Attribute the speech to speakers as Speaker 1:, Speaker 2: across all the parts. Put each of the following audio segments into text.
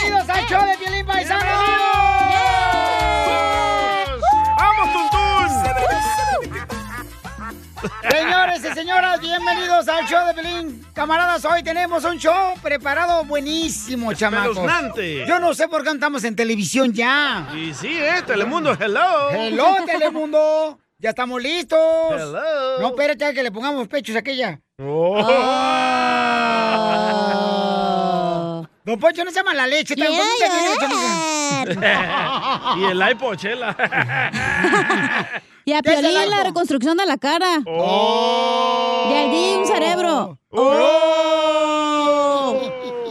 Speaker 1: Bienvenidos al show de Piolín Paisano, amigos.
Speaker 2: ¡Vamos,
Speaker 1: Tuntún! Señores y señoras, bienvenidos al show de Piolín. Camaradas, hoy tenemos un show preparado buenísimo, chamacos.
Speaker 2: Espeluznante.
Speaker 1: Yo no sé por qué andamos en televisión ya.
Speaker 2: Y sí, eh, Telemundo, hello.
Speaker 1: Hello, Telemundo. Ya estamos listos.
Speaker 2: Hello. Oh.
Speaker 1: No, espérate a que le pongamos pechos a aquella. Ah. Don Poncho, no se llama la leche. Tan bonita que tiene, chamaca.
Speaker 2: y el iPod, chela.
Speaker 3: Y a
Speaker 1: Ya se
Speaker 3: Piolín
Speaker 1: largó.
Speaker 3: la reconstrucción de la cara.
Speaker 1: Oh.
Speaker 3: Y al DJ un cerebro. Oh.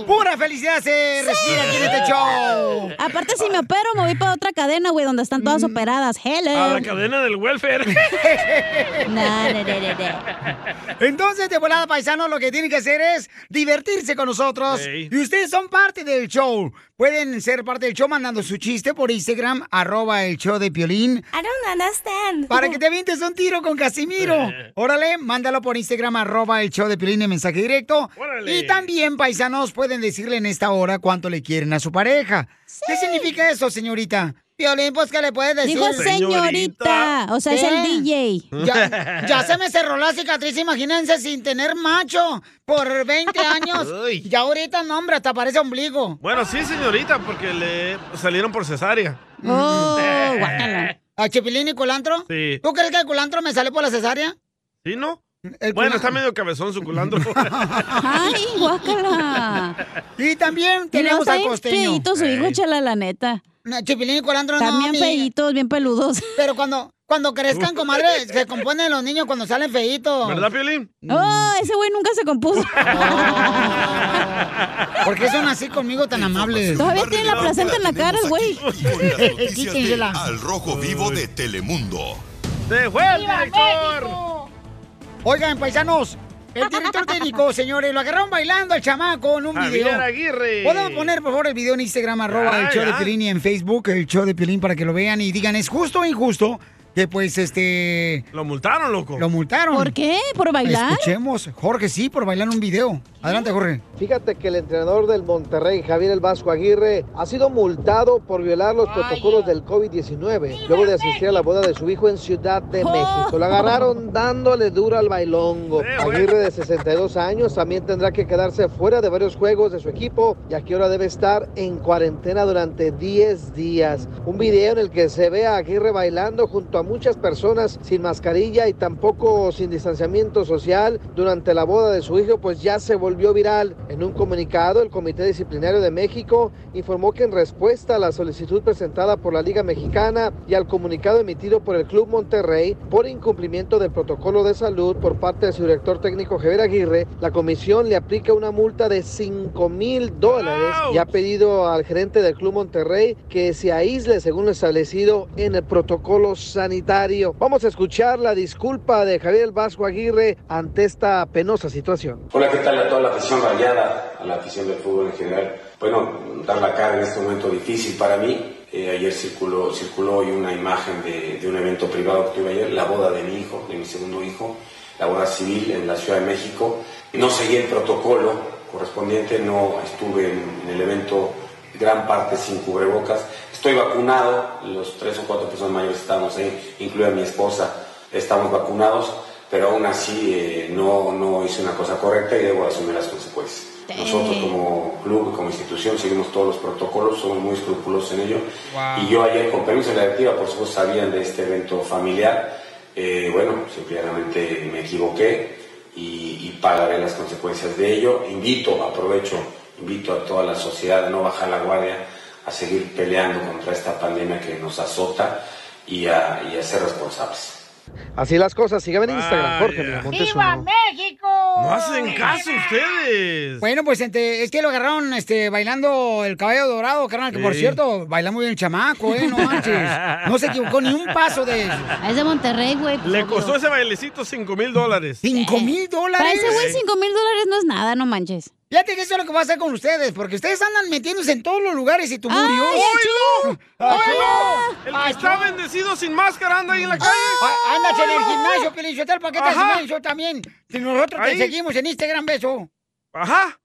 Speaker 1: Pura felicidad se respira aquí en este show. Mm.
Speaker 3: Aparte, si me opero, me voy para otra cadena, güey, donde están todas operadas.
Speaker 2: A
Speaker 3: Hello.
Speaker 2: Ah, la cadena del welfare.
Speaker 3: No, no, no, no, no.
Speaker 1: Entonces, de volada, paisano, lo que tienen que hacer es divertirse con nosotros.
Speaker 2: Ey.
Speaker 1: Y ustedes son parte del show. Pueden ser parte del show mandando su chiste por Instagram, arroba el show de Piolín.
Speaker 4: I don't understand.
Speaker 1: Para que te avientes un tiro con Casimiro. Órale, mándalo por Instagram, arroba el show de Piolín en mensaje directo.
Speaker 2: Órale.
Speaker 1: Y también, paisanos, pueden decirle en esta hora cuánto le quieren a su pareja. ¿Qué significa eso, señorita? Piolín, pues, ¿qué le puedes decir?
Speaker 3: Dijo señorita. O sea, es el
Speaker 1: ¿Eh?
Speaker 3: DJ.
Speaker 1: Ya, ya se me cerró la cicatriz, imagínense, sin tener macho por 20 años.
Speaker 2: Uy.
Speaker 1: Ya ahorita, no, hombre, hasta parece ombligo.
Speaker 2: Bueno, sí, señorita, porque le salieron por cesárea.
Speaker 3: Oh, guácala.
Speaker 1: Mm. ¿A Chipilín y culantro?
Speaker 2: Sí.
Speaker 1: ¿Tú crees que el culantro me sale por la cesárea?
Speaker 2: ¿Sí, no?
Speaker 1: El
Speaker 2: Bueno,
Speaker 1: culantro.
Speaker 2: está medio cabezón su culantro.
Speaker 3: Ay, guácala.
Speaker 1: Y también
Speaker 3: Y luego
Speaker 1: tenemos
Speaker 3: está
Speaker 1: al
Speaker 3: bien
Speaker 1: costeño.
Speaker 3: feíto su hijo, chela, la neta.
Speaker 1: No, Chipilín y culantro no,
Speaker 3: También
Speaker 1: amiga.
Speaker 3: feitos, bien peludos.
Speaker 1: Pero cuando, cuando crezcan, comadre, se componen los niños cuando salen feitos.
Speaker 2: ¿Verdad, Piolín?
Speaker 1: Mm.
Speaker 3: Oh, ese güey nunca se compuso.
Speaker 1: ¿Por qué son así conmigo tan amables?
Speaker 3: Todavía tiene la placenta en la cara, el güey.
Speaker 5: Con las noticias de
Speaker 1: Quítensela.
Speaker 5: Al Rojo Vivo de Telemundo.
Speaker 2: ¡Se fue el director!
Speaker 1: Oigan, paisanos, el director técnico, señores, lo agarraron bailando al chamaco en un video.
Speaker 2: Javier Aguirre.
Speaker 1: Podemos poner, por favor, el video en Instagram, arroba
Speaker 2: Ah,
Speaker 1: el show de
Speaker 2: ya.
Speaker 1: Piolín y en Facebook, el show de Piolín, para que lo vean y digan, ¿es justo o injusto que, pues, este,
Speaker 2: Lo multaron, loco.
Speaker 1: lo multaron?
Speaker 3: ¿Por qué? ¿Por bailar?
Speaker 1: Escuchemos, Jorge, sí, por bailar un video. Adelante, Jorge.
Speaker 6: Fíjate que el entrenador del Monterrey, Javier El Vasco Aguirre, ha sido multado por violar los protocolos del COVID-19 luego de asistir a la boda de su hijo en Ciudad de
Speaker 3: Oh.
Speaker 6: México. Lo agarraron dándole duro al bailongo.
Speaker 2: Eh, güey.
Speaker 6: Aguirre, de 62 años, también tendrá que quedarse fuera de varios juegos de su equipo, ya que ahora debe estar en cuarentena durante 10 días. Un video en el que se ve a Aguirre bailando junto a muchas personas sin mascarilla y tampoco sin distanciamiento social durante la boda de su hijo, pues ya se volvió viral. En un comunicado, el Comité Disciplinario de México informó que en respuesta a la solicitud presentada por la Liga Mexicana y al comunicado emitido por el Club Monterrey por incumplimiento del protocolo de salud por parte de su director técnico Javier Aguirre, la comisión le aplica una multa de 5 mil dólares y ha
Speaker 2: ¡Auch!
Speaker 6: pedido al gerente del Club Monterrey que se aísle según lo establecido en el protocolo sanitario. Vamos a escuchar la disculpa de Javier El Vasco Aguirre ante esta penosa situación.
Speaker 7: Hola, ¿qué tal a toda la afición rayada, a la afición del fútbol en general? Bueno, dar la cara en este momento difícil para mí. Eh, ayer circuló, circuló hoy una imagen de, de un evento privado que tuve ayer, la boda de mi hijo, de mi segundo hijo, la boda civil en la Ciudad de México. No seguí el protocolo correspondiente, no estuve en, en el evento gran parte sin cubrebocas. Estoy vacunado, los tres o cuatro personas mayores estábamos ahí, incluida mi esposa, estamos vacunados. pero aún así eh, no, no hice una cosa correcta y debo asumir las consecuencias. Nosotros como club, como institución, seguimos todos los protocolos, somos muy escrupulosos en ello.
Speaker 8: Wow.
Speaker 7: Y yo ayer, con permiso de la directiva, por supuesto, sabían de este evento familiar. Eh, bueno, simplemente me equivoqué y, y pagaré las consecuencias de ello. Invito, aprovecho, invito a toda la sociedad a no bajar la guardia, a seguir peleando contra esta pandemia que nos azota y a, y a ser responsables.
Speaker 6: Así las cosas, síganme en Instagram, Jorge Miramontes uno.
Speaker 1: México!
Speaker 2: No hacen caso ustedes.
Speaker 1: Bueno, pues ente- es que lo agarraron este, bailando el caballo dorado, carnal, que por
Speaker 2: Sí.
Speaker 1: cierto, baila muy bien el chamaco, ¿eh? No manches. No se equivocó ni un paso de eso.
Speaker 3: Es de Monterrey, güey. pues,
Speaker 2: Le costó ese bailecito 5 mil dólares.
Speaker 1: ¿Cinco mil dólares?
Speaker 3: Para ese güey, cinco mil dólares no es nada, no manches.
Speaker 1: Fíjate que eso es lo que va a hacer con ustedes, porque ustedes andan metiéndose en todos los lugares y Ah, tú
Speaker 3: ¡Ay,
Speaker 1: murió.
Speaker 3: achú!
Speaker 2: ¡Achú! El que está bendecido sin máscara anda ahí en la calle.
Speaker 3: Ah,
Speaker 1: Ah, Andas en el gimnasio, Pelichotel, ¿para qué te
Speaker 2: Ajá.
Speaker 1: haces yo también? Si nosotros
Speaker 2: Ahí.
Speaker 1: te seguimos en Instagram, beso.
Speaker 2: Ajá.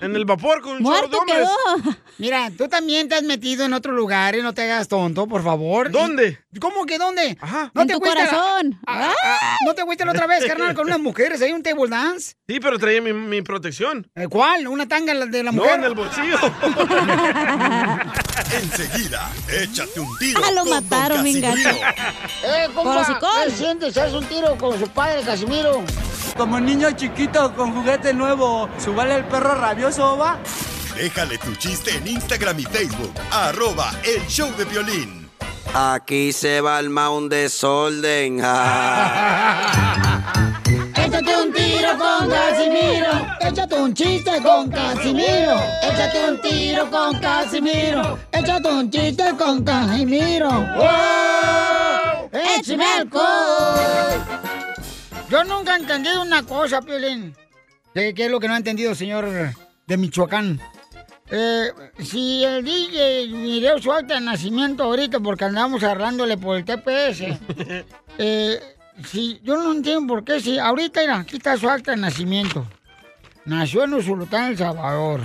Speaker 2: En el vapor con un chorro de
Speaker 1: Muerto
Speaker 2: hombres.
Speaker 1: Mira, tú también te has metido en otro lugar y no te hagas tonto, por favor.
Speaker 2: ¿Dónde?
Speaker 1: ¿Cómo que dónde? Ajá.
Speaker 3: En tu
Speaker 1: fuiste a la-
Speaker 3: corazón.
Speaker 1: a- a- ¿No te fuiste la otra vez, carnal, con unas mujeres ahí un table dance?
Speaker 2: Sí, pero traía mi, mi protección.
Speaker 1: Eh, ¿Cuál? ¿Una tanga la- de la
Speaker 2: No,
Speaker 1: mujer?
Speaker 2: en el bolsillo.
Speaker 5: Enseguida, échate un tiro.
Speaker 1: Ah, lo
Speaker 5: con don
Speaker 1: mataron, bien
Speaker 5: Casimiro.
Speaker 1: ¡Eh,
Speaker 5: Por
Speaker 1: compa!
Speaker 5: hocicón.
Speaker 1: ¿Qué sientes? ¿Haz un tiro con su padre, Casimiro?
Speaker 4: Como niño chiquito con juguete nuevo, subale el perro rabioso, va.
Speaker 5: Déjale tu chiste en Instagram y Facebook. Arroba el show de violín.
Speaker 9: Aquí se va el un desorden.
Speaker 1: Échate un tiro con Casimiro. Échate un chiste con Casimiro. Échate un tiro con Casimiro. Échate un chiste con Casimiro. ¡Wow! ¡Échame alcohol! Yo nunca he entendido una cosa, Piolín. ¿Qué, qué es lo que no ha entendido, señor de Michoacán? Eh, si el DJ miró su acta de nacimiento ahorita porque andamos arrándole por el TPS. Eh, si, yo no entiendo por qué. Si ahorita, mira, aquí está su acta de nacimiento. Nació en Usulután, El Salvador.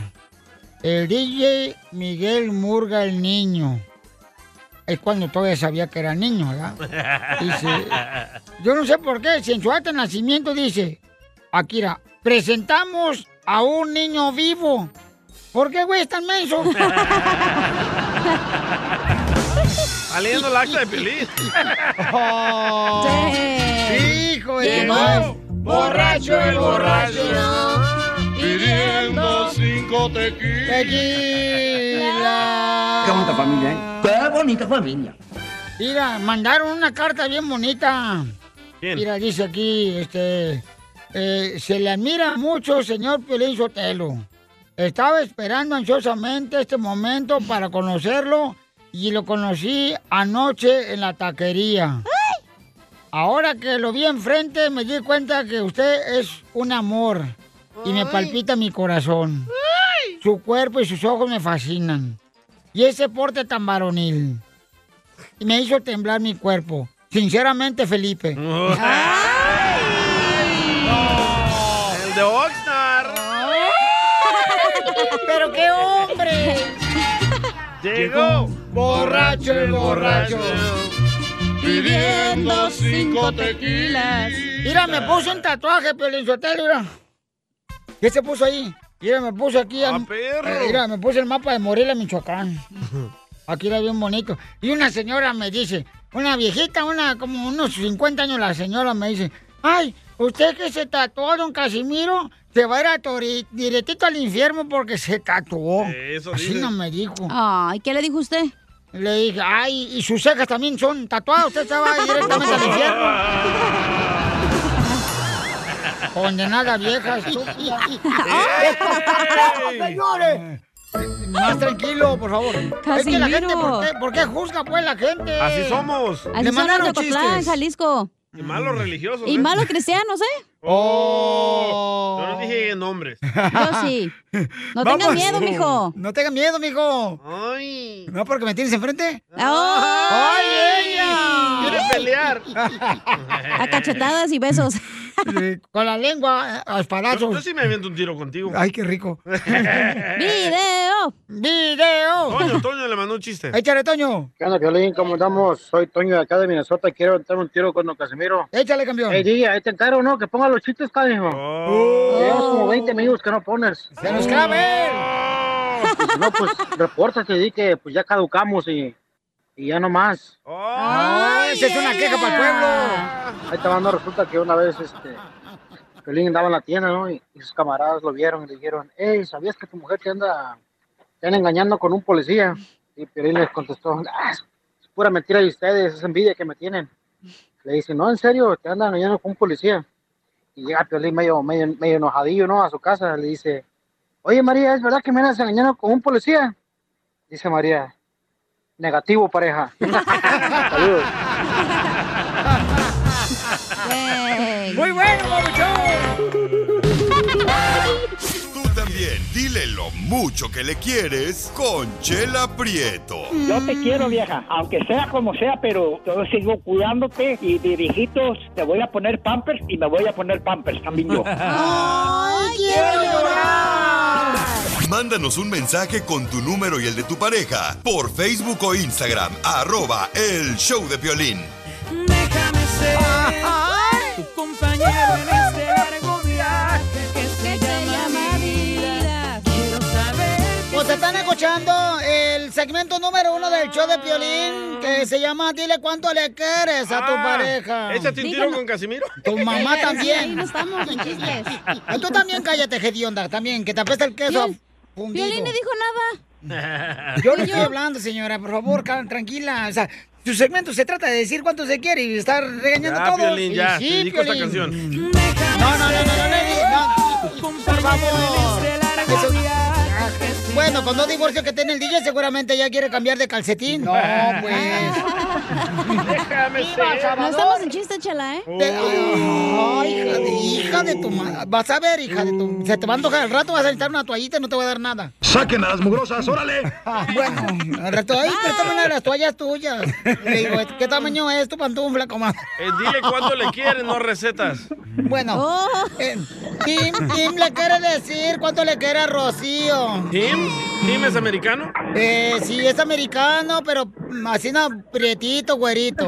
Speaker 1: El DJ Miguel Murga, el niño. Es cuando todavía sabía que era niño, ¿verdad? Yo no sé por qué, si en su acta de nacimiento dice, Akira, presentamos a un niño vivo. ¿Por qué, güey, es tan menso?
Speaker 2: Está leyendo el acta de Pelín.
Speaker 1: Oh. Sí. Hijo de
Speaker 2: Llegó
Speaker 1: Dios.
Speaker 2: borracho el borracho,
Speaker 1: pidiendo
Speaker 2: cinco tequilas.
Speaker 1: Tequila.
Speaker 10: Qué bonita familia, ¿eh? Qué bonita familia.
Speaker 1: Mira, mandaron una carta bien bonita.
Speaker 10: ¿Quién?
Speaker 1: Mira, dice aquí, este, eh, se le admira mucho, señor Piolín Sotelo. Estaba esperando ansiosamente este momento para conocerlo y lo conocí anoche en la taquería. Ahora que lo vi enfrente, me di cuenta que usted es un amor y me palpita mi corazón. Su cuerpo y sus ojos me fascinan. Y ese porte tan varonil. Y me hizo temblar mi cuerpo. Sinceramente, Felipe. Ah,
Speaker 2: El de Oxnard.
Speaker 1: ¡Pero qué hombre!
Speaker 2: Llegó
Speaker 1: borracho el borracho.
Speaker 2: Pidiendo
Speaker 1: cinco tequilas. Mira, me puso un tatuaje, Piolinchotelo, mira. ¿Qué se puso ahí? Mira, me puso aquí. el- eh, mira, me puso el mapa de Morelia, Michoacán. Aquí era bien bonito. Y una señora me dice, una viejita, una como unos 50 años, la señora me dice, ay, usted que se tatuó, don Casimiro, se va a ir a tori- directito al infierno porque se tatuó.
Speaker 2: Eso
Speaker 1: Así
Speaker 2: dice.
Speaker 1: no me dijo. Ay, ¿qué le dijo usted? Le dije, ay, y sus cejas también son tatuadas, usted se va directamente al infierno. Condenada vieja, estúpida. señores! Más tranquilo, por favor. Es que la gente,
Speaker 3: Casimiro.
Speaker 1: ¿por qué, por qué juzga, pues, la gente?
Speaker 2: Así somos.
Speaker 3: Así son en Zacatlán, Jalisco.
Speaker 2: Y malos religiosos.
Speaker 3: Y
Speaker 2: ¿eh?
Speaker 3: malos cristianos, ¿eh?
Speaker 2: Oh. Yo no dije nombres.
Speaker 3: Yo sí. No tengas
Speaker 1: Vamos.
Speaker 3: miedo, mijo.
Speaker 1: No tenga miedo, mijo.
Speaker 2: Ay.
Speaker 1: ¿No porque me tienes enfrente?
Speaker 3: ¡Ay!
Speaker 1: ¡Ay, ella!
Speaker 3: ¿Quieres
Speaker 2: pelear?
Speaker 3: A cachetadas y besos.
Speaker 1: Con la lengua, eh, a
Speaker 2: Yo, yo sí me aviento un tiro contigo.
Speaker 1: Ay, qué rico.
Speaker 3: ¡Video! ¡Video!
Speaker 1: ¡Video!
Speaker 2: Toño, Toño le mandó un chiste.
Speaker 1: Échale, Toño.
Speaker 11: ¿Qué onda, Piolín? ¿Cómo andamos? Soy Toño de acá de Minnesota y quiero entrar un tiro con Don Casimiro.
Speaker 1: Échale, campeón.
Speaker 11: Ey, DJ, ahí te encargo, ¿no? Que ponga los chistes, canijo. Llevas como 20 minutos que no pones.
Speaker 1: ¡Se nos claven!
Speaker 11: No, pues, repórtate, di que pues ya caducamos y, y ya no más.
Speaker 1: ¡Ay, esa es una queja para el pueblo!
Speaker 11: Ahí te mando, resulta que una vez, este, Piolín andaba en la tienda, ¿no? Y, y sus camaradas lo vieron y le dijeron, hey, ¿sabías que tu mujer te anda, te anda engañando con un policía? Y Piolín les contestó, "Ah, es pura mentira de ustedes, es envidia que me tienen. Le dice, no, en serio, te anda engañando con un policía. Y llega Piolín medio, medio, medio enojadillo, ¿no? A su casa, le dice, oye María, ¿es verdad que me andas engañando con un policía? Dice María, negativo pareja. Saludos.
Speaker 1: ¡Muy bueno,
Speaker 5: Tú también, dile lo mucho que le quieres con Chela Prieto.
Speaker 12: Yo te quiero, vieja, aunque sea como sea, pero yo sigo cuidándote y de viejitos te voy a poner pampers y me voy a poner pampers también yo.
Speaker 1: ¡Ay, quiero llorar!
Speaker 5: Mándanos un mensaje con tu número y el de tu pareja por Facebook o Instagram, arroba el show de violín.
Speaker 4: Déjame ser tu compañero
Speaker 1: Uh.
Speaker 4: en este largo viaje que se llama vida. Quiero saber.
Speaker 1: Pues te están escuchando el segmento número uno del show de Piolín que se llama Dile cuánto le quieres a tu
Speaker 2: Ah,
Speaker 1: pareja.
Speaker 2: Échate un tiro con Casimiro.
Speaker 1: Tu mamá
Speaker 3: Ahí
Speaker 1: también.
Speaker 3: no estamos en chistes.
Speaker 1: Ah, Tú también cállate, Gedionda, también, que te apesta el queso.
Speaker 3: Piol-
Speaker 1: fundido. Ah.
Speaker 3: Violín no dijo nada.
Speaker 1: Yo no estoy hablando, señora, por favor, cal- tranquila. O sea, tu segmento se trata de decir cuánto se quiere y estar regañando
Speaker 2: Ya,
Speaker 1: todo.
Speaker 2: Piolín, ya,
Speaker 1: Sí,
Speaker 2: te dedico esta
Speaker 1: Piolín. No,
Speaker 2: canción.
Speaker 1: no, no, no, no, no, no, por favor. Eso- Ah. Bueno, con dos divorcios que tiene el DJ seguramente ya quiere cambiar de calcetín. No, pues.
Speaker 2: Déjame
Speaker 1: ser.
Speaker 3: No estamos en chistes, chela, ¿eh?
Speaker 1: Te- Ay, hija de, hija de tu madre. Vas a ver, hija de tu... Se te va a antojar. Al rato vas a necesitar una toallita y no te voy a dar nada. Ah,
Speaker 13: ¡Saquen a las mugrosas, órale!
Speaker 1: Bueno, al rato, ay, préstame una de las toallas tuyas. Le digo, ¿qué tamaño es tu pantufla, comadre?
Speaker 2: Eh, dile cuánto le quieres, no recetas.
Speaker 1: Bueno, eh, Tim, Tim le quiere decir cuánto le quiere a Rocío.
Speaker 2: ¿Tim? ¿Tim es americano?
Speaker 1: Eh, sí, es americano, pero mm, así no, prietito, güerito.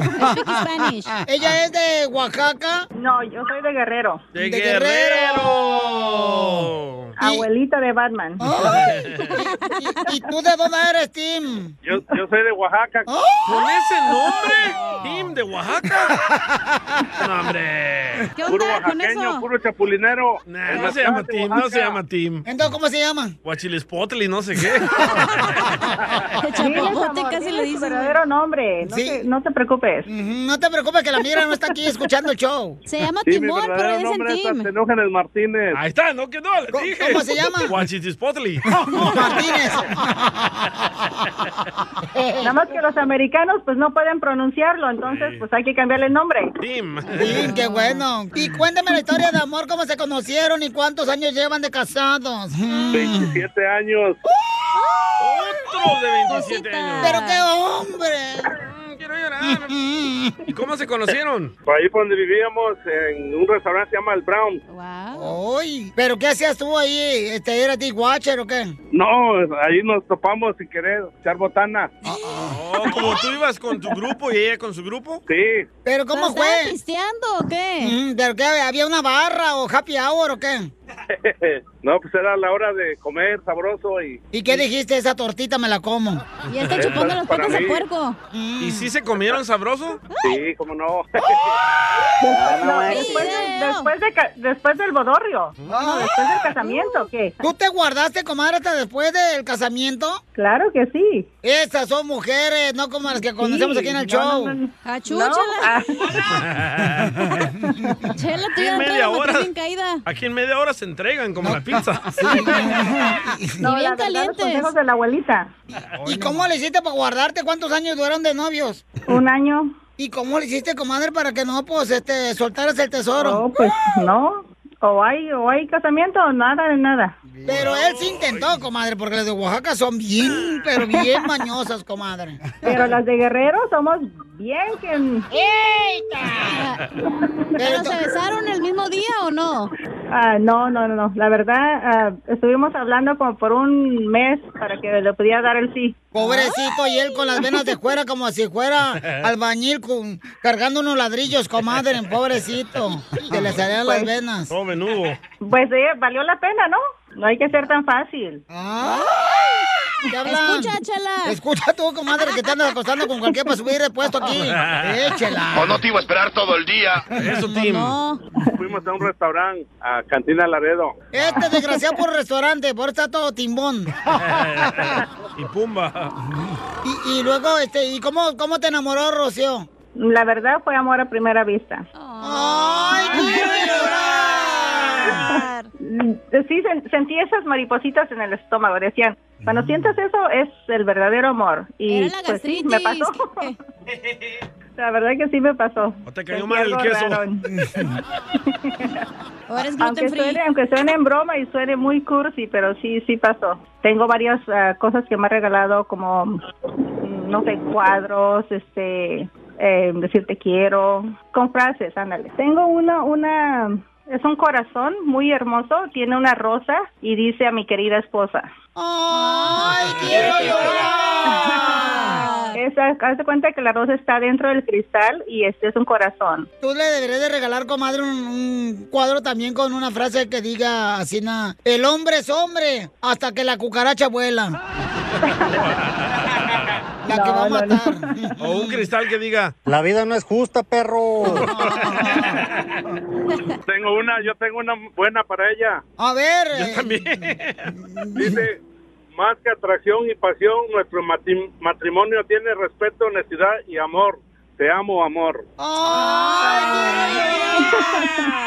Speaker 1: ¿Ella es de Oaxaca? No, yo soy de Guerrero.
Speaker 2: ¡De, Guerrero!
Speaker 1: Abuelita de Batman. ¿Y, y tú de dónde eres, Tim?
Speaker 14: Yo, yo soy de Oaxaca.
Speaker 2: ¡Oh! ¿Con ese nombre? ¿Tim de Oaxaca? No, hombre.
Speaker 14: Puro oaxaqueño, puro chapulinero.
Speaker 2: Nah, no se llama Tim, no se llama Tim.
Speaker 1: Entonces, ¿cómo se llama?
Speaker 2: Guachilespotli, no sé qué.
Speaker 3: Chapapote casi le dices.
Speaker 15: verdadero nombre. No, te, no te preocupes.
Speaker 1: No te preocupes que la mira no está aquí escuchando el show.
Speaker 3: Se llama
Speaker 14: Sí, mi verdadero nombre es Atenógenes Martínez.
Speaker 2: Ahí está, no que no, le
Speaker 1: ¿Cómo-
Speaker 2: dije.
Speaker 1: cómo se llama?
Speaker 2: Guachilispotli.
Speaker 1: Martínez.
Speaker 15: Nada más que los americanos pues no pueden pronunciarlo, entonces pues hay que cambiarle el nombre.
Speaker 2: Tim.
Speaker 1: Tim, qué bueno. Y cuéntame la historia de amor, cómo se conocieron y cuántos años llevan de casados. Mm.
Speaker 14: 27 años.
Speaker 2: Otro de 27 años.
Speaker 1: Pero qué hombre.
Speaker 2: ¿Y cómo se conocieron?
Speaker 14: Por ahí por donde vivíamos, en un restaurante que se llama El Brown.
Speaker 1: Ay, ¿Pero qué hacías tú ahí? Este, ¿Era ti watcher o qué?
Speaker 14: No, ahí nos topamos sin querer, echar botana.
Speaker 2: Oh, como tú ibas con tu grupo y ella con su grupo.
Speaker 14: Sí.
Speaker 1: ¿Pero cómo
Speaker 3: ¿Pero estaban
Speaker 1: fue? pisteando o qué? ¿Pero qué? ¿Había una barra o happy hour o qué?
Speaker 14: no, pues era la hora de comer sabroso y...
Speaker 1: ¿Y qué dijiste? Esa tortita me la como.
Speaker 14: Y está chupando las Para patas al mí. puerco.
Speaker 2: ¿Y si se comieron sabroso?
Speaker 14: Sí, cómo
Speaker 1: ¡Oh!
Speaker 14: no.
Speaker 1: Ah,
Speaker 15: No, después, de- después, de ca- después del bodorrio. No, después del casamiento, ¿o ¿qué?
Speaker 1: ¿Tú te guardaste, comadre, hasta después del casamiento?
Speaker 15: Claro que sí.
Speaker 1: Esas son mujeres, no como las que conocemos aquí en el
Speaker 15: no,
Speaker 1: show.
Speaker 15: no, no.
Speaker 3: Achúchala. Chela, tú
Speaker 2: Aquí
Speaker 3: ya
Speaker 2: en
Speaker 3: no
Speaker 2: media
Speaker 3: puedes
Speaker 2: hora.
Speaker 3: bien caída.
Speaker 2: Aquí en media hora se entregan como la pizza.
Speaker 15: No, la verdad, los consejos de la abuelita.
Speaker 1: ¿Y cómo le hiciste para guardarte? ¿Cuántos años duraron de novios?
Speaker 15: Un año.
Speaker 1: ¿Y cómo le hiciste, comadre, para que no, pues, este, soltaras el tesoro?
Speaker 15: No, pues no. O hay, o hay casamiento o nada de nada.
Speaker 1: Pero él sí intentó, comadre, porque las de Oaxaca son bien, pero bien mañosas, comadre.
Speaker 15: Pero las de Guerrero somos bien que...
Speaker 1: ¡Eita!
Speaker 3: ¿Pero se besaron el mismo día o no?
Speaker 15: Ah, no, no, no, no. La verdad, ah, estuvimos hablando como por un mes para que le pudiera dar el sí.
Speaker 1: Pobrecito, y él con las venas de fuera como si fuera albañil con, cargando unos ladrillos, comadre, pobrecito. Que le salían las
Speaker 15: Pues-
Speaker 1: venas.
Speaker 2: Oh, menudo.
Speaker 15: Pues eh, valió la pena, ¿no? No hay que ser tan fácil.
Speaker 1: ¿Qué hablan?
Speaker 4: Escucha, Chela.
Speaker 1: Escucha tú, comadre, que te andas acostando con cualquier para subir de puesto aquí. Échela.
Speaker 5: O no te iba a esperar todo el día.
Speaker 14: Eso,
Speaker 1: Tim. No.
Speaker 14: Fuimos a un restaurante, a Cantina Laredo.
Speaker 1: Este desgraciado por restaurante, por eso está todo timbón.
Speaker 2: y pumba.
Speaker 1: Y, y luego, este, ¿y cómo, cómo te enamoró, Rocío?
Speaker 15: La verdad fue amor a primera vista.
Speaker 1: ¡Ay, quiero
Speaker 15: llorar! Mm, Sí, sen- sentí esas maripositas en el estómago. Decían, cuando
Speaker 2: Mm.
Speaker 15: sientas eso es el verdadero amor. Y
Speaker 4: Era la
Speaker 15: pues sí,
Speaker 4: gastritis.
Speaker 15: me pasó. La verdad que sí me pasó.
Speaker 2: ¿O te cayó
Speaker 15: Sentí
Speaker 2: mal el
Speaker 15: algo
Speaker 2: queso?
Speaker 15: raro.
Speaker 4: eres
Speaker 15: aunque,
Speaker 4: gluten free.
Speaker 15: suene, aunque suene en broma y suene muy cursi, pero sí, sí pasó. Tengo varias ah, cosas que me ha regalado, como, mm, no sé, cuadros, este, eh, decir te quiero, con frases, ándale. Tengo una, una, es un corazón muy hermoso, tiene una rosa y dice a mi querida esposa.
Speaker 1: ¡Ay, quiero
Speaker 4: Ah.
Speaker 1: llorar!
Speaker 15: Esa, haz de cuenta que la rosa está dentro del cristal y este es un corazón.
Speaker 1: Tú le deberías de regalar, comadre, un, un cuadro también con una frase que diga así, na, el hombre es hombre hasta que la cucaracha vuela. La que va a matar.
Speaker 2: O un cristal que diga.
Speaker 16: La vida no es justa, perro.
Speaker 14: Tengo una, yo tengo una buena para ella.
Speaker 1: A ver.
Speaker 14: Dice, más que atracción y pasión, nuestro mati- matrimonio tiene respeto, honestidad y amor. Te amo, amor.
Speaker 1: Oh.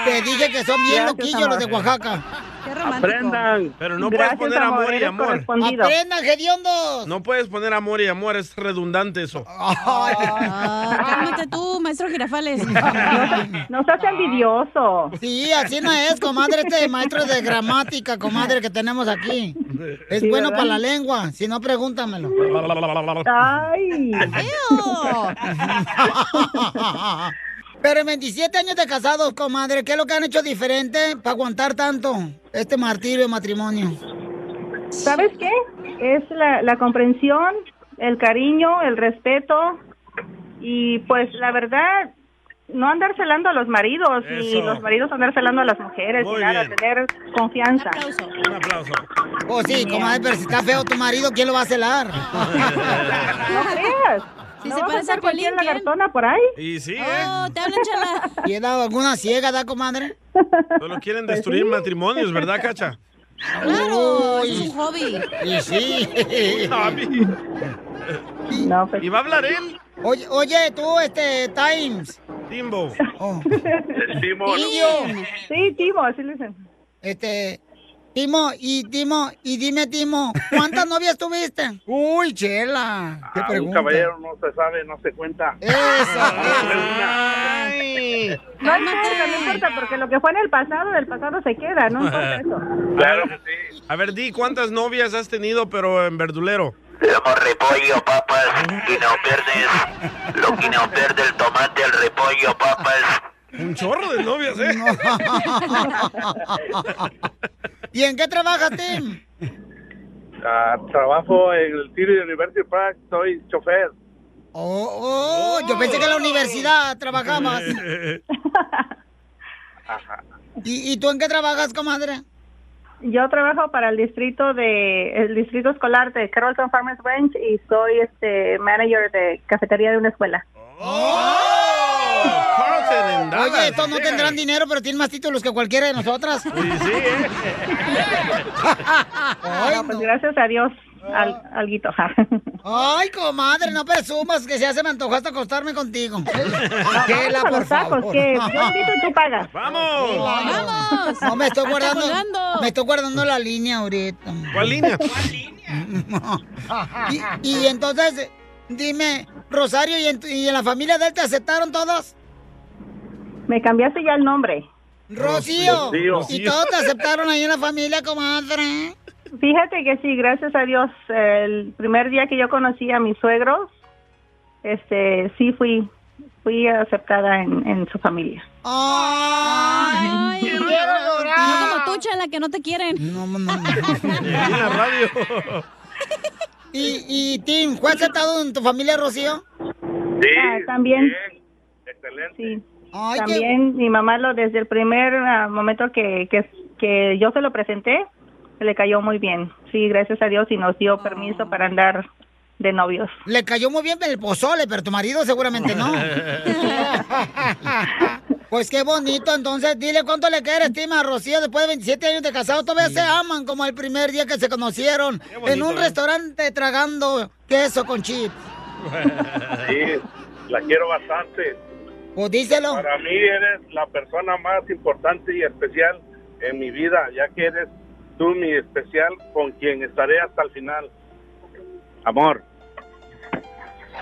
Speaker 1: Te dije que son bien
Speaker 14: Gracias,
Speaker 1: loquillos los de
Speaker 14: amor.
Speaker 1: Oaxaca. Qué
Speaker 2: Aprendan. Pero no puedes poner amor y amor.
Speaker 1: Aprendan, hediondos.
Speaker 2: No puedes poner amor y amor, es redundante eso.
Speaker 4: Ah, cálmate tú, maestro Girafales.
Speaker 15: No seas envidioso.
Speaker 1: Sí, así no es, comadre, este maestro de gramática, comadre, que tenemos aquí. Es
Speaker 15: Sí,
Speaker 1: bueno
Speaker 15: ¿verdad?
Speaker 1: para la lengua, si no, pregúntamelo.
Speaker 15: ¡Ay!
Speaker 1: Pero en 27 años de casados, comadre, ¿qué es lo que han hecho diferente para aguantar tanto este martirio de matrimonio?
Speaker 15: ¿Sabes qué? Es la, la comprensión, el cariño, el respeto y pues la verdad, no andar celando a los maridos ni
Speaker 2: Eso.
Speaker 15: los maridos andar celando a las mujeres
Speaker 2: Muy
Speaker 15: ni nada,
Speaker 2: bien.
Speaker 15: tener confianza.
Speaker 2: Un aplauso.
Speaker 1: Oh, sí, comadre, pero si está feo tu marido, ¿quién lo va a celar?
Speaker 15: No creas.
Speaker 4: Si
Speaker 15: no
Speaker 4: se
Speaker 15: vas
Speaker 4: parece
Speaker 15: a
Speaker 4: a
Speaker 15: estar cualquier
Speaker 4: Piolín, ¿quién?
Speaker 15: lagartona por ahí.
Speaker 2: Y sí, ¿eh?
Speaker 1: Ah.
Speaker 4: Oh, te hablan, chala.
Speaker 1: ¿Y he dado alguna ciega, da, comadre?
Speaker 2: Solo quieren destruir matrimonios, ¿verdad, Cacha?
Speaker 4: Claro, eso es un hobby.
Speaker 1: Y sí.
Speaker 15: No, pues-
Speaker 2: ¿Y va a hablar él?
Speaker 1: Oye, oye, tú, este, Times. Oh.
Speaker 2: Timbo.
Speaker 14: Timón.
Speaker 1: Indio.
Speaker 15: Sí, Timo, así le dicen.
Speaker 1: Este, Timo, y Timo, y dime, Timo, ¿cuántas novias tuviste? Uy, chela.
Speaker 2: Ah,
Speaker 1: Qué
Speaker 14: A "Ah, un
Speaker 1: pregunta. Eh.
Speaker 14: caballero no se sabe, no se cuenta.
Speaker 1: Ay.
Speaker 15: No importa, no importa, porque lo que fue en el pasado, del pasado se queda, no importa eso.
Speaker 2: Claro que sí. A ver, di, ¿cuántas novias has tenido, pero en verdulero?
Speaker 16: Repollo, papas, y no pierdes. Lo que no pierde el tomate, el repollo, papas.
Speaker 2: Un chorro de novias, ¿eh?
Speaker 1: ¿Y en qué trabajas, Tim?
Speaker 14: Ah, trabajo en el City University Park, soy chofer.
Speaker 1: Oh, oh, yo pensé que en la universidad trabajabas. ¿Y, y tú en qué trabajas, comadre?
Speaker 15: Yo trabajo para el distrito de el distrito escolar de Carrollton Farmers Branch y soy este manager de cafetería de una escuela.
Speaker 1: Oye, estos no tendrán dinero, pero tienen más títulos que cualquiera de nosotras. Sí,
Speaker 2: sí,
Speaker 15: No, pues gracias a Dios, al, alguito. ja.
Speaker 1: Ay, comadre, no presumas que ya se me antojó hasta acostarme contigo. Chela,
Speaker 15: Vamos a
Speaker 1: por
Speaker 15: los tacos,
Speaker 1: favor.
Speaker 15: que yo invito y tú pagas.
Speaker 1: Claro.
Speaker 4: ¡Vamos!
Speaker 1: No, me estoy
Speaker 4: Está
Speaker 1: guardando.
Speaker 4: colgando.
Speaker 1: Me estoy guardando la línea ahorita.
Speaker 2: ¿Cuál línea?
Speaker 1: Y, y entonces, dime, Rosario, ¿y en, tu- y en la familia de él te aceptaron todas?
Speaker 15: Me cambiaste ya el nombre.
Speaker 1: Rocío.
Speaker 15: Rocío.
Speaker 1: ¿Y todos te aceptaron ahí en la familia, comadre?
Speaker 15: Fíjate que sí, gracias a Dios, el primer día que yo conocí a mis suegros, este, sí fui fui aceptada en, en su familia.
Speaker 1: ¡Ay! ¡Quiero llorar!
Speaker 3: escúchala, que no te quieren.
Speaker 1: No, no, no.
Speaker 2: en la radio.
Speaker 1: ¿Y, y Tim, fue aceptado en tu familia, Rocío?
Speaker 14: Sí,
Speaker 15: Ah, también.
Speaker 14: excelente.
Speaker 15: Sí.
Speaker 1: Ay, qué-
Speaker 15: También mi mamá lo desde el primer ah, momento que, que, que yo se lo presenté, le cayó muy bien. Sí, gracias a Dios y nos dio
Speaker 1: Ah.
Speaker 15: permiso para andar de novios.
Speaker 1: Le cayó muy bien el pozole, pero tu marido seguramente no. Pues qué bonito, entonces dile cuánto le quieres, Tima, Rocío, después de 27 años de casado, todavía se aman como el primer día que se conocieron en un
Speaker 14: bonito, ¿eh?
Speaker 1: restaurante tragando queso con chips.
Speaker 14: Sí, la quiero bastante.
Speaker 1: Pues díselo.
Speaker 14: Para mí eres la persona más importante y especial en mi vida, ya que eres tú mi especial con quien estaré hasta el final. Amor.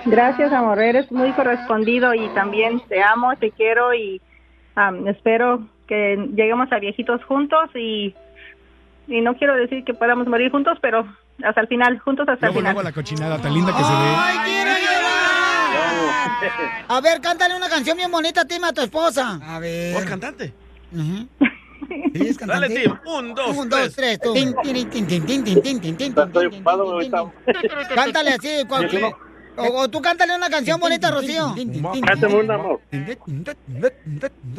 Speaker 15: Gracias, amor. Eres muy correspondido y también te amo, te quiero y am, espero que lleguemos a viejitos juntos y, y no quiero decir que podamos morir juntos, pero hasta el final, juntos hasta el
Speaker 17: Luego,
Speaker 15: final.
Speaker 17: luego la cochinada tan linda que se ve.
Speaker 1: A ver, cántale una canción bien bonita, Tima, a tu esposa. A ver.
Speaker 2: ¿Por cantante?
Speaker 1: Sí, es cantante.
Speaker 2: Dale, Tim. Un, dos,
Speaker 1: Un, dos, tres. tú. Tin, tin, tin, tin, tin, tin, tin, tin, tin, tin, tin, tin, tin. Cántale así. cual-
Speaker 14: Yo no.
Speaker 1: O, o tú cántale una canción bonita, Rocío.
Speaker 14: Cántame un amor.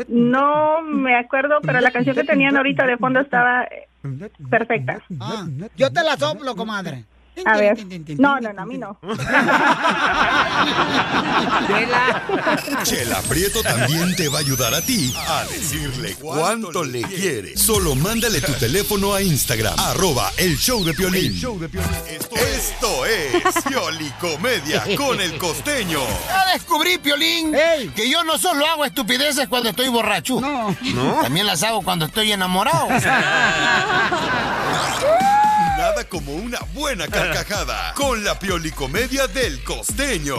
Speaker 15: No me acuerdo, pero la canción que tenían ahorita de fondo estaba eh, perfecta.
Speaker 1: Ah, Yo te la soplo, comadre.
Speaker 15: A ver. No, no, no, a mí no.
Speaker 5: Chela Prieto también te va a ayudar a ti a decirle cuánto le quiere. Solo mándale tu teléfono a Instagram, arroba el show de Piolín.
Speaker 4: El
Speaker 5: Esto es Piolicomedia con el costeño.
Speaker 18: Ya descubrí, Piolín, que yo no solo hago estupideces cuando estoy borracho.
Speaker 5: ¿No?
Speaker 18: También las hago cuando estoy enamorado.
Speaker 3: Ah,
Speaker 5: Nada como una buena carcajada con la Piolicomedia del costeño.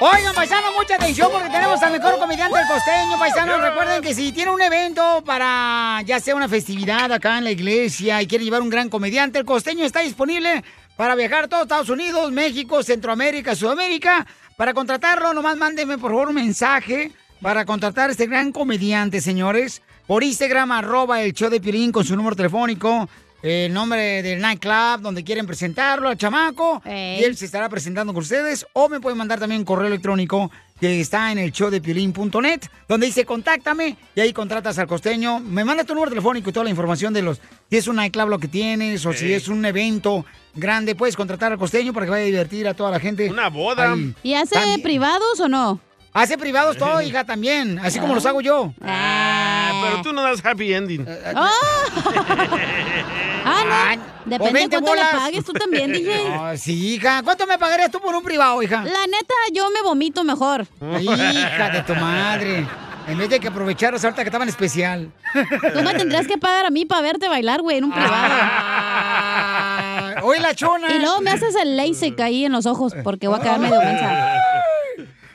Speaker 1: Oigan, paisano, mucha atención porque tenemos al mejor comediante del costeño, paisano. Recuerden que si tiene un evento para ya sea una festividad acá en la iglesia y quiere llevar un gran comediante, el costeño está disponible para viajar a todos Estados Unidos, México, Centroamérica, Sudamérica. Para contratarlo, nomás mándeme por favor un mensaje para contratar a este gran comediante, señores. Por Instagram, arroba el show de Piolín con su número telefónico, el nombre del nightclub donde quieren presentarlo al chamaco. Y él se estará presentando con ustedes. O me pueden mandar también un correo electrónico que está en el show de Piolín.net, donde dice contáctame y ahí contratas al costeño. Me manda tu número telefónico y toda la información de los. Si es un nightclub lo que tienes o si
Speaker 2: Ey.
Speaker 1: es un evento grande, puedes contratar al costeño para que vaya a divertir a toda la gente. Una
Speaker 2: boda.
Speaker 1: ¿Y hace privados o no? Hace privados todo, hija, también. Así como los hago yo.
Speaker 2: Ah, pero tú no das happy ending.
Speaker 1: Ah,
Speaker 3: Depende cuánto le pagues tú también, DJ.
Speaker 1: No, sí, hija. ¿Cuánto me pagarías tú por un privado, hija?
Speaker 3: La neta, yo me vomito mejor.
Speaker 1: Hija de tu madre. En vez de que aprovecharas ahorita que estaban especial.
Speaker 3: Tú me tendrías que pagar a mí para verte bailar, güey, en un privado.
Speaker 1: Ah, Hoy la chona.
Speaker 3: Y luego me haces el LASIK ahí en los ojos porque voy a quedar medio mensa.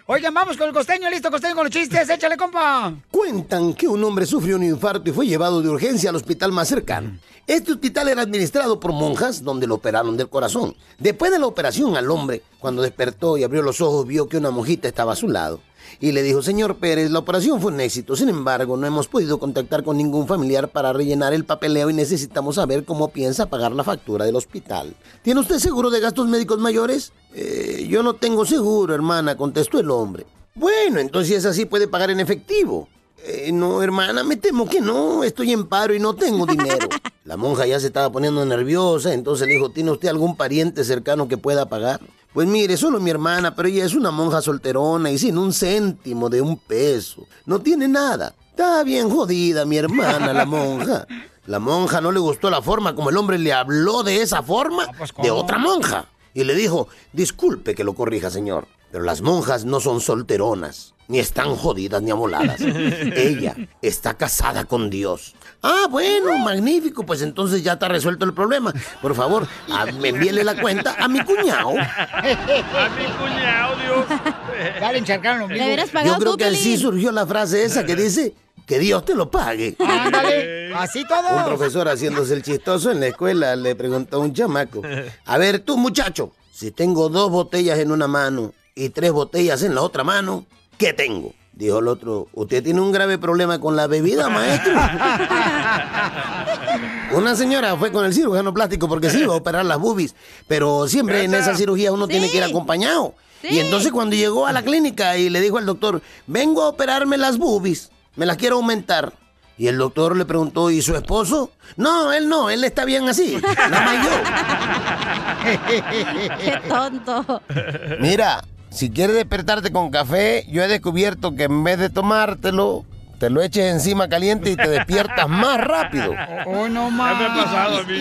Speaker 1: Oigan, vamos con el costeño, listo, costeño con los chistes, échale, compa.
Speaker 19: Cuentan que un hombre sufrió un infarto y fue llevado de urgencia al hospital más cercano. Este hospital era administrado por monjas donde lo operaron del corazón. Después de la operación al hombre, cuando despertó y abrió los ojos, vio que una monjita estaba a su lado. Y le dijo, señor Pérez, la operación fue un éxito. Sin embargo, no hemos podido contactar con ningún familiar para rellenar el papeleo y necesitamos saber cómo piensa pagar la factura del hospital. ¿Tiene usted seguro de gastos médicos mayores? "Eh, yo no tengo seguro, hermana, contestó el hombre. Bueno, entonces así puede pagar en efectivo. "Eh, no, hermana, me temo que no. Estoy en paro y no tengo dinero. La monja ya se estaba poniendo nerviosa, entonces le dijo, ¿tiene usted algún pariente cercano que pueda pagar? Pues mire, solo mi hermana, pero ella es una monja solterona y sin un céntimo de un peso. No tiene nada. Está bien jodida mi hermana, la monja. La monja no le gustó la forma como el hombre le habló de esa forma de otra monja. Y le dijo, disculpe que lo corrija, señor, pero las monjas no son solteronas, ni están jodidas ni amoladas. Ella está casada con Dios. Ah, bueno, magnífico, pues entonces ya está resuelto el problema. Por favor, a- me envíele la cuenta a mi cuñado.
Speaker 2: A mi cuñado, Dios.
Speaker 1: Dale, encharcaron
Speaker 2: mismo.
Speaker 19: Yo creo que así surgió la frase esa que dice, que Dios te lo pague.
Speaker 1: Ándale, así
Speaker 19: Un
Speaker 1: todo.
Speaker 19: profesor haciéndose el chistoso en la escuela le preguntó a un chamaco, a ver tú muchacho, si tengo dos botellas en una mano y tres botellas en la otra mano, ¿qué tengo? Dijo el otro, usted tiene un grave problema con la bebida, maestro. Una señora fue con el cirujano plástico porque sí iba a operar las boobies, pero siempre en esas cirugías uno tiene que ir acompañado. Y entonces cuando llegó a la clínica y le dijo al doctor, vengo a operarme las boobies, me las quiero aumentar. Y el doctor le preguntó, ¿y su esposo? No, él no, él está bien así. Nada más yo.
Speaker 3: Qué tonto.
Speaker 4: Mira, si quieres despertarte con café, yo he descubierto que en vez de tomártelo, te lo eches encima caliente y te despiertas más rápido.
Speaker 1: Oh, no
Speaker 2: Ya me ha
Speaker 1: más.
Speaker 2: pasado a mí.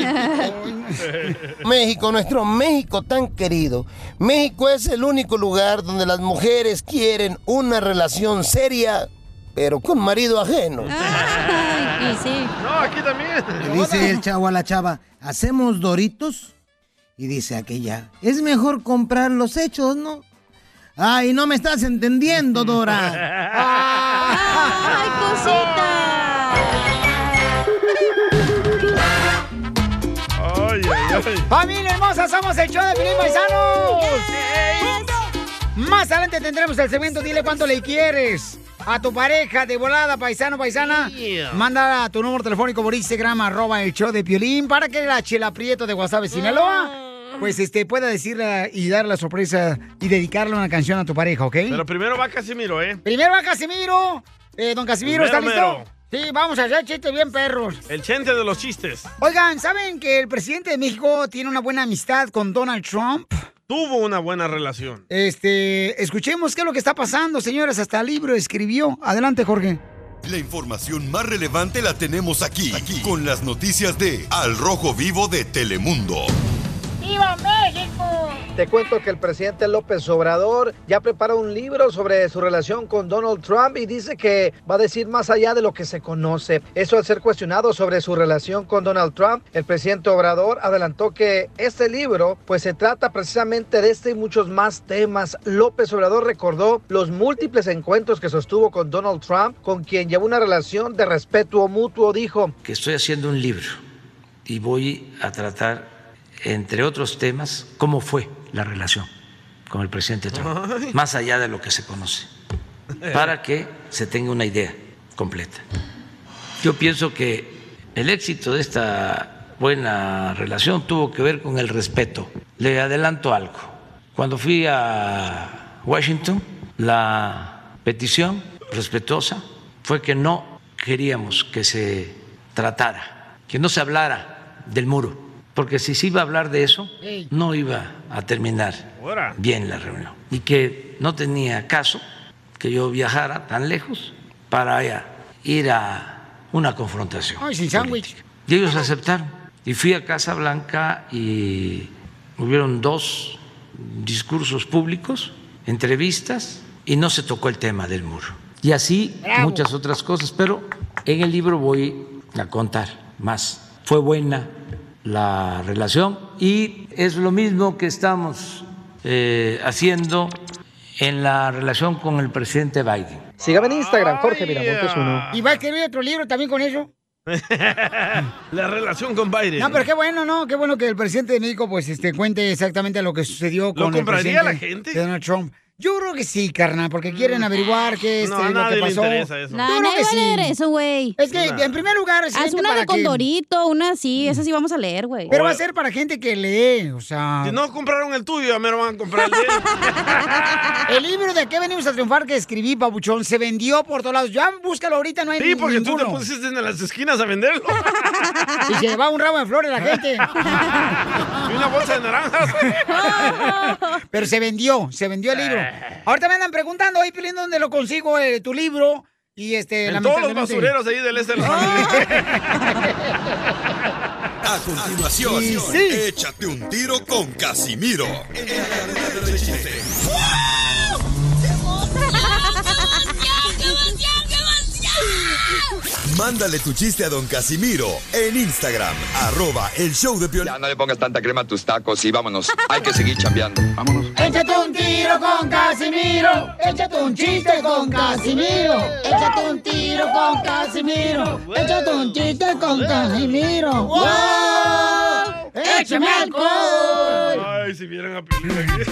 Speaker 4: México, nuestro México tan querido. México es el único lugar donde las mujeres quieren una relación seria, pero con marido ajeno.
Speaker 3: Y sí.
Speaker 2: No, aquí también.
Speaker 20: Le dice el chavo a la chava, ¿hacemos doritos? Y dice aquella, es mejor comprar los hechos, ¿no? Ay, no me estás entendiendo, Dora.
Speaker 3: ¡Ay, cosita!
Speaker 2: Ay, ay, ay.
Speaker 1: ¡Familia hermosa! ¡Somos el show de Felipe Paisanos! Más adelante tendremos el segmento Dile cuánto le quieres a tu pareja de volada, paisano, paisana.
Speaker 8: Yeah.
Speaker 1: Manda tu número telefónico por Instagram, arroba el show de Piolín, para que la Chela Prieto de Guasave, Sinaloa, pues este, pueda decirle y dar la sorpresa y dedicarle una canción a tu pareja, ¿ok?
Speaker 2: Pero primero va Casimiro, ¿eh?
Speaker 1: Primero va Casimiro. Eh, don Casimiro, ¿está
Speaker 2: Primero,
Speaker 1: listo? Sí, vamos allá, chiste bien, perros.
Speaker 2: El chente de los chistes.
Speaker 1: Oigan, ¿saben que el presidente de México tiene una buena amistad con Donald Trump?
Speaker 2: Tuvo una buena relación.
Speaker 1: Este, escuchemos qué es lo que está pasando, señores. Hasta el libro escribió. Adelante, Jorge.
Speaker 5: La información más relevante la tenemos aquí, aquí, con las noticias de Al Rojo Vivo de Telemundo.
Speaker 6: ¡Viva México! Te cuento que el presidente López Obrador ya prepara un libro sobre su relación con Donald Trump y dice que va a decir más allá de lo que se conoce. Eso al ser cuestionado sobre su relación con Donald Trump, el presidente Obrador adelantó que este libro pues se trata precisamente de este y muchos más temas. López Obrador recordó los múltiples encuentros que sostuvo con Donald Trump, con quien llevó una relación de respeto mutuo, dijo.
Speaker 21: que estoy haciendo un libro y voy a tratar, entre otros temas, cómo fue la relación con el presidente Trump,
Speaker 2: Ay.
Speaker 21: más allá de lo que se conoce, para que se tenga una idea completa. Yo pienso que el éxito de esta buena relación tuvo que ver con el respeto. Le adelanto algo. Cuando fui a Washington, la petición respetuosa fue que no queríamos que se tratara, que no se hablara del muro, porque si se iba a hablar de eso, no iba a terminar
Speaker 2: Ahora.
Speaker 21: bien la reunión y que no tenía caso que yo viajara tan lejos para eh, ir a una confrontación.
Speaker 1: Ay, sin sándwich.
Speaker 21: Y ellos aceptaron. Y fui a Casa Blanca y hubieron dos discursos públicos, entrevistas, y no se tocó el tema del muro. Y así
Speaker 8: Bravo.
Speaker 21: muchas otras cosas, pero en el libro voy a contar más. Fue buena la relación y es lo mismo que estamos eh, haciendo en la relación con el presidente Biden.
Speaker 6: Sígame en Instagram, Jorge Miramontes uno.
Speaker 1: ¿Y va a escribir otro libro también con eso?
Speaker 2: La relación con Biden.
Speaker 1: No, pero qué bueno, ¿no? Qué bueno que el presidente de México, pues, este, cuente exactamente lo que sucedió con el presidente
Speaker 2: compraría la gente? Mm.
Speaker 1: de Donald Trump. Yo creo que sí, carnal, porque quieren averiguar qué es
Speaker 2: No,
Speaker 1: este,
Speaker 2: a
Speaker 1: lo
Speaker 2: nadie
Speaker 1: que
Speaker 2: le
Speaker 1: pasó.
Speaker 2: interesa eso.
Speaker 1: Yo
Speaker 3: No,
Speaker 1: creo
Speaker 3: nadie
Speaker 1: que
Speaker 3: va a
Speaker 1: sí.
Speaker 3: leer eso, güey.
Speaker 1: Es que, Nah. en primer lugar, es
Speaker 3: Haz
Speaker 1: gente
Speaker 3: una
Speaker 1: para
Speaker 3: de con
Speaker 1: que-
Speaker 3: Dorito, una así, esa sí vamos a leer, güey.
Speaker 1: Pero va a ser para gente que lee, o sea.
Speaker 2: Si no compraron el tuyo, a mí no van a comprar el de él.
Speaker 1: El libro de qué venimos a triunfar que escribí, Pabuchón, se vendió por todos lados. Ya búscalo ahorita, no hay
Speaker 2: Sí, porque tú
Speaker 1: ninguno.
Speaker 2: te pusiste en las esquinas a venderlo.
Speaker 1: Y se llevaba un ramo de flores la gente.
Speaker 2: Y una bolsa de naranjas.
Speaker 1: Pero se vendió, se vendió el libro.
Speaker 2: Eh.
Speaker 1: Ahorita me andan preguntando, oye, Pilín, ¿dónde lo consigo eh, tu libro? Y este,
Speaker 2: En todos los
Speaker 1: lamentablemente-
Speaker 2: basureros ahí del este de Los
Speaker 5: A continuación, échate un tiro con Casimiro. Mándale tu chiste a don Casimiro en Instagram, arroba el show de Piolín.
Speaker 22: Ya no le pongas tanta crema a tus tacos y vámonos. Hay que seguir chambeando. Vámonos.
Speaker 1: Échate un tiro con Casimiro. Échate un chiste con Casimiro. Échate un tiro con Casimiro. Échate un chiste con Casimiro. ¡Wow! ¡Échame alcohol!
Speaker 2: Ay, si vieran a Piolín aquí.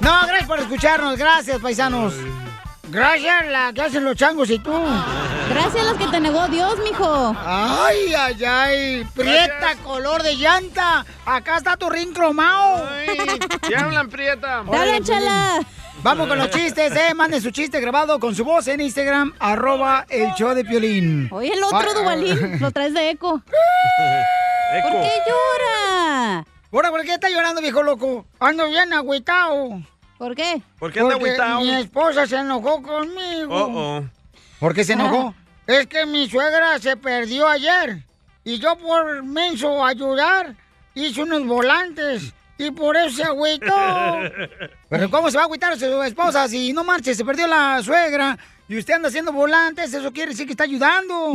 Speaker 1: No, gracias por escucharnos. Gracias, paisanos. Gracias la que hacen los changos y tú.
Speaker 3: Gracias a los que te negó Dios, mijo.
Speaker 1: Ay, ay, ay. Prieta, color de llanta. Acá está tu ring cromado.
Speaker 19: ¿Qué hablan, Prieta?
Speaker 1: Órale, Piolín. Vamos con los chistes, eh. Manden su chiste grabado con su voz en Instagram, arroba el show de Piolín. Ah,
Speaker 3: Oye, el otro Dubalín, lo traes de eco. ¿Por qué llora?
Speaker 1: Ahora, ¿por qué está llorando, viejo loco? Ando bien agüitao.
Speaker 3: ¿Por qué?
Speaker 19: ¿Por qué anda agüitao?
Speaker 1: mi esposa se enojó conmigo.
Speaker 19: Oh, oh.
Speaker 1: ¿Por qué se enojó? Es que mi suegra se perdió ayer. Y yo por menso ayudar hice unos volantes. Y por eso se agüitó. Pero ¿cómo se va a agüitar su esposa si no marche, se perdió la suegra? Y usted anda haciendo volantes, eso quiere decir que está ayudando.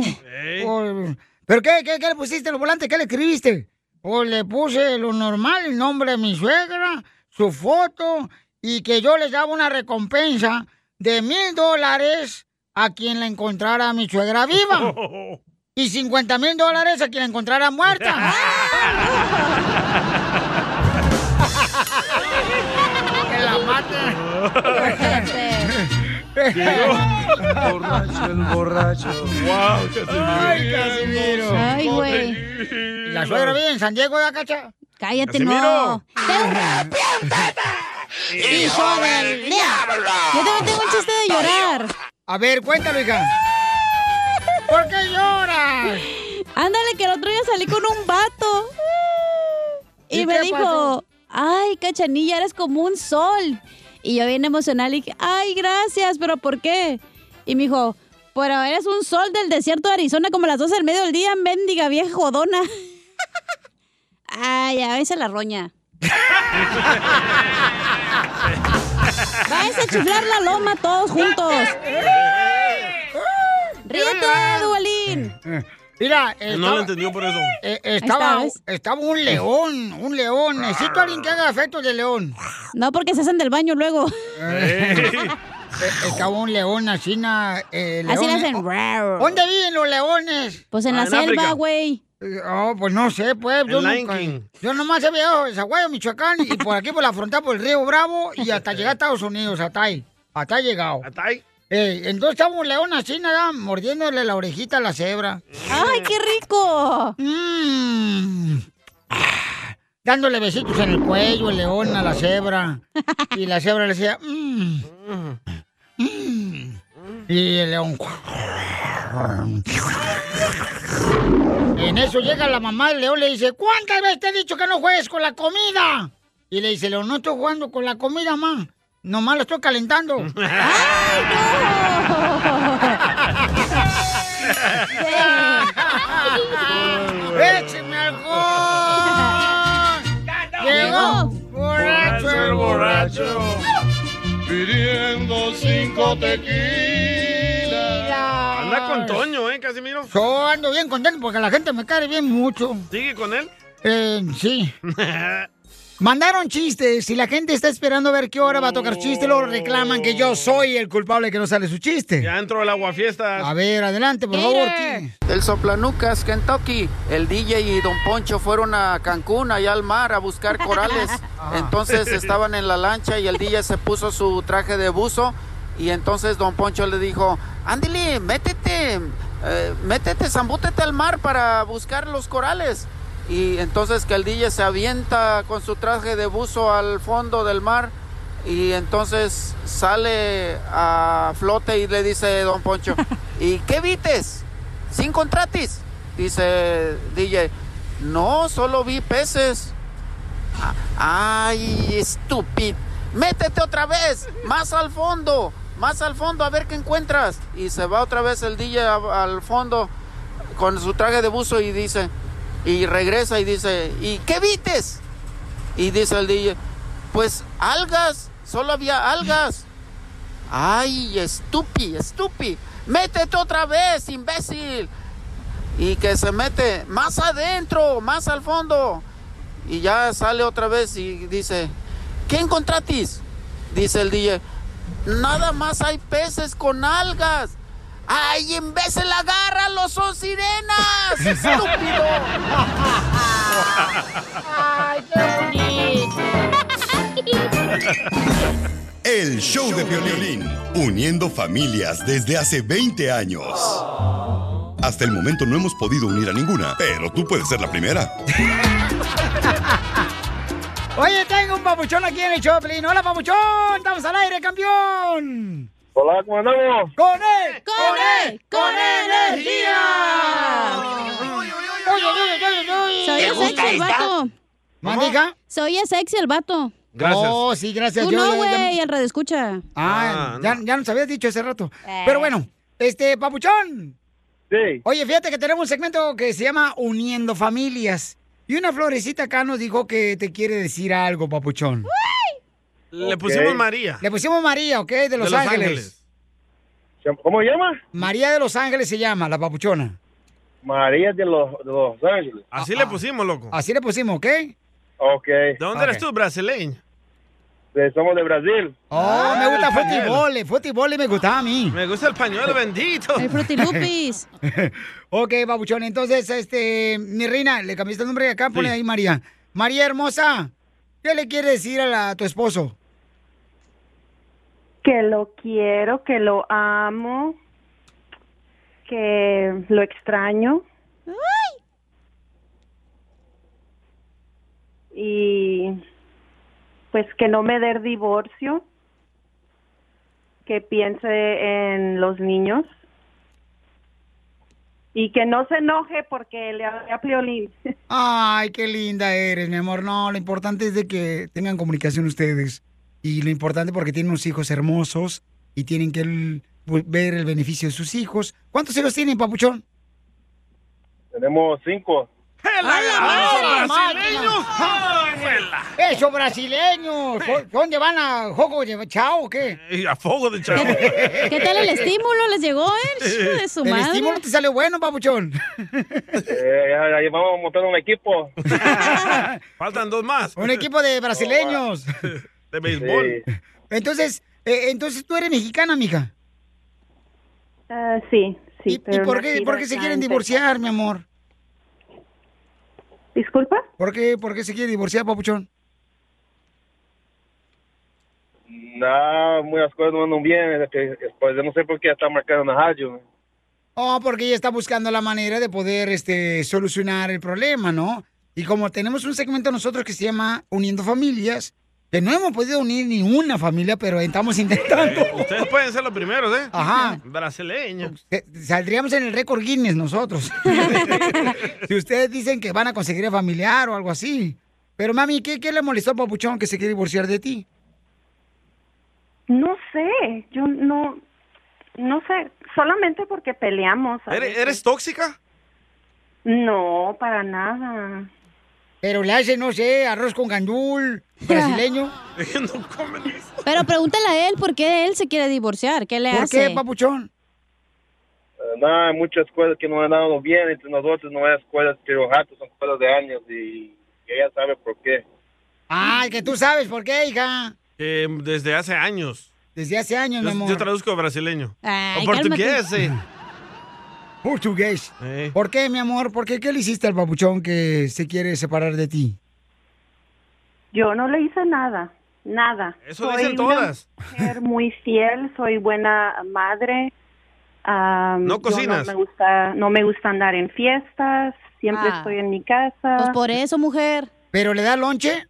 Speaker 1: Por- ¿Pero qué, qué, qué le pusiste a los volantes? ¿Qué le escribiste? Pues le puse lo normal, el nombre de mi suegra, su foto y que yo les daba una recompensa de mil dólares a quien la encontrara mi suegra viva. Y 50 mil dólares a quien la encontrara muerta. ¡Que la mate!
Speaker 4: borracho, el borracho. ¡Wow, Casimiro!
Speaker 1: ¡Ay, Casimiro!
Speaker 3: Ay, güey.
Speaker 1: La suegra vive en San Diego, ¿ya, cacha?
Speaker 3: Cállate, no.
Speaker 1: ¡Hijo del diablo! Yo también tengo un chiste de llorar. A ver, cuéntalo, hija. ¿Por qué lloras?
Speaker 3: Ándale, que el otro día salí con un vato.
Speaker 4: ¿Y
Speaker 3: Y me
Speaker 4: qué
Speaker 3: dijo,
Speaker 4: pasó?
Speaker 3: ay, cachanilla, eres como un sol. Y yo bien emocional y dije, ay, gracias, pero ¿por qué? Y me dijo, pero eres un sol del desierto de Arizona como a las 12 del medio del día, mendiga vieja jodona. ay, a veces la roña. Vais a chiflar la loma todos juntos. ¡Ríete, Dubalín!
Speaker 1: Mira,
Speaker 19: No lo
Speaker 1: estaba,
Speaker 19: entendió por eso.
Speaker 1: eh, estaba,
Speaker 3: Ahí está,
Speaker 1: estaba un león, un león. Necesito a alguien que haga efectos de león.
Speaker 3: No, porque se hacen del baño luego.
Speaker 1: Eh, Estaba un león así, na, eh,
Speaker 3: Así le
Speaker 1: león,
Speaker 3: hacen.
Speaker 1: eh, ¿Dónde viven los leones?
Speaker 3: Pues en la Ah, en selva, África. güey.
Speaker 1: Oh, pues no sé, pues. Yo,
Speaker 3: En Lion
Speaker 1: nunca-
Speaker 3: King.
Speaker 1: yo nomás he viajado a Zaguayo, Michoacán, y por aquí por la frontera, por el río Bravo, y hasta llegar a Estados Unidos, hasta ahí. Hasta ahí he llegado. ¿Hasta ahí? entonces estaba un león así, nada, mordiéndole la orejita a la cebra.
Speaker 3: ¡Ay, qué rico!
Speaker 1: Mm, Dándole besitos en el cuello el león a la cebra. Y la cebra le decía, "Mm, mm". Y el león. En eso llega la mamá del león le dice, ¿cuántas veces te he dicho que no juegues con la comida? Y le dice, león, no estoy jugando con la comida, mamá. Nomás lo estoy calentando. ¡Écheme alcohol! Llegó borracho el borracho
Speaker 4: pidiendo cinco tequilas.
Speaker 19: Anda con Toño, ¿eh, Casimiro?
Speaker 1: Yo ando bien contento porque la gente me cae bien mucho.
Speaker 19: ¿Sigue con él?
Speaker 1: Eh, sí. Mandaron chistes y la gente está esperando a ver qué hora va a tocar chiste. Luego reclaman que yo soy el culpable que no sale su chiste.
Speaker 19: Ya entró el aguafiestas.
Speaker 1: A ver, adelante, por favor.
Speaker 9: Del Soplanucas, Kentucky, el DJ y Don Poncho fueron a Cancún, allá al mar, a buscar corales. Entonces estaban en la lancha y el DJ se puso su traje de buzo y entonces Don Poncho le dijo, ándale, métete, eh, métete, zambútete al mar para buscar los corales. Y entonces que el DJ se avienta con su traje de buzo al fondo del mar y entonces sale a flote y le dice Don Poncho, ¿y qué vites? ¿Sin contratis? Dice DJ, no, solo vi peces. "Ah, Ay, estúpido. Métete otra vez, más al fondo, más al fondo a ver qué encuentras. Y se va otra vez el DJ a- al fondo con su traje de buzo y dice, y regresa y dice, ¿y qué vites? Y dice el DJ, pues algas, solo había algas. Ay, estúpi, estúpi, métete otra vez, imbécil. Y que se mete más adentro, más al fondo. Y ya sale otra vez y dice, ¿qué encontratis? Dice el DJ, nada más hay peces con algas. ¡Ay, imbécil, agárralo! ¡Son sirenas! ¡Estúpido!
Speaker 4: ¡Ay, qué bonito!
Speaker 5: El show de violín, uniendo familias desde hace 20 años. Hasta el momento no hemos podido unir a ninguna, pero tú puedes ser la primera.
Speaker 1: Oye, tengo un papuchón aquí en el Choplin. ¡Hola, papuchón! ¡Estamos al aire, campeón!
Speaker 23: Hola, ¿cómo andamos?
Speaker 1: ¡Con él! ¡Con él! ¡Con energía! ¡Oye, oye, oye, oye!
Speaker 3: Se oye sexy el vato.
Speaker 1: ¿Mandiga?
Speaker 3: Se oye sexy el vato.
Speaker 1: Gracias. Oh, sí, gracias.
Speaker 3: Tú
Speaker 1: Yo
Speaker 3: no,
Speaker 1: ya- ya-
Speaker 3: güey, el radio escucha.
Speaker 1: Ah, Eh.
Speaker 3: Ah,
Speaker 1: ya, ya nos habías dicho hace rato. Pero bueno, este, Papuchón.
Speaker 23: Sí.
Speaker 1: Oye, fíjate que tenemos un segmento que se llama Uniendo Familias. Y una florecita acá nos dijo que te quiere decir algo, Papuchón.
Speaker 2: Le pusimos María.
Speaker 1: Le pusimos María, ¿ok? De Los,
Speaker 2: De Los
Speaker 1: Ángeles.
Speaker 23: ¿Cómo llama?
Speaker 1: María de Los Ángeles se llama, la papuchona.
Speaker 23: María de los, de los Ángeles. Ah,
Speaker 2: Así le pusimos, loco.
Speaker 1: Así le pusimos, ¿ok?
Speaker 23: Ok. ¿De
Speaker 2: dónde eres tú, brasileño? Ah,
Speaker 23: somos de Brasil.
Speaker 1: Oh, me gusta
Speaker 2: el pañuelo.
Speaker 1: futibol, futibol me gusta a mí.
Speaker 2: Me gusta el pañuelo bendito.
Speaker 1: El frutilupis. ok, babuchón, entonces, este, mi reina, le cambiaste el nombre acá, pone
Speaker 2: Sí.
Speaker 1: ahí María. María hermosa, ¿qué le quieres decir a, la- a tu esposo?
Speaker 24: Que lo quiero, que lo amo, que lo extraño. Y pues que no me dé el divorcio, que piense en los niños y que no se enoje porque le hablé a Piolín.
Speaker 1: Ay, qué linda eres, mi amor. No, lo importante es de que tengan comunicación ustedes. Y lo importante porque tienen unos hijos hermosos y tienen que el- ver el beneficio de sus hijos. ¿Cuántos hijos tienen, papuchón?
Speaker 23: Tenemos cinco.
Speaker 1: ¡Ah,
Speaker 4: ¡Brasileños!
Speaker 1: máquina! ¡Eso, brasileños! ¿Dó- ¿Dónde van a juego de chao o qué?
Speaker 2: Y a fuego de chavo.
Speaker 1: ¿Qué tal el estímulo? ¿Les llegó
Speaker 2: hijo de su
Speaker 1: El
Speaker 2: madre?
Speaker 1: estímulo te salió bueno, papuchón.
Speaker 23: Eh, ya- ya llevamos montando un equipo.
Speaker 2: Faltan dos más.
Speaker 1: Un equipo de brasileños.
Speaker 2: De béisbol.
Speaker 1: Entonces, eh, entonces tú eres mexicana, mija.
Speaker 24: Ah, sí, sí.
Speaker 1: ¿Y
Speaker 24: pero
Speaker 1: por qué,
Speaker 24: nacida
Speaker 1: por qué se
Speaker 24: acá
Speaker 1: quieren
Speaker 24: en
Speaker 1: divorciar, mi amor?
Speaker 24: ¿Disculpa?
Speaker 1: ¿Por qué, por qué se quiere divorciar, papuchón?
Speaker 23: Nah, muchas cosas no andan bien. es que- Después de no sé por qué ya está marcando a Hayo.
Speaker 1: Oh, porque ella está buscando la manera de poder este, solucionar el problema, ¿no? Y como tenemos un segmento nosotros que se llama Uniendo Familias, que no hemos podido unir ni una familia, pero estamos intentando.
Speaker 2: Eh, ustedes pueden ser los primeros, ¿eh?
Speaker 1: Ajá.
Speaker 2: Brasileños.
Speaker 1: Eh, Saldríamos en el récord Guinness nosotros. si ustedes dicen que van a conseguir a familiar o algo así. Pero mami, ¿qué, qué le molestó a Papuchón que se quiere divorciar de ti?
Speaker 24: No sé, yo no, no sé, solamente porque peleamos. a
Speaker 2: ¿Eres,
Speaker 24: veces.
Speaker 2: eres tóxica?
Speaker 24: No, para nada.
Speaker 1: Pero le hace, no sé, arroz con gandul, brasileño.
Speaker 23: Eh,
Speaker 3: Pero pregúntale a él por qué él se quiere divorciar. ¿Qué le hace?
Speaker 1: papuchón?
Speaker 23: Nada, muchas cosas que no han dado bien entre nosotros. No es cosas que ojalá son cosas de años y ella sabe por qué.
Speaker 1: Ay, que tú sabes por qué, hija.
Speaker 2: Eh, desde hace años.
Speaker 1: Desde hace años, mi
Speaker 2: Yo,
Speaker 1: amor.
Speaker 2: yo traduzco brasileño.
Speaker 1: Ay,
Speaker 2: o portugués,
Speaker 1: cálmate.
Speaker 2: sí.
Speaker 1: Portugués. ¿Por qué, mi amor? ¿Por qué? ¿Qué le hiciste al Papuchón que se quiere separar de ti?
Speaker 24: Yo no le hice nada, nada.
Speaker 2: Eso
Speaker 24: Soy
Speaker 2: dicen
Speaker 24: una
Speaker 2: todas.
Speaker 24: mujer muy fiel, soy buena madre. am,
Speaker 2: No
Speaker 24: yo
Speaker 2: cocinas.
Speaker 24: No me, gusta, no me gusta andar en fiestas, siempre
Speaker 3: Ah.
Speaker 24: estoy en mi casa.
Speaker 3: Pues por eso, mujer.
Speaker 1: ¿Pero le da lonche?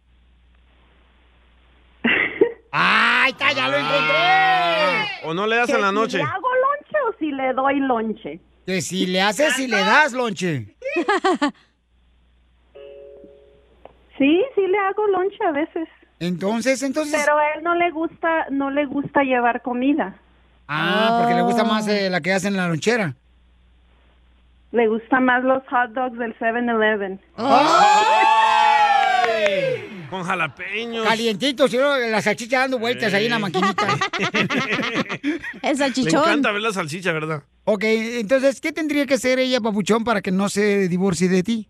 Speaker 1: ¡Ay, está, ya lo encontré!
Speaker 2: O no le das en la noche.
Speaker 24: ¿Le hago lonche o si le doy lonche?
Speaker 1: Que si le haces y le das lonche.
Speaker 24: Sí, sí le hago lonche a veces.
Speaker 2: Pues
Speaker 1: Entonces, entonces.
Speaker 24: Pero a él no le gusta, no le gusta llevar comida.
Speaker 1: Ah, porque le gusta más eh, la que hacen en la lonchera.
Speaker 24: Le gustan más los hot dogs del 7-Eleven.
Speaker 2: Con jalapeños.
Speaker 1: Calientito, si no, la salchicha dando vueltas ahí en la maquinita.
Speaker 3: El
Speaker 2: Le encanta ver la salchicha, ¿verdad?
Speaker 1: Ok, entonces, ¿qué tendría que hacer ella, Papuchón, para que no se divorcie de ti?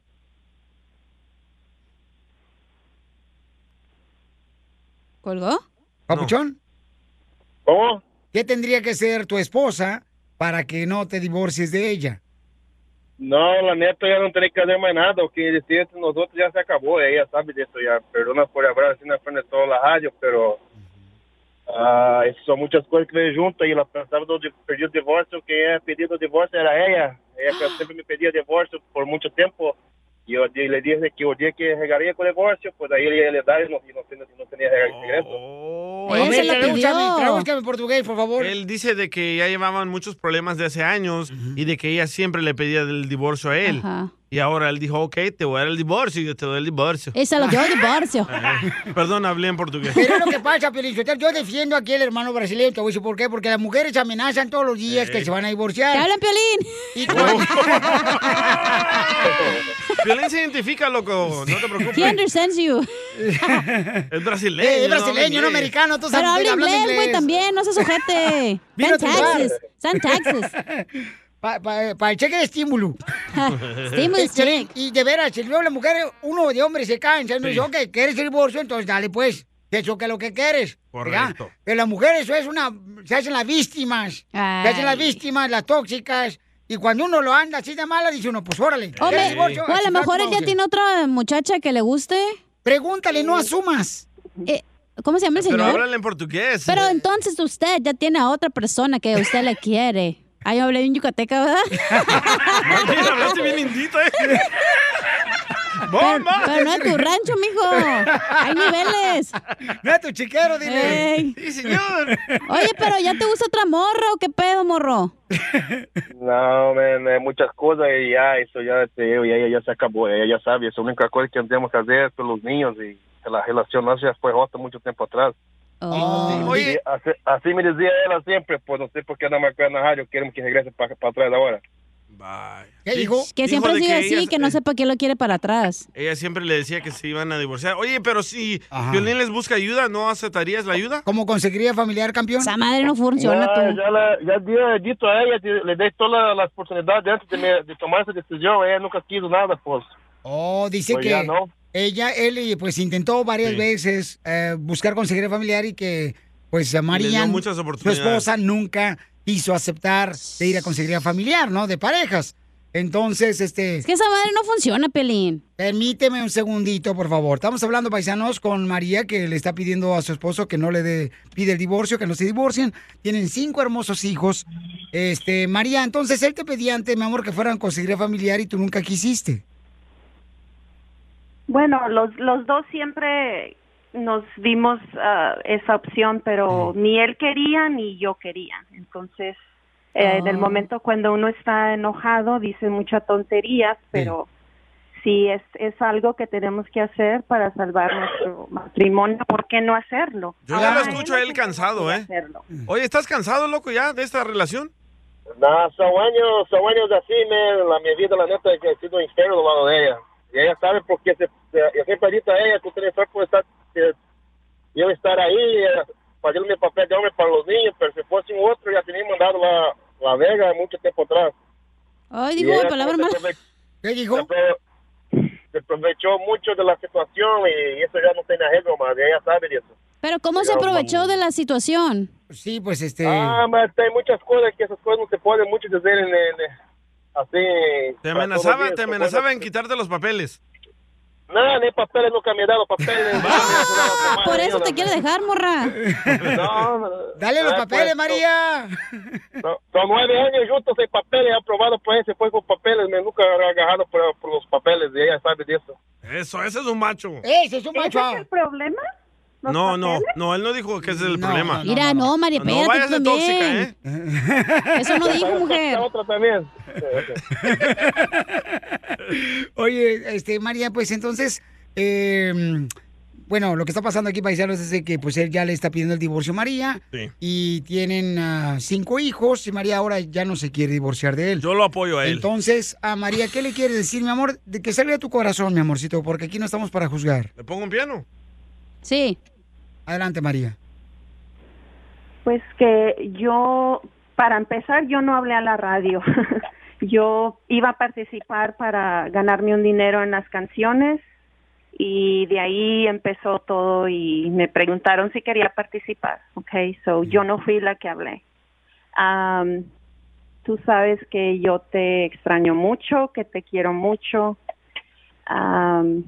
Speaker 3: ¿Colgó?
Speaker 1: ¿Papuchón?
Speaker 23: ¿Cómo?
Speaker 1: ¿Qué tendría que ser tu esposa para que no te divorcies de ella?
Speaker 23: No, la neta ya no tiene que hacer más nada. Que decir entre nosotros ya assim, se acabó. Ella sabe de eso ya. Perdona por hablar así en frente de todos los Hayo, pero Ah, são muitas coisas que vêm juntas e ela pensava do de pedir o divórcio, quem ia pedir o divórcio era ela. Ela sempre me pedia divórcio por muito tempo. E eu di- le dije que o dia que regaria com o divórcio, pues aí ele ia lhe dar e não, e não, tinha- não tinha regresso.
Speaker 1: Hombre, tradúzcame, tradúzcame portugués, por favor.
Speaker 2: Él dice de que ya llevaban muchos problemas de hace años y de que ella siempre le pedía el divorcio a él.
Speaker 3: Ajá.
Speaker 2: Y ahora él dijo, ok, te voy a dar el divorcio y yo te doy el divorcio.
Speaker 3: Esa lo dio divorcio.
Speaker 2: Ajá. Perdón, hablé en portugués.
Speaker 1: Pero es lo que pasa, Pelichotel. Yo defiendo aquí al hermano brasileño. Te voy a decir por qué. Porque las mujeres amenazan todos los días
Speaker 2: Sí.
Speaker 1: que se van a divorciar.
Speaker 2: ¡Te hablan,
Speaker 1: Piolín! Y cuando...
Speaker 2: Violín se identifica, loco. No te preocupes.
Speaker 3: He understands you.
Speaker 2: Es brasileño.
Speaker 1: Eh, es brasileño, no
Speaker 2: Miguel.
Speaker 1: americano, tú
Speaker 3: Pero
Speaker 1: sabes,
Speaker 3: habla
Speaker 1: hablando
Speaker 3: inglés, güey,
Speaker 1: inglés.
Speaker 3: también. No seas ojete.
Speaker 1: Vino
Speaker 3: San
Speaker 1: a tu hogar.
Speaker 3: taxes. San taxes.
Speaker 1: Para el cheque de estímulo.
Speaker 3: Estímulo,
Speaker 1: Eh, Piolín, Y de veras, si luego la mujer, uno de hombres se cansa y no
Speaker 25: Sí.
Speaker 1: dice, ok, ¿quieres el divorcio? Entonces dale, pues, te choque lo que quieres. ¿verdad?
Speaker 25: Correcto.
Speaker 1: Pero las mujeres, eso es una. Se hacen las víctimas. Se hacen las víctimas, las tóxicas. Y cuando uno lo anda así de mala, dice uno, pues órale.
Speaker 3: O,
Speaker 1: ¿quieres
Speaker 3: me-
Speaker 1: divorcio?
Speaker 3: o a lo
Speaker 1: Así
Speaker 3: mejor
Speaker 1: está,
Speaker 3: él ya
Speaker 1: divorcio.
Speaker 3: tiene otra muchacha que le guste. Eh,
Speaker 1: Pregúntale, no asumas.
Speaker 3: ¿Cómo se llama el
Speaker 2: Pero
Speaker 3: señor?
Speaker 2: háblale en
Speaker 1: pues,
Speaker 2: portugués.
Speaker 3: Pero entonces usted ya tiene a otra persona que usted le quiere. Ay, yo hablé en yucateca, ¿verdad?
Speaker 2: Mira, hablaste bien lindito, eh.
Speaker 3: Pero,
Speaker 2: ¡Bomba!
Speaker 3: pero no es tu rancho, mijo. Hay niveles.
Speaker 1: No es tu chiquero,
Speaker 2: dile.
Speaker 3: Sí,
Speaker 2: señor.
Speaker 3: Oye, pero ¿ya te gusta otra morra o qué pedo, morro?
Speaker 23: Não, man, é muitas coisas e ah, isso já eu e aí já se acabou. Ela já sabe, essa é a única coisa que temos que fazer pelos ninhos e ela relacionar já foi rota muito tempo atrás.
Speaker 2: Oh, Ah.
Speaker 4: Oh,
Speaker 23: E, e, assim, assim me dizia ela sempre, pô, não sei porque não marcou na rádio, queremos que regresse para trás agora.
Speaker 1: ¿Qué dijo?
Speaker 3: Que
Speaker 2: Dijo
Speaker 3: siempre
Speaker 2: de
Speaker 3: sigue
Speaker 2: que
Speaker 3: así,
Speaker 2: ellas-
Speaker 3: que no sepa quién lo quiere para atrás.
Speaker 2: Ella siempre le decía que se iban a divorciar. Oye, pero si Violín les busca ayuda, ¿no aceptarías la ayuda?
Speaker 1: ¿Cómo conseguiría familiar, campeón?
Speaker 3: Esa madre no
Speaker 23: Não, já, le- já havia dito a ela, te- lhe dei todas as oportunidades antes de, me, de tomar essa decisão, ela nunca quis nada, pues. pô.
Speaker 1: Oh, dice
Speaker 23: Pues ya
Speaker 1: que
Speaker 23: no.
Speaker 1: ella, él, y, pues intentó varias veces eh, buscar conseguir familiar y que, pues, a María,
Speaker 2: muchas
Speaker 1: su
Speaker 2: oportunidades.
Speaker 1: esposa, nunca quiso aceptar de ir a conseguir familiar, ¿no? De parejas. Entonces, este... Es
Speaker 3: que esa madre no funciona, Pelín.
Speaker 1: Permíteme un segundito, por favor. Estamos hablando, paisanos, con María, que le está pidiendo a su esposo que no le dé, pide el divorcio, que no se divorcien. Tienen cinco hermosos hijos. Este, María, entonces él te pedía antes, mi amor, que fueran a conseguir familiar y tú nunca quisiste.
Speaker 24: Bueno, los, los dos siempre nos dimos ah, esa opción, pero ni él quería ni yo quería. Entonces, eh, en el
Speaker 17: Ah.
Speaker 24: momento cuando uno está enojado, dice muchas tonterías, pero si es, es algo que tenemos que hacer para salvar nuestro matrimonio, ¿por qué no hacerlo?
Speaker 2: Yo ya lo escucho a él cansado, ¿eh? Oye, ¿estás cansado, loco, ya de esta relación?
Speaker 23: Não, são anos, são anos assim, man. A minha vida, lá neta, é sido um inferno do lado dela. E ela sabe porque se, se- eu sempre dito a ela que o telefone por estar, se- eu estar aí, eh, fazendo meu papel de homem para os ninhos, pero se fosse um outro, já teria mandado lá, lá Vega há muito tempo atrás.
Speaker 3: Ay,
Speaker 23: Y
Speaker 3: dijo
Speaker 23: ella
Speaker 3: una palabra
Speaker 23: se
Speaker 3: mala.
Speaker 23: aprove-
Speaker 1: Se,
Speaker 23: apro- se aprovechó mucho de la situación y eso ya no tiene arreglo más, y ella sabe de eso.
Speaker 3: Pero ¿cómo se
Speaker 23: Ya,
Speaker 3: aprovechó de la situación?
Speaker 1: Sí, pues este...
Speaker 23: Ah, mas tem muitas coisas que essas coisas não se podem muito dizer, né, né, assim... pra
Speaker 2: Te
Speaker 23: todo
Speaker 2: amenazaba,
Speaker 23: dia,
Speaker 2: te
Speaker 23: são
Speaker 2: amenazaba
Speaker 23: coisas-
Speaker 2: en quitarte los papeles.
Speaker 23: No, ni papeles nunca me he dado papeles.
Speaker 3: Por eso te quiere dejar, morra.
Speaker 1: Dale los papeles, María.
Speaker 23: Son nueve años juntos sin papeles, aprobado por él, se fue con papeles, me nunca agarrado por, por los papeles y ella sabe de eso.
Speaker 2: Eso, ese es un macho.
Speaker 1: Ese es un
Speaker 24: macho. ¿Ese es el problema?
Speaker 2: No, no, no, él no dijo que ese es el problema.
Speaker 3: Mira, no, María,
Speaker 2: No
Speaker 3: espérate
Speaker 2: vayas
Speaker 3: tú
Speaker 2: de tóxica,
Speaker 3: también.
Speaker 2: ¿eh?
Speaker 3: Eso no dijo, mujer.
Speaker 23: Otra también.
Speaker 1: Oye, este, María, pues entonces, eh, bueno, lo que está pasando aquí, paisanos, es de que pues él ya le está pidiendo el divorcio a María.
Speaker 2: Sí.
Speaker 1: Y tienen ah, cinco hijos y María ahora ya no se quiere divorciar de él.
Speaker 2: Yo lo apoyo a él.
Speaker 1: Entonces, a María, ¿qué le quieres decir, mi amor? De que salga de tu corazón, mi amorcito, porque aquí no estamos para juzgar.
Speaker 2: ¿Le pongo un piano?
Speaker 3: Sí.
Speaker 1: Adelante, María.
Speaker 24: Pues que yo, para empezar, yo no hablé a la radio. yo iba a participar para ganarme un dinero en las canciones y de ahí empezó todo y me preguntaron si quería participar. Okay, so yo no fui la que hablé. Am, tú sabes que yo te extraño mucho, que te quiero mucho. Am, um,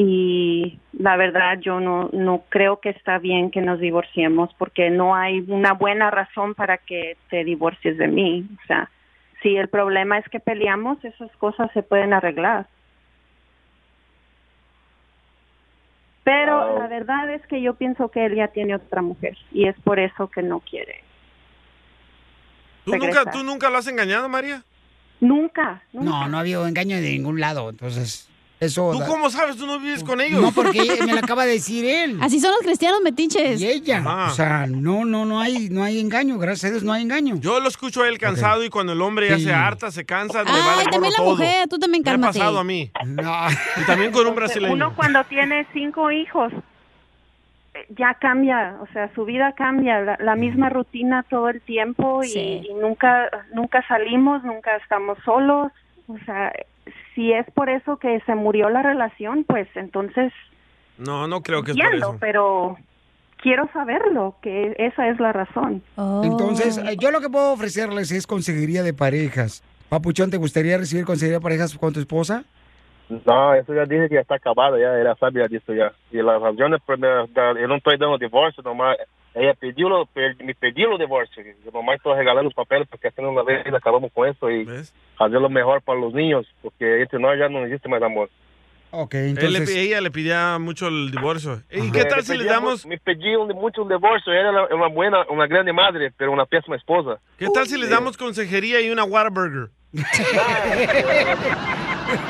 Speaker 24: y la verdad yo no, no creo que está bien que nos divorciemos porque no hay una buena razón para que te divorcies de mí. O sea, si el problema es que peleamos, esas cosas se pueden arreglar. Pero la verdad es que yo pienso que él ya tiene otra mujer y es por eso que no quiere.
Speaker 2: ¿Tú nunca,
Speaker 24: regresar.
Speaker 2: ¿Tú nunca lo has engañado, María?
Speaker 24: Nunca,
Speaker 1: No, no ha habido engaño de ningún lado. Entonces, eso.
Speaker 2: ¿Tú
Speaker 1: da-
Speaker 2: cómo sabes? ¿Tú no vives con ellos?
Speaker 1: No, porque ella- me lo acaba de decir él.
Speaker 3: Así son los cristianos metiches.
Speaker 1: Y ella. O sea, no, no, no hay, no hay engaño. Gracias a Dios no hay engaño.
Speaker 2: Yo lo escucho a él cansado y cuando el hombre ya
Speaker 1: Sí.
Speaker 2: se harta, se cansa, le vale gorro
Speaker 3: también la
Speaker 2: todo.
Speaker 3: mujer, tú también
Speaker 2: Me ha
Speaker 3: cálmate.
Speaker 2: pasado a mí. Y también con un brasileño.
Speaker 24: Uno cuando tiene cinco hijos eh, ya cambia, o sea, su vida cambia, la, la
Speaker 2: Mm.
Speaker 24: misma rutina todo el tiempo y,
Speaker 3: Sí.
Speaker 24: y nunca nunca salimos, nunca estamos solos, o sea, si es por eso que se murió la relación, pues entonces
Speaker 2: No, no creo que es por
Speaker 24: entiendo,
Speaker 2: eso.
Speaker 24: pero quiero saberlo, que esa es la razón.
Speaker 1: Entonces, eh, yo lo que puedo ofrecerles es consejería de parejas. Papuchón, ¿te gustaría recibir consejería de parejas con tu esposa?
Speaker 23: No, eso ya dije que ya está acabado, ya era sabia esto ya. Y las razones, pues, me- da- yo no estoy dando divorcio, nomás ella pidió, lo- pe- me pidió los divorcios. Yo nomás estoy regalando los papeles porque haciendo una vez acabamos con eso y hacer lo mejor para los niños, porque este no, ya no existe más amor.
Speaker 1: Ok,
Speaker 2: Él le
Speaker 1: entonces.
Speaker 2: pi- ella le pidía mucho el divorcio. ¿Y qué tal si le damos,
Speaker 23: Me pedí un- mucho un divorcio, era la- una buena, una grande madre, pero una pésima esposa.
Speaker 2: qué tal si les damos consejería y una Whataburger?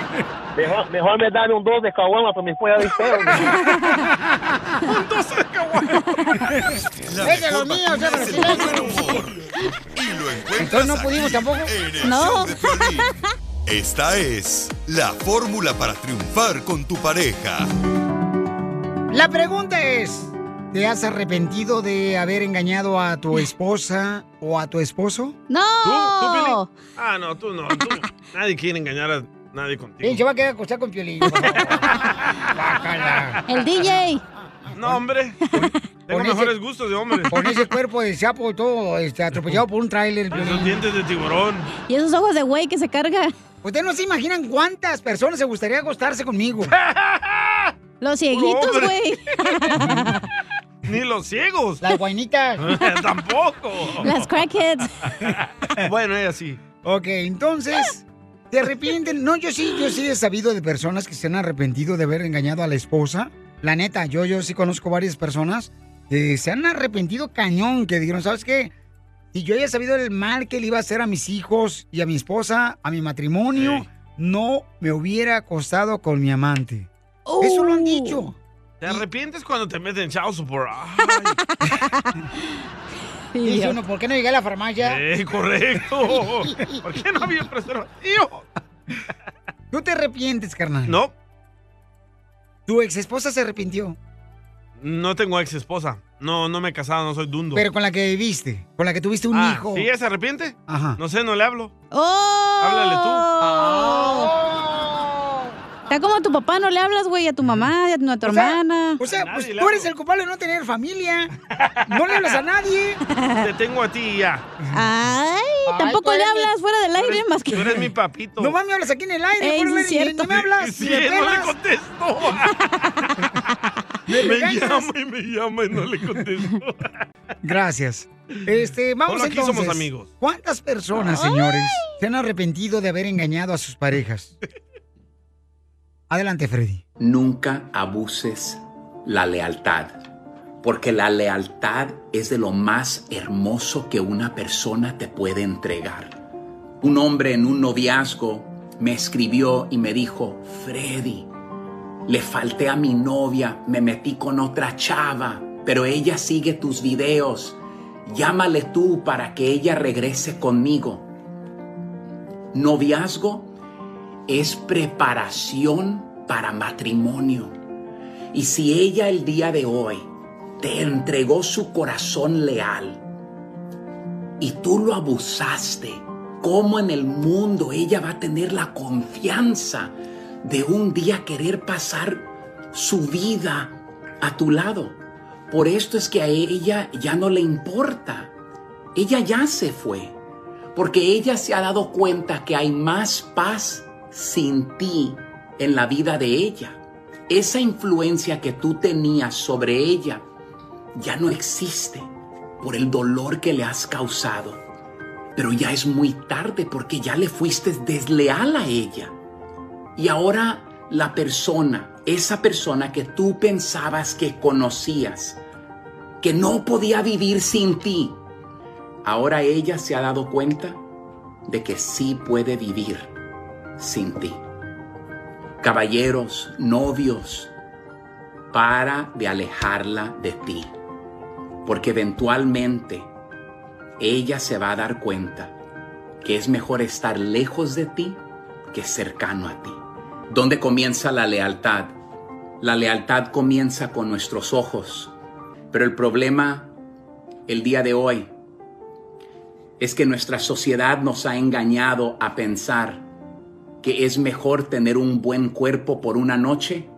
Speaker 23: Mejor, mejor me dan un dos de caguama para mi esposa de
Speaker 1: Es de los míos, es brasileño. Entonces no pudimos tampoco.
Speaker 3: No.
Speaker 5: Esta es la fórmula para triunfar con tu pareja.
Speaker 1: La pregunta es, ¿te has arrepentido de haber engañado a tu esposa o a tu esposo?
Speaker 3: ¡No!
Speaker 2: ¿Tú? ¿Tú, Piolín? Ah, no, tú no. tú no. Nadie quiere engañar a nadie contigo.
Speaker 1: Bien, se va a quedar acostado con Piolín. por favor. Guácala.
Speaker 3: El DJ.
Speaker 2: No, hombre.
Speaker 1: Con
Speaker 2: Tengo
Speaker 1: ese-
Speaker 2: mejores gustos de hombre.
Speaker 1: Con ese cuerpo de sapo todo este, atropellado por un tráiler.
Speaker 2: Esos dientes de tiburón.
Speaker 3: Y esos ojos de güey que se carga.
Speaker 1: Ustedes no se imaginan cuántas personas se gustaría acostarse conmigo.
Speaker 3: Los cieguitos,
Speaker 2: hombre.
Speaker 3: güey.
Speaker 2: Ni los ciegos.
Speaker 1: Las guainitas.
Speaker 2: Tampoco.
Speaker 3: Las crackheads.
Speaker 2: Bueno, ella sí.
Speaker 1: Ok, entonces, ¿te arrepienten? No, yo sí, yo sí he sabido de personas que se han arrepentido de haber engañado a la esposa. La neta, yo, yo sí conozco varias personas que se han arrepentido cañón, que dijeron, ¿sabes qué? Si yo haya sabido el mal que le iba a hacer a mis hijos y a mi esposa, a mi matrimonio, no me hubiera acostado con mi amante. Eso
Speaker 3: Oh.
Speaker 1: lo han dicho.
Speaker 2: ¿Te arrepientes cuando te meten chao support? Ah,
Speaker 1: Dice uno, ¿por qué no llegué a la farmacia?
Speaker 2: eh, correcto. ¿Por qué no había preservativo?
Speaker 1: ¿Tú te arrepientes, carnal?
Speaker 2: No.
Speaker 1: ¿Tu ex esposa se arrepintió?
Speaker 2: No tengo ex esposa. No, no me he casado, no soy dundo.
Speaker 1: Pero con la que viviste, con la que tuviste un
Speaker 2: Ah,
Speaker 1: hijo.
Speaker 2: ¿Y ella se arrepiente?
Speaker 1: Ajá.
Speaker 2: No sé, no le hablo.
Speaker 3: ¡Oh!
Speaker 2: Háblale tú.
Speaker 1: Ah.
Speaker 3: Está como a tu papá, no le hablas, güey, a tu mamá, y a tu, a tu
Speaker 1: O sea,
Speaker 3: hermana.
Speaker 1: O sea, pues tú eres el culpable de no tener familia. No le hablas a nadie.
Speaker 2: Te tengo a ti y ya.
Speaker 3: Ay, tampoco
Speaker 1: tú
Speaker 3: le
Speaker 1: eres
Speaker 3: hablas
Speaker 1: mi-
Speaker 3: fuera del
Speaker 2: Tú
Speaker 3: aire
Speaker 2: eres-
Speaker 3: más que.
Speaker 2: Tú eres mi papito.
Speaker 1: Nomás me hablas aquí en el aire.
Speaker 3: Ey,
Speaker 1: por el
Speaker 3: sí es
Speaker 1: aire, y
Speaker 3: cierto.
Speaker 1: No me hablas.
Speaker 2: Sí,
Speaker 1: ni me
Speaker 2: no le
Speaker 1: pelas.
Speaker 2: contesto.
Speaker 1: Me
Speaker 2: me
Speaker 1: regañas.
Speaker 2: llama y me llama y no le contesto.
Speaker 1: Gracias. Este, vamos
Speaker 2: Solo aquí
Speaker 1: entonces.
Speaker 2: somos amigos.
Speaker 1: ¿Cuántas personas,
Speaker 2: Ay.
Speaker 1: señores, se han arrepentido de haber engañado a sus parejas? Adelante, Freddy.
Speaker 8: Nunca abuses la lealtad, porque la lealtad es de lo más hermoso que una persona te puede entregar. Un hombre en un noviazgo me escribió y me dijo, Freddy, le falté a mi novia, me metí con otra chava, pero ella sigue tus videos. Llámale tú para que ella regrese conmigo. Noviazgo es preparación para matrimonio. Y si ella el día de hoy te entregó su corazón leal y tú lo abusaste, ¿cómo en el mundo ella va a tener la confianza de un día querer pasar su vida a tu lado? Por esto es que a ella ya no le importa. Ella ya se fue porque ella se ha dado cuenta que hay más paz sin ti en la vida de ella. esa influencia que tú tenías sobre ella ya no existe por el dolor que le has causado. Pero ya es muy tarde porque ya le fuiste desleal a ella. Y ahora la persona, esa persona que tú pensabas que conocías, que no podía vivir sin ti, ahora ella se ha dado cuenta de que sí puede vivir sin ti. Caballeros, novios, para de alejarla de ti, porque eventualmente ella se va a dar cuenta que es mejor estar lejos de ti que cercano a ti. ¿Dónde comienza la lealtad? La lealtad comienza con nuestros ojos, pero el problema el día de hoy es que nuestra sociedad nos ha engañado a pensar que es mejor tener un buen cuerpo por una noche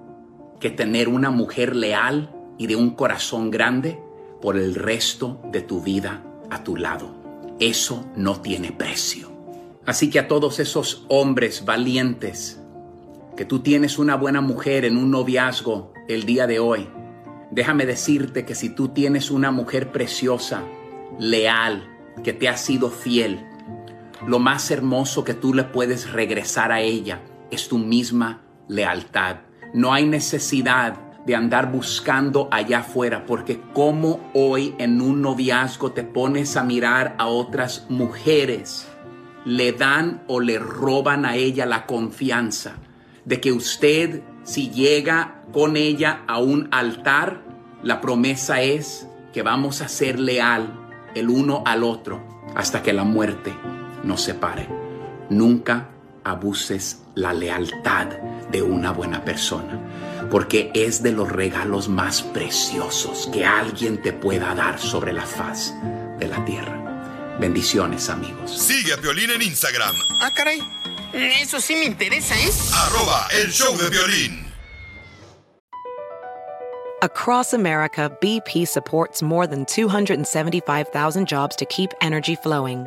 Speaker 8: que tener una mujer leal y de un corazón grande por el resto de tu vida a tu lado. Eso no tiene precio. Así que a todos esos hombres valientes, que tú tienes una buena mujer en un noviazgo el día de hoy, déjame decirte que si tú tienes una mujer preciosa, leal, que te ha sido fiel, lo más hermoso que tú le puedes regresar a ella es tu misma lealtad. No hay necesidad de andar buscando allá afuera, porque como hoy en un noviazgo te pones a mirar a otras mujeres, le dan o le roban a ella la confianza de que usted, si llega con ella a un altar, la promesa es que vamos a ser leal el uno al otro hasta que la muerte nos separe. Nunca abuses la lealtad de una buena persona, porque es de los regalos más preciosos que alguien te pueda dar sobre la faz de la tierra. Bendiciones amigos.
Speaker 5: Sigue a Violín en Instagram,
Speaker 17: Ah, caray. Eso sí me interesa, ¿eh?
Speaker 5: arroba el show de violín.
Speaker 26: Across America, BP supports more than 275,000 jobs to keep energy flowing.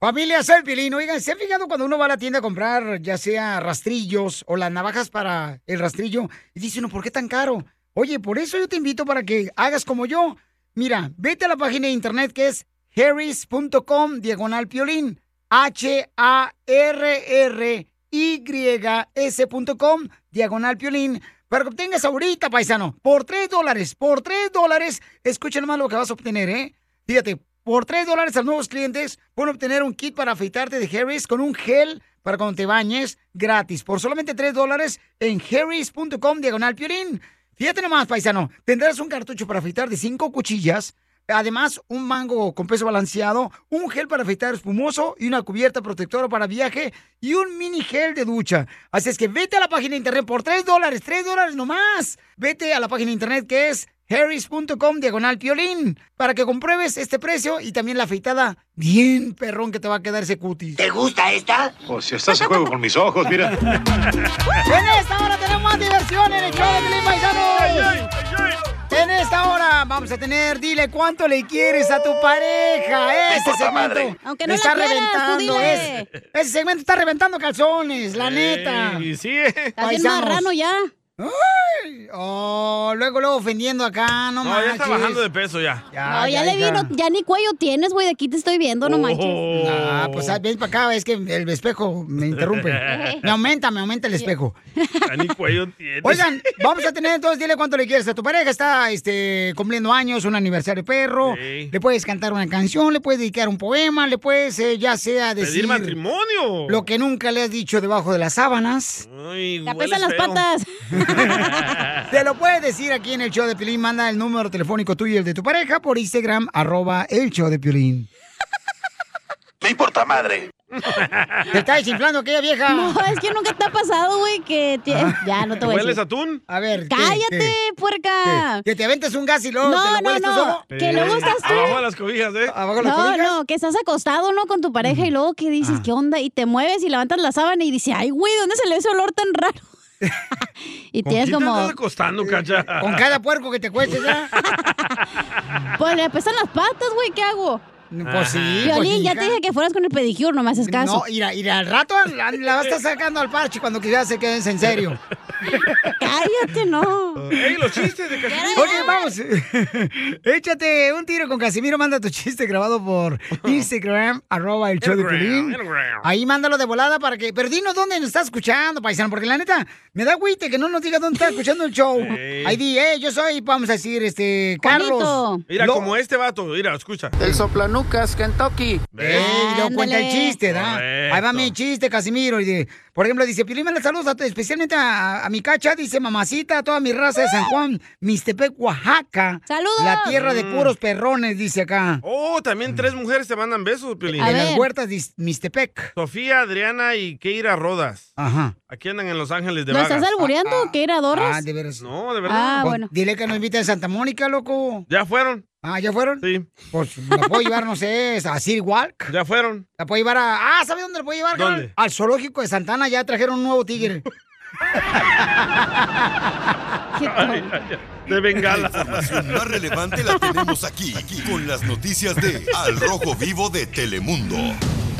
Speaker 1: Familia Serpilín, oigan, ¿se han fijado cuando uno va a la tienda a comprar ya sea rastrillos o las navajas para el rastrillo? Y dice uno, ¿por qué tan caro? Oye, por eso yo te invito para que hagas como yo. Mira, vete a la página de internet que es harris.com diagonal piolín. H-A-R-R-Y-S.com diagonal piolín. Para que obtengas ahorita, paisano, por 3 dólares, por 3 dólares, escuchen más lo que vas a obtener, ¿eh? Fíjate, por 3 dólares a nuevos clientes pueden obtener un kit para afeitarte de Harris con un gel para cuando te bañes gratis. Por solamente 3 dólares en harris.com diagonal piolín. Fíjate nomás, paisano, tendrás un cartucho para afeitar de 5 cuchillas, además un mango con peso balanceado, un gel para afeitar espumoso y una cubierta protectora para viaje y un mini gel de ducha. Así es que vete a la página de internet por 3 dólares, 3 dólares nomás. Vete a la página de internet que es harris.com diagonal piolín para que compruebes este precio y también la afeitada bien perrón que te va a quedar ese cutis.
Speaker 14: ¿Te gusta esta?
Speaker 27: O Pues, si estás a juego con mis ojos, mira.
Speaker 1: En esta hora tenemos más diversión en el show de Piolín, Paisanos. En esta hora vamos a tener, dile cuánto le quieres a tu pareja. Ese
Speaker 25: importa,
Speaker 1: segmento
Speaker 25: madre. Aunque no la
Speaker 1: está
Speaker 25: quieras, tú
Speaker 1: reventando.
Speaker 25: dile.
Speaker 1: es- ese segmento está reventando calzones, la neta.
Speaker 2: Y sí.
Speaker 3: Está bien marrano ya.
Speaker 1: Ay, oh, luego, luego ofendiendo acá, no,
Speaker 2: No,
Speaker 1: manches.
Speaker 2: ya está bajando de peso ya.
Speaker 3: No, ya, le vino, ya ni cuello tienes, güey, de aquí te estoy viendo, no manches.
Speaker 1: Ah, pues ah, ven para acá, es que el espejo me interrumpe. Me aumenta, me aumenta el espejo.
Speaker 2: Ya ni cuello tiene.
Speaker 1: Oigan, vamos a tener entonces, dile cuánto le quieres a tu pareja. Está este, cumpliendo años, un aniversario perro.
Speaker 2: Sí.
Speaker 1: Le puedes cantar una canción, le puedes dedicar un poema, le puedes, eh, ya sea
Speaker 2: Pedir
Speaker 1: decir.
Speaker 2: matrimonio.
Speaker 1: Lo que nunca le has dicho debajo de las sábanas.
Speaker 4: Mm,
Speaker 2: Ay,
Speaker 1: La
Speaker 2: hueles
Speaker 1: pesan las
Speaker 2: feo.
Speaker 1: patas. Te lo puedes decir aquí en el show de Piolín. Manda el número telefónico tuyo y el de tu pareja por Instagram, arroba el show de Piolín.
Speaker 14: No importa madre.
Speaker 1: Te está desinflando aquella vieja.
Speaker 3: No, es que nunca te ha pasado, güey, que... ti- Ya, no te voy a decir.
Speaker 2: atún?
Speaker 1: A ver. ¿qué,
Speaker 3: ¡Cállate,
Speaker 1: qué?
Speaker 3: puerca!
Speaker 1: Que te aventes un gas y luego
Speaker 3: No,
Speaker 1: te lo
Speaker 3: no,
Speaker 1: hueles tú
Speaker 3: no.
Speaker 1: solo.
Speaker 3: Que luego estás tú.
Speaker 2: Abajo de las cobijas, ¿eh?
Speaker 1: Abajo
Speaker 3: No, no, que estás acostado, ¿no? Con tu pareja y luego que
Speaker 1: Ah.
Speaker 3: dices, ¿qué onda? Y te mueves y levantas la sábana y dices, ay, güey, ¿dónde salió ese olor tan raro? y
Speaker 2: ¿Con
Speaker 3: tienes
Speaker 2: quién te
Speaker 3: como, eh,
Speaker 2: andas acostando, cacha?
Speaker 1: Con cada puerco que te cueste ya.
Speaker 3: pues le pesan las patas, güey, ¿qué hago?
Speaker 1: Pues sí.
Speaker 3: Violín,
Speaker 1: pues,
Speaker 3: ya
Speaker 1: hija.
Speaker 3: te dije que fueras con el pedicure, no me haces caso.
Speaker 1: No, ir, al rato la, la vas a estar sacando al parche cuando quizás se queden en serio.
Speaker 3: Cállate, no.
Speaker 2: ¡Ey, los chistes de Casimiro!
Speaker 1: Oye, vamos. Échate un tiro con Casimiro. Manda tu chiste grabado por Instagram, arroba el show de Piolín. Ahí mándalo de volada para que. Pero dinos dónde nos está escuchando, paisano, porque la neta, me da agüite que no nos diga dónde está escuchando el show.
Speaker 2: Sí.
Speaker 1: Ahí di, eh, yo soy, vamos a decir, este, Carlos.
Speaker 2: Mira,
Speaker 1: Lo-
Speaker 2: como este vato, mira, escucha.
Speaker 9: El soplanucas, Kentucky.
Speaker 1: Ey, luego cuenta el chiste, ¿da?
Speaker 2: Correcto.
Speaker 1: Ahí va mi chiste, Casimiro. y de- por ejemplo, dice, Piolín, manda saludos a- especialmente a, a mi cacha, dice, mamacita, a toda mi raza de San Juan, Mistepec, Oaxaca.
Speaker 3: ¡Saludos!
Speaker 1: La tierra de
Speaker 2: Mm.
Speaker 1: puros perrones, dice acá.
Speaker 2: Oh, también tres mujeres te mandan besos, Piolín.
Speaker 1: de las huertas de Mistepec.
Speaker 2: Sofía, Adriana y Keira Rodas.
Speaker 1: Ajá.
Speaker 2: Aquí andan en Los Ángeles de
Speaker 3: ¿Lo
Speaker 2: Vagas.
Speaker 3: estás albureando o qué era Dorras?
Speaker 1: Ah, de veras.
Speaker 2: No, de verdad.
Speaker 3: Ah,
Speaker 1: Pues,
Speaker 3: bueno.
Speaker 1: Dile que nos inviten a Santa Mónica, loco.
Speaker 2: ¿Ya fueron?
Speaker 1: Ah, ¿ya fueron?
Speaker 2: Sí.
Speaker 1: Pues la puedo llevar, no sé, a Sir Walk.
Speaker 2: ¿Ya fueron?
Speaker 1: La puedo llevar a... Ah, ¿sabes dónde la puedo llevar?
Speaker 2: ¿Dónde?
Speaker 1: carnal? Al zoológico de Santana ya trajeron un nuevo tigre.
Speaker 2: Ay, ay, ay. De bengala.
Speaker 5: La información más relevante la tenemos aquí, aquí, con las noticias de Al Rojo Vivo de Telemundo.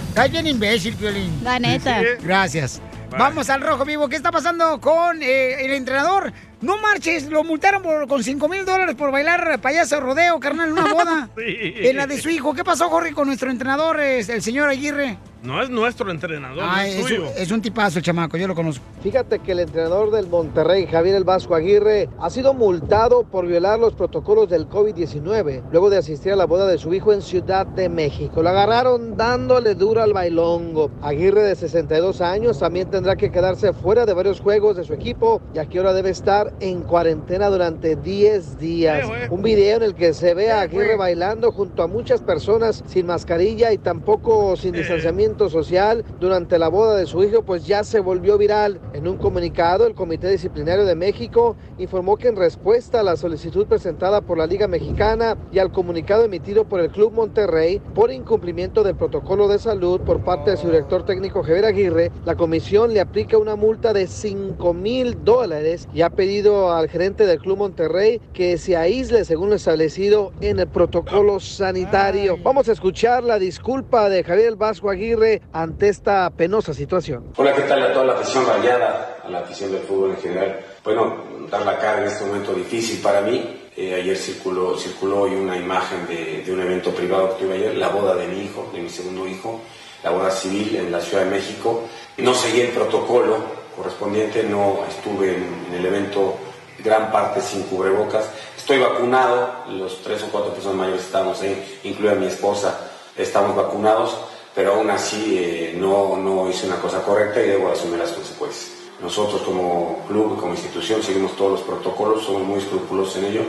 Speaker 1: Estás bien imbécil, Piolín.
Speaker 3: La neta.
Speaker 1: Gracias. Vamos al rojo vivo. ¿Qué está pasando con eh, el entrenador? No marches, lo multaron por- con 5 mil dólares por bailar payaso rodeo, carnal, en una boda.
Speaker 2: Sí.
Speaker 1: En la de su hijo. ¿Qué pasó, Jorge, con nuestro entrenador, es el señor Aguirre?
Speaker 2: No es nuestro entrenador, no
Speaker 1: Ah,
Speaker 2: es,
Speaker 1: es, un-
Speaker 2: tuyo.
Speaker 1: es un tipazo el chamaco, yo lo conozco.
Speaker 6: Fíjate que el entrenador del Monterrey, Javier El Vasco Aguirre, ha sido multado por violar los protocolos del COVID-19 luego de asistir a la boda de su hijo en Ciudad de México. Lo agarraron dándole duro al bailongo. Aguirre, de 62 años, también tendrá que quedarse fuera de varios juegos de su equipo, ya que ahora debe estar en cuarentena durante 10 días. Un video en el que se ve a Aguirre bailando junto a muchas personas sin mascarilla y tampoco sin distanciamiento social durante la boda de su hijo, pues ya se volvió viral. En un comunicado, el Comité Disciplinario de México informó que en respuesta a la solicitud presentada por la Liga Mexicana y al comunicado emitido por el Club Monterrey por incumplimiento del protocolo de salud por parte de su director técnico Javier Aguirre, la comisión le aplica una multa de 5 mil dólares y ha pedido al gerente del Club Monterrey que se aísle según lo establecido en el protocolo sanitario. Vamos a escuchar la disculpa de Javier El Vasco Aguirre ante esta penosa situación.
Speaker 28: Hola, ¿qué tal a toda la afición rayada, a la afición del fútbol en general? Bueno, dar la cara en este momento difícil para mí.
Speaker 7: Eh, ayer circuló, circuló hoy una imagen de, de un evento privado que tuve ayer, la boda de mi hijo, de mi segundo hijo, la boda civil en la Ciudad de México. No seguí el protocolo correspondiente, no estuve en, en el evento gran parte sin cubrebocas. Estoy vacunado, los tres o cuatro personas mayores estamos ahí, incluida mi esposa, estamos vacunados, pero aún así eh, no, no hice una cosa correcta y debo asumir las consecuencias. Nosotros como club, como institución, seguimos todos los protocolos, somos muy escrupulosos en ello.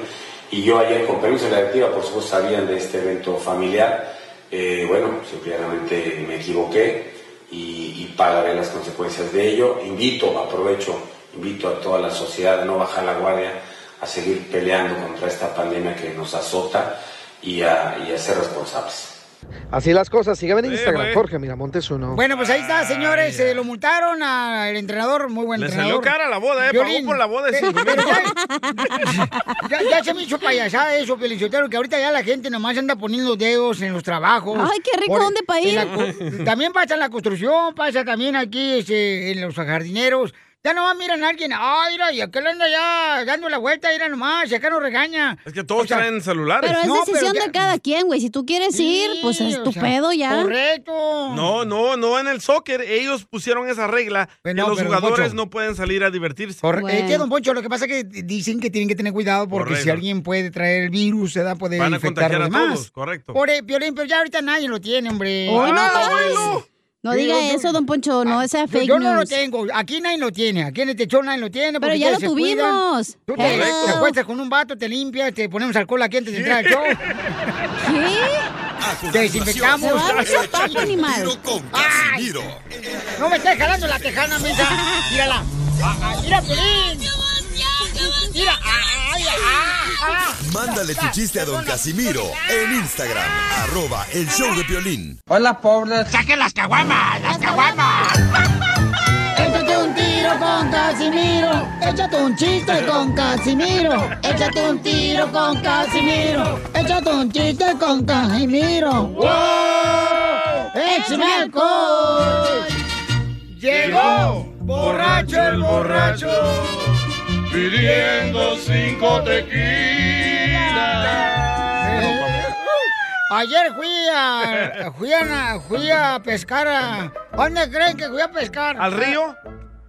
Speaker 7: Y yo ayer, con permiso de la directiva, por supuesto, sabían de este evento familiar. Eh, bueno, simplemente me equivoqué y, y pagaré las consecuencias de ello. Invito, aprovecho, invito a toda la sociedad a no bajar la guardia, a seguir peleando contra esta pandemia que nos azota y a, y a ser responsables.
Speaker 6: Así las cosas, síganme en Instagram, Jorge Miramontes uno.
Speaker 1: Bueno, pues ahí está, señores. eh, lo multaron al entrenador, muy buen
Speaker 2: Le
Speaker 1: entrenador.
Speaker 2: salió cara la boda, ¿eh? Pagó
Speaker 1: Piolín,
Speaker 2: por la boda de
Speaker 1: pero-
Speaker 2: cinco
Speaker 1: pero ya, ya- ya se me hizo payasada eso, Pelichotero, que ahorita ya la gente nomás anda poniendo dedos en los trabajos. e,
Speaker 3: Ay, qué rico, ¿dónde pa'
Speaker 1: en
Speaker 3: ir?
Speaker 1: la co- También pasa en la construcción, pasa también aquí este, en los jardineros. Ya nomás miran a alguien, ay, mira, y aquel anda ya dando la vuelta, mira nomás, y acá no regaña.
Speaker 2: Es que todos
Speaker 1: O sea,
Speaker 2: traen celulares.
Speaker 3: Pero es
Speaker 1: No, pero
Speaker 3: decisión
Speaker 1: ya-
Speaker 3: de cada quien, güey. Si tú quieres ir, pues es tu pedo ya.
Speaker 1: Correcto.
Speaker 2: No, no, no, en el soccer ellos pusieron esa regla
Speaker 1: Bueno,
Speaker 2: que los
Speaker 1: Pues pero,
Speaker 2: jugadores
Speaker 1: Poncho.
Speaker 2: no pueden salir a divertirse.
Speaker 1: Es
Speaker 3: Pues
Speaker 1: que, eh, don Poncho, lo que pasa es que dicen que tienen que tener cuidado porque
Speaker 2: Correcto.
Speaker 1: si alguien puede traer el virus, se da puede
Speaker 2: Van a
Speaker 1: infectar a los
Speaker 2: contagiar a
Speaker 1: demás.
Speaker 2: todos, correcto.
Speaker 1: Por el Piolín, pero ya ahorita nadie lo tiene, hombre.
Speaker 3: Hoy no más. No diga eso, don Poncho, no sea
Speaker 1: Yo,
Speaker 3: fake
Speaker 1: yo no lo
Speaker 3: news.
Speaker 1: tengo, aquí nadie lo tiene, aquí en este show nadie lo
Speaker 3: Pero
Speaker 1: tiene. porque
Speaker 3: ya lo
Speaker 1: ustedes se cuidan.
Speaker 3: tuvimos.
Speaker 1: Tú te,
Speaker 3: Correcto.
Speaker 1: te acuestas con un vato, te limpias, te ponemos alcohol aquí antes de entrar al show.
Speaker 5: A
Speaker 1: Te desinfectamos.
Speaker 5: continuación,
Speaker 1: Ay, ese papo
Speaker 5: échate un
Speaker 1: animal.
Speaker 5: tiro con Casimiro.
Speaker 1: No me estés jalando la tejana, mesa. Mírala. Ah, ah, mira, Piolín. Mira, ah, ay, ah, ah.
Speaker 5: Mándale tu chiste a don Casimiro en Instagram, arroba el show de violín.
Speaker 25: Hola, pobres. Saquen las caguamas,
Speaker 1: ah,
Speaker 25: las caguamas.
Speaker 4: Échate un tiro con Casimiro. Échate un chiste con Casimiro. Échate un tiro con Casimiro. Échate un chiste con Casimiro. ¡Wow! ¡Échame alcohol!
Speaker 25: Llegó borracho el borracho pidiendo cinco tequilas.
Speaker 4: ¡Uh!
Speaker 1: Ayer fui a, fui a, fui a pescar a... ¿a ¿Dónde creen que fui a pescar?
Speaker 2: ¿Al río?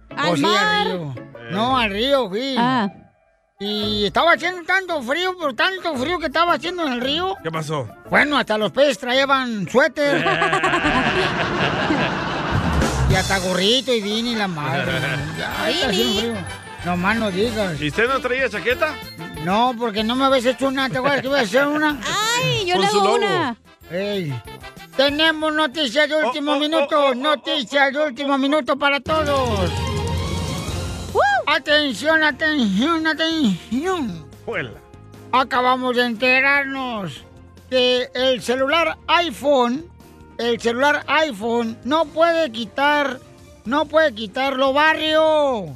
Speaker 1: Pues sí, al río. No, al río fui.
Speaker 4: Ah.
Speaker 1: Y estaba haciendo tanto frío, pero tanto frío que estaba haciendo en el río.
Speaker 2: ¿Qué pasó?
Speaker 1: Bueno, hasta los peces traían suéter. y hasta gorrito y vini la madre. Ay, está haciendo frío. Nomás no digas.
Speaker 2: ¿Y usted no traía chaqueta?
Speaker 1: No, porque no me habéis hecho una. ¿Te acuerdas que iba a hacer una? ¡Ay,
Speaker 2: yo Con le hago su logo. una.
Speaker 1: Ey. Tenemos noticias
Speaker 2: Oh,
Speaker 1: de último minuto. noticias de último minuto para todos. Atención, atención, atención. Acabamos de enterarnos que el celular iPhone, el celular iPhone no puede quitar, no puede quitarlo barrio.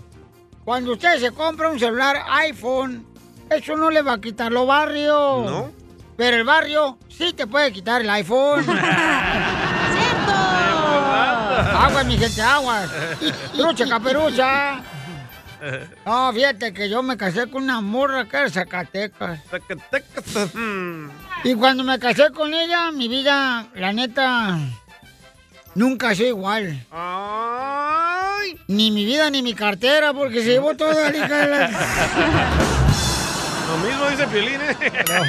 Speaker 1: Cuando usted se compra un celular iPhone, eso no le va a quitar lo barrio. ¿No? Pero el barrio sí te puede quitar el iPhone. ¡Cierto! Aguas, mi gente, aguas. Lucha, caperucha. No, fíjate que yo me casé con una morra que era de Zacatecas.
Speaker 2: Mm.
Speaker 1: Y cuando me casé con ella, mi vida, la neta, nunca ha sido igual. Ni mi vida ni mi cartera, porque se llevó toda la hija de
Speaker 2: Lo mismo dice Piolín, ¿eh?
Speaker 1: la-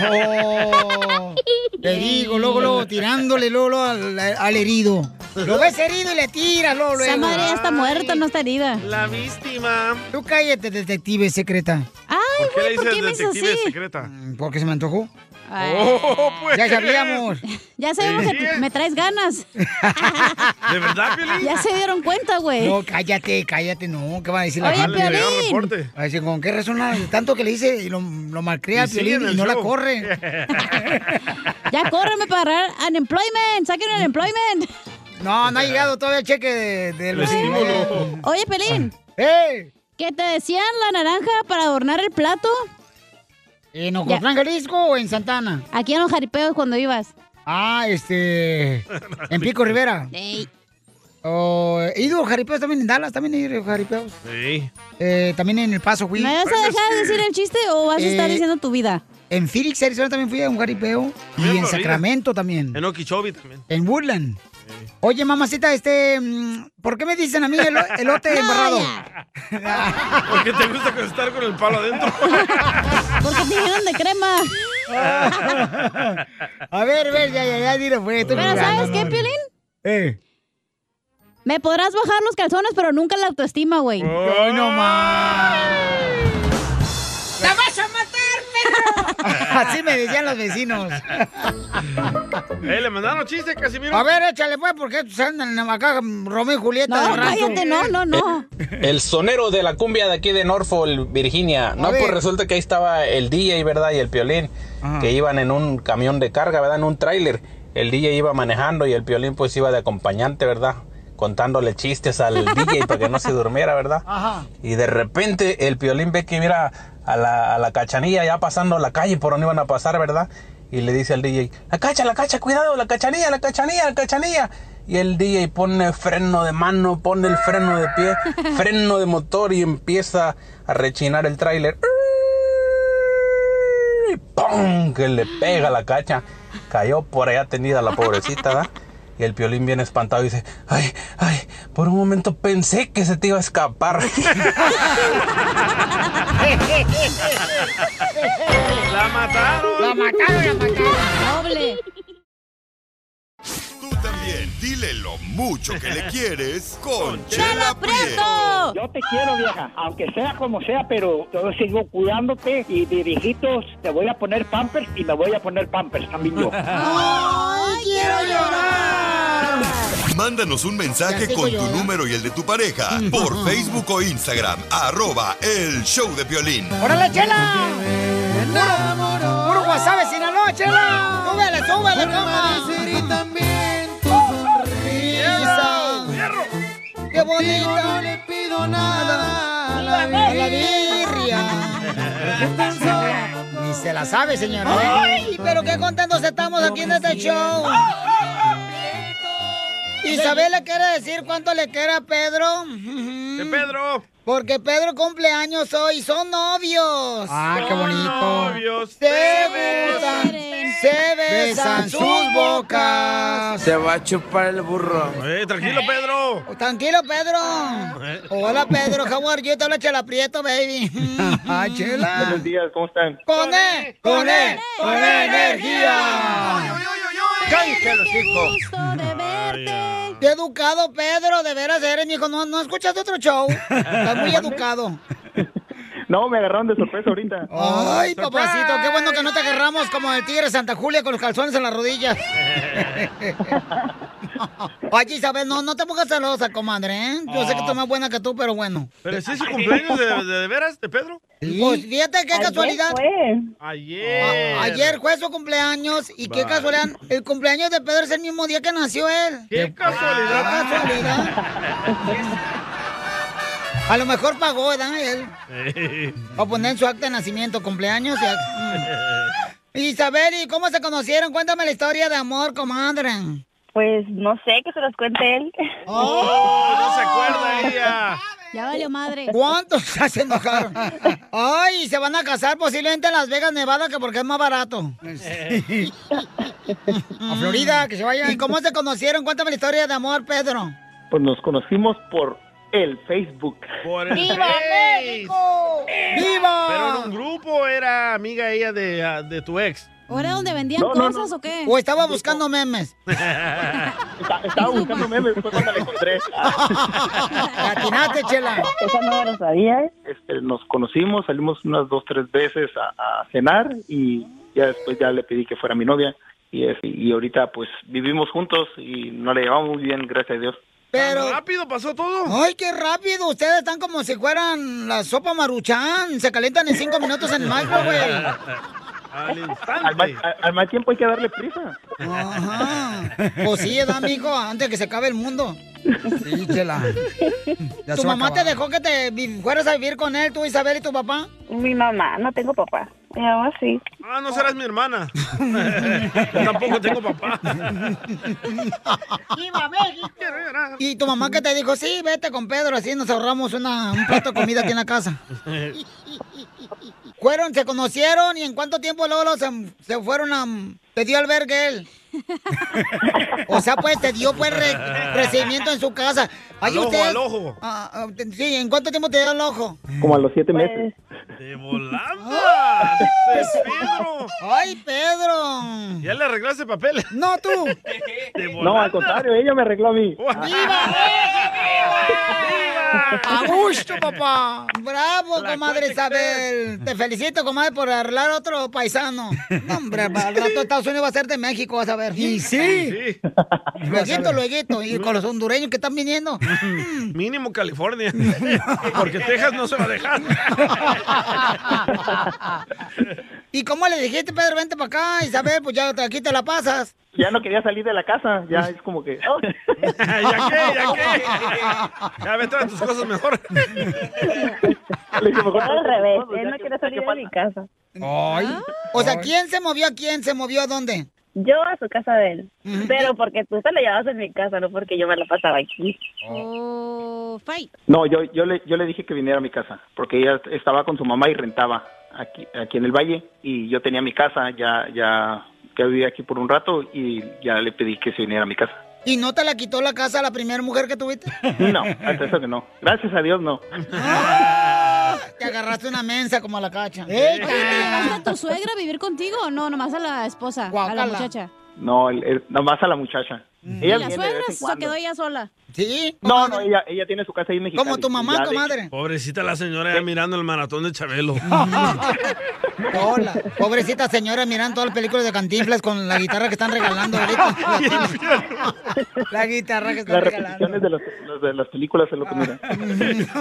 Speaker 1: Oh, Te digo, luego, luego, tirándole luego, luego al, al herido. Lo ves herido y le tiras, luego, luego.
Speaker 3: Esa madre ya está muerta, no está herida.
Speaker 2: La víctima.
Speaker 1: Tú cállate, detective secreta. Mm,
Speaker 3: Ay,
Speaker 2: ¿Qué
Speaker 3: güey,
Speaker 2: le
Speaker 3: ¿por
Speaker 2: dices
Speaker 3: qué me hizo
Speaker 2: detective
Speaker 3: así?
Speaker 2: secreta?
Speaker 1: Porque se me antojó.
Speaker 3: Ay.
Speaker 2: Oh, pues.
Speaker 1: Ya sabíamos.
Speaker 3: Ya sabemos
Speaker 1: Sí.
Speaker 3: que te- me traes ganas.
Speaker 2: ¿De verdad, Piolín?
Speaker 3: Ya se dieron cuenta, güey.
Speaker 1: No, cállate, cállate, no. ¿Qué va a decir la
Speaker 3: Oye,
Speaker 1: gente?
Speaker 3: Piolín. Le dieron
Speaker 1: Va a decir, ¿con qué razón? la- Tanto que le dice y lo, lo malcrea a
Speaker 3: Y sigue
Speaker 1: Piolín
Speaker 3: en
Speaker 1: y
Speaker 3: el
Speaker 1: no la
Speaker 3: show.
Speaker 1: corre.
Speaker 3: Ya córreme para agarrar unemployment. Saquen unemployment.
Speaker 1: No, no ha llegado todavía el cheque del de,
Speaker 3: El
Speaker 1: los-
Speaker 3: estímulo. Oye, Pelín.
Speaker 1: ¡Eh!
Speaker 3: ¿Qué te decían la naranja para adornar el plato?
Speaker 1: ¿En Ocotlán, Jalisco o en Santana?
Speaker 3: Aquí en los jaripeos cuando ibas.
Speaker 1: Ah, este. En Pico Rivera. Oh,
Speaker 3: Ey.
Speaker 1: O he ido a jaripeos también en Dallas, también he ido a jaripeos.
Speaker 2: Sí.
Speaker 1: Eh, también en El Paso, güey.
Speaker 3: ¿Me vas a dejar de decir el chiste o vas a estar
Speaker 1: Eh,
Speaker 3: diciendo tu vida?
Speaker 1: En Phoenix, Arizona también fui a un jaripeo.
Speaker 2: Fui a
Speaker 1: Y en
Speaker 2: Florida.
Speaker 1: Sacramento también.
Speaker 2: En Okeechobee también.
Speaker 1: En Woodland. Oye, mamacita, este. mm, ¿Por qué me dicen a mí el, elote
Speaker 2: No,
Speaker 1: embarrado?
Speaker 2: Porque te gusta estar con el palo adentro.
Speaker 3: Porque te dijeron de crema.
Speaker 2: Eh,
Speaker 1: A ver, a ver, ya, ya, ya, dilo, pues. estoy
Speaker 3: Pero
Speaker 1: jugando,
Speaker 3: ¿sabes
Speaker 1: no,
Speaker 3: qué,
Speaker 1: no.
Speaker 3: Piolín?
Speaker 1: Eh.
Speaker 3: Me podrás bajar los calzones, pero nunca la autoestima, güey.
Speaker 1: ¡Ay, no más!
Speaker 4: ¡La vas a matar,
Speaker 1: Así me decían los vecinos.
Speaker 2: eh, le mandaron chiste, Casimiro.
Speaker 1: A ver, échale, pues, porque estos andan acá, Romeo y Julieta.
Speaker 3: No,
Speaker 1: de rancho.
Speaker 3: cállate, no, no, no.
Speaker 28: El sonero de la cumbia de aquí de Norfolk, Virginia. No,
Speaker 1: ver.
Speaker 28: pues resulta que ahí estaba el DJ, ¿verdad? Y el piolín, que iban en un camión de carga, ¿verdad? En un tráiler. El DJ iba manejando y el piolín, pues, iba de acompañante, ¿verdad? Contándole chistes al DJ para que no se durmiera, ¿verdad?
Speaker 1: Ajá.
Speaker 28: Y de repente el piolín ve que mira a la, a la cachanilla ya pasando la calle por donde iban a pasar, ¿verdad? Y le dice al DJ, la cacha, la cacha, cuidado, la cachanilla, la cachanilla, la cachanilla. Y el DJ pone freno de mano, pone el freno de pie, freno de motor y empieza a rechinar el tráiler. Y ¡pum! que le pega la cacha. Cayó por allá tendida la pobrecita, ¿verdad? Y el piolín viene espantado y dice, ay, ay, por un momento pensé que se te iba a escapar.
Speaker 4: La mataron. La mataron, la mataron. Doble.
Speaker 5: Bien, dile lo mucho que le quieres con
Speaker 4: ¡Chela
Speaker 5: Chela Prieto.
Speaker 29: Yo te quiero, vieja, aunque sea como sea, pero yo sigo cuidándote y de viejitos te voy a poner pampers y me voy a poner pampers también yo.
Speaker 4: ¡Ay, quiero llorar!
Speaker 5: Mándanos un mensaje
Speaker 4: Ya sigo
Speaker 5: con
Speaker 4: yo,
Speaker 5: tu
Speaker 4: ¿eh?
Speaker 5: número y el de tu pareja por Facebook o Instagram, arroba el show de violín.
Speaker 1: ¡Órale, chela! ¡Puro, puro wasabi Sinaloa, chela! ¡Súbele, súbele, cama! también tu
Speaker 3: ¡Oh,
Speaker 1: sonrisa. ¡Qué bonita! no le pido nada a la, birria. Ni se la sabe, señora. ¿eh?
Speaker 4: Ay,
Speaker 1: pero qué contentos estamos aquí en este show. Isabel le quiere decir cuánto le queda a Pedro. De
Speaker 2: Pedro.
Speaker 1: Porque Pedro cumple años hoy, son novios. Ah, qué bonito.
Speaker 4: Se besan,
Speaker 1: se besan sus bocas.
Speaker 19: Ah, Se va a chupar el burro.
Speaker 2: Eh, tranquilo, Pedro.
Speaker 1: Tranquilo, Pedro. Hola, Pedro. How are you? Te habla Chela Prieto, baby. Ah, Chela.
Speaker 21: Buenos días, ¿cómo están?
Speaker 1: Con E, con E, con E energía.
Speaker 21: ¡Cáncer, hijo!
Speaker 1: Qué educado, Pedro. De veras eres, mijo. No, no escuchas de otro show. Estás muy educado.
Speaker 21: No, me agarraron de sorpresa ahorita.
Speaker 29: Oh,
Speaker 1: Ay, papacito, qué bueno que no te agarramos como el tigre de Santa Julia con los calzones en las rodillas. Oye, Isabel, no, no te pongas celosa, comadre, ¿eh? Yo sé que tú eres más buena que tú, pero bueno.
Speaker 2: ¿Pero sí es su cumpleaños de, de, de veras, de Pedro?
Speaker 1: Pues fíjate qué casualidad.
Speaker 2: Ayer.
Speaker 1: A- Ah, Ayer fue su cumpleaños y qué
Speaker 2: Vale.
Speaker 1: casualidad. El cumpleaños de Pedro es el mismo día que nació él. Ah,
Speaker 2: ¡Qué casualidad!
Speaker 1: Qué casualidad. A lo mejor pagó, ¿verdad? Él. Va a poner en su acta de nacimiento, cumpleaños. y ac- Mm. Isabel, ¿y cómo se conocieron? Cuéntame la historia de amor, comadre. Pues no sé, que se los cuente él. Oh,
Speaker 2: no se acuerda ella.
Speaker 1: Ya valió madre. ¿Cuántos ya se enojaron? Ay, se van a casar posiblemente en Las Vegas, Nevada, que porque es más barato. A Florida, que se vayan. Mm. ¿Y cómo se conocieron? Cuéntame la historia de amor, Pedro.
Speaker 21: Pues nos conocimos por el Facebook.
Speaker 2: Por el
Speaker 4: ¡Viva
Speaker 2: Face.
Speaker 4: México!
Speaker 1: ¡Viva!
Speaker 2: Pero en un grupo era amiga ella de, ah, de tu ex.
Speaker 3: ¿O era donde vendían
Speaker 2: No, no,
Speaker 3: cosas o qué?
Speaker 1: ¿O estaba buscando memes?
Speaker 2: Ah,
Speaker 21: Estaba buscando memes, pues, fue cuando la encontré.
Speaker 1: Atinaste, chela.
Speaker 19: Esa no lo sabía, ¿eh?
Speaker 21: Este, nos conocimos, salimos unas dos, tres veces a, a cenar y ya después ya le pedí que fuera mi novia. Y, es- y ahorita pues vivimos juntos y nos la llevamos muy bien, gracias a Dios.
Speaker 1: Pero... rápido pasó todo? ¡Ay, qué rápido! Ustedes están como si fueran la sopa maruchan. Se calientan en cinco minutos en el microwave.
Speaker 2: Al instante.
Speaker 21: Al, mal- al- al mal tiempo hay que darle prisa.
Speaker 1: Pues Ajá. Pues sí, ¿verdad, amigo? Antes que se acabe el mundo.
Speaker 30: Sí, chela. Ya
Speaker 1: ¿Tu
Speaker 30: se va a
Speaker 1: mamá te
Speaker 30: acabar.
Speaker 1: dejó que te vi- fueras a vivir con él, tú, Isabel y tu papá?
Speaker 24: Mi mamá, no tengo papá. Mi mamá sí.
Speaker 2: Ah, no serás mi hermana. Tampoco tengo papá.
Speaker 1: ¡Viva México! ¿Y tu mamá que te dijo, sí, vete con Pedro, así nos ahorramos una, un plato de comida aquí en la casa? Fueron, se conocieron y en cuánto tiempo luego luego se, se fueron a... Te dio albergue él. O sea, pues te dio pues re- recibimiento en su casa. Ahí
Speaker 2: Al ojo,
Speaker 1: ustedes-
Speaker 2: al ojo.
Speaker 1: Ah, ah, te- sí, ¿en cuánto tiempo te dio el ojo?
Speaker 29: como a los siete meses.
Speaker 2: De volada.
Speaker 1: Pedro! ¡Ay, Pedro!
Speaker 2: ¿Ya le arreglaste papel?
Speaker 1: No, tú.
Speaker 2: De
Speaker 29: No, al contrario, ella me arregló a mí.
Speaker 1: ¡A gusto, papá! ¡Bravo, comadre Isabel! Te felicito, comadre, por arreglar otro paisano. No, hombre, para el rato Estados Unidos va a ser de México, vas a ver. Mm. Y
Speaker 2: sí.
Speaker 1: Lueguito, lueguito. Y con los hondureños que están viniendo. Mm.
Speaker 2: Mínimo California. Porque Texas no se va a dejar.
Speaker 1: ¿Y cómo le dijiste, Pedro, vente para acá, Isabel? Pues ya te- aquí te la pasas.
Speaker 29: Ya no quería salir de la casa, ya es como que...
Speaker 2: ¿Ya qué? ¿Ya qué? Ya vete a tus cosas mejor.
Speaker 24: Fue al revés, él no quiere salir de mi casa.
Speaker 1: O sea, ¿quién se movió a quién? ¿Se movió a dónde?
Speaker 24: Yo a su casa de él. Pero porque tú te la llevabas en mi casa, no porque yo me la pasaba aquí.
Speaker 3: Oh, fight.
Speaker 29: No, yo, yo, le, yo le dije que viniera a mi casa, porque ella estaba con su mamá y rentaba aquí, aquí en el valle, y yo tenía mi casa, ya, ya, ya vivía aquí por un rato, y ya le pedí que se viniera a mi casa.
Speaker 1: ¿Y no te la quitó la casa la primera mujer que tuviste?
Speaker 29: No, hasta eso que no. Gracias a Dios, no.
Speaker 1: Te agarraste una mensa como a la cacha.
Speaker 3: Oye, ¿te llevaste a tu suegra a vivir contigo o no? Nomás a la esposa, a la
Speaker 1: Guácala.
Speaker 3: muchacha.
Speaker 29: No, el- el- nomás a la muchacha.
Speaker 3: Mm. ¿Y
Speaker 29: Ella
Speaker 3: la
Speaker 29: viene de
Speaker 3: suegra
Speaker 29: vez en
Speaker 3: se
Speaker 29: cuando.
Speaker 3: quedó ella sola?
Speaker 1: Sí.
Speaker 29: No, no, ella, ella tiene su casa ahí en Mexicali. Ya de-
Speaker 2: Pobrecita la señora ya mirando el maratón de Chabelo.
Speaker 1: Hola. Pobrecita señora, miran todas las películas de Cantinflas con la guitarra que están regalando ahorita. la guitarra que están
Speaker 29: Las
Speaker 1: regalando.
Speaker 29: repeticiones de las, las de las películas es lo que mira.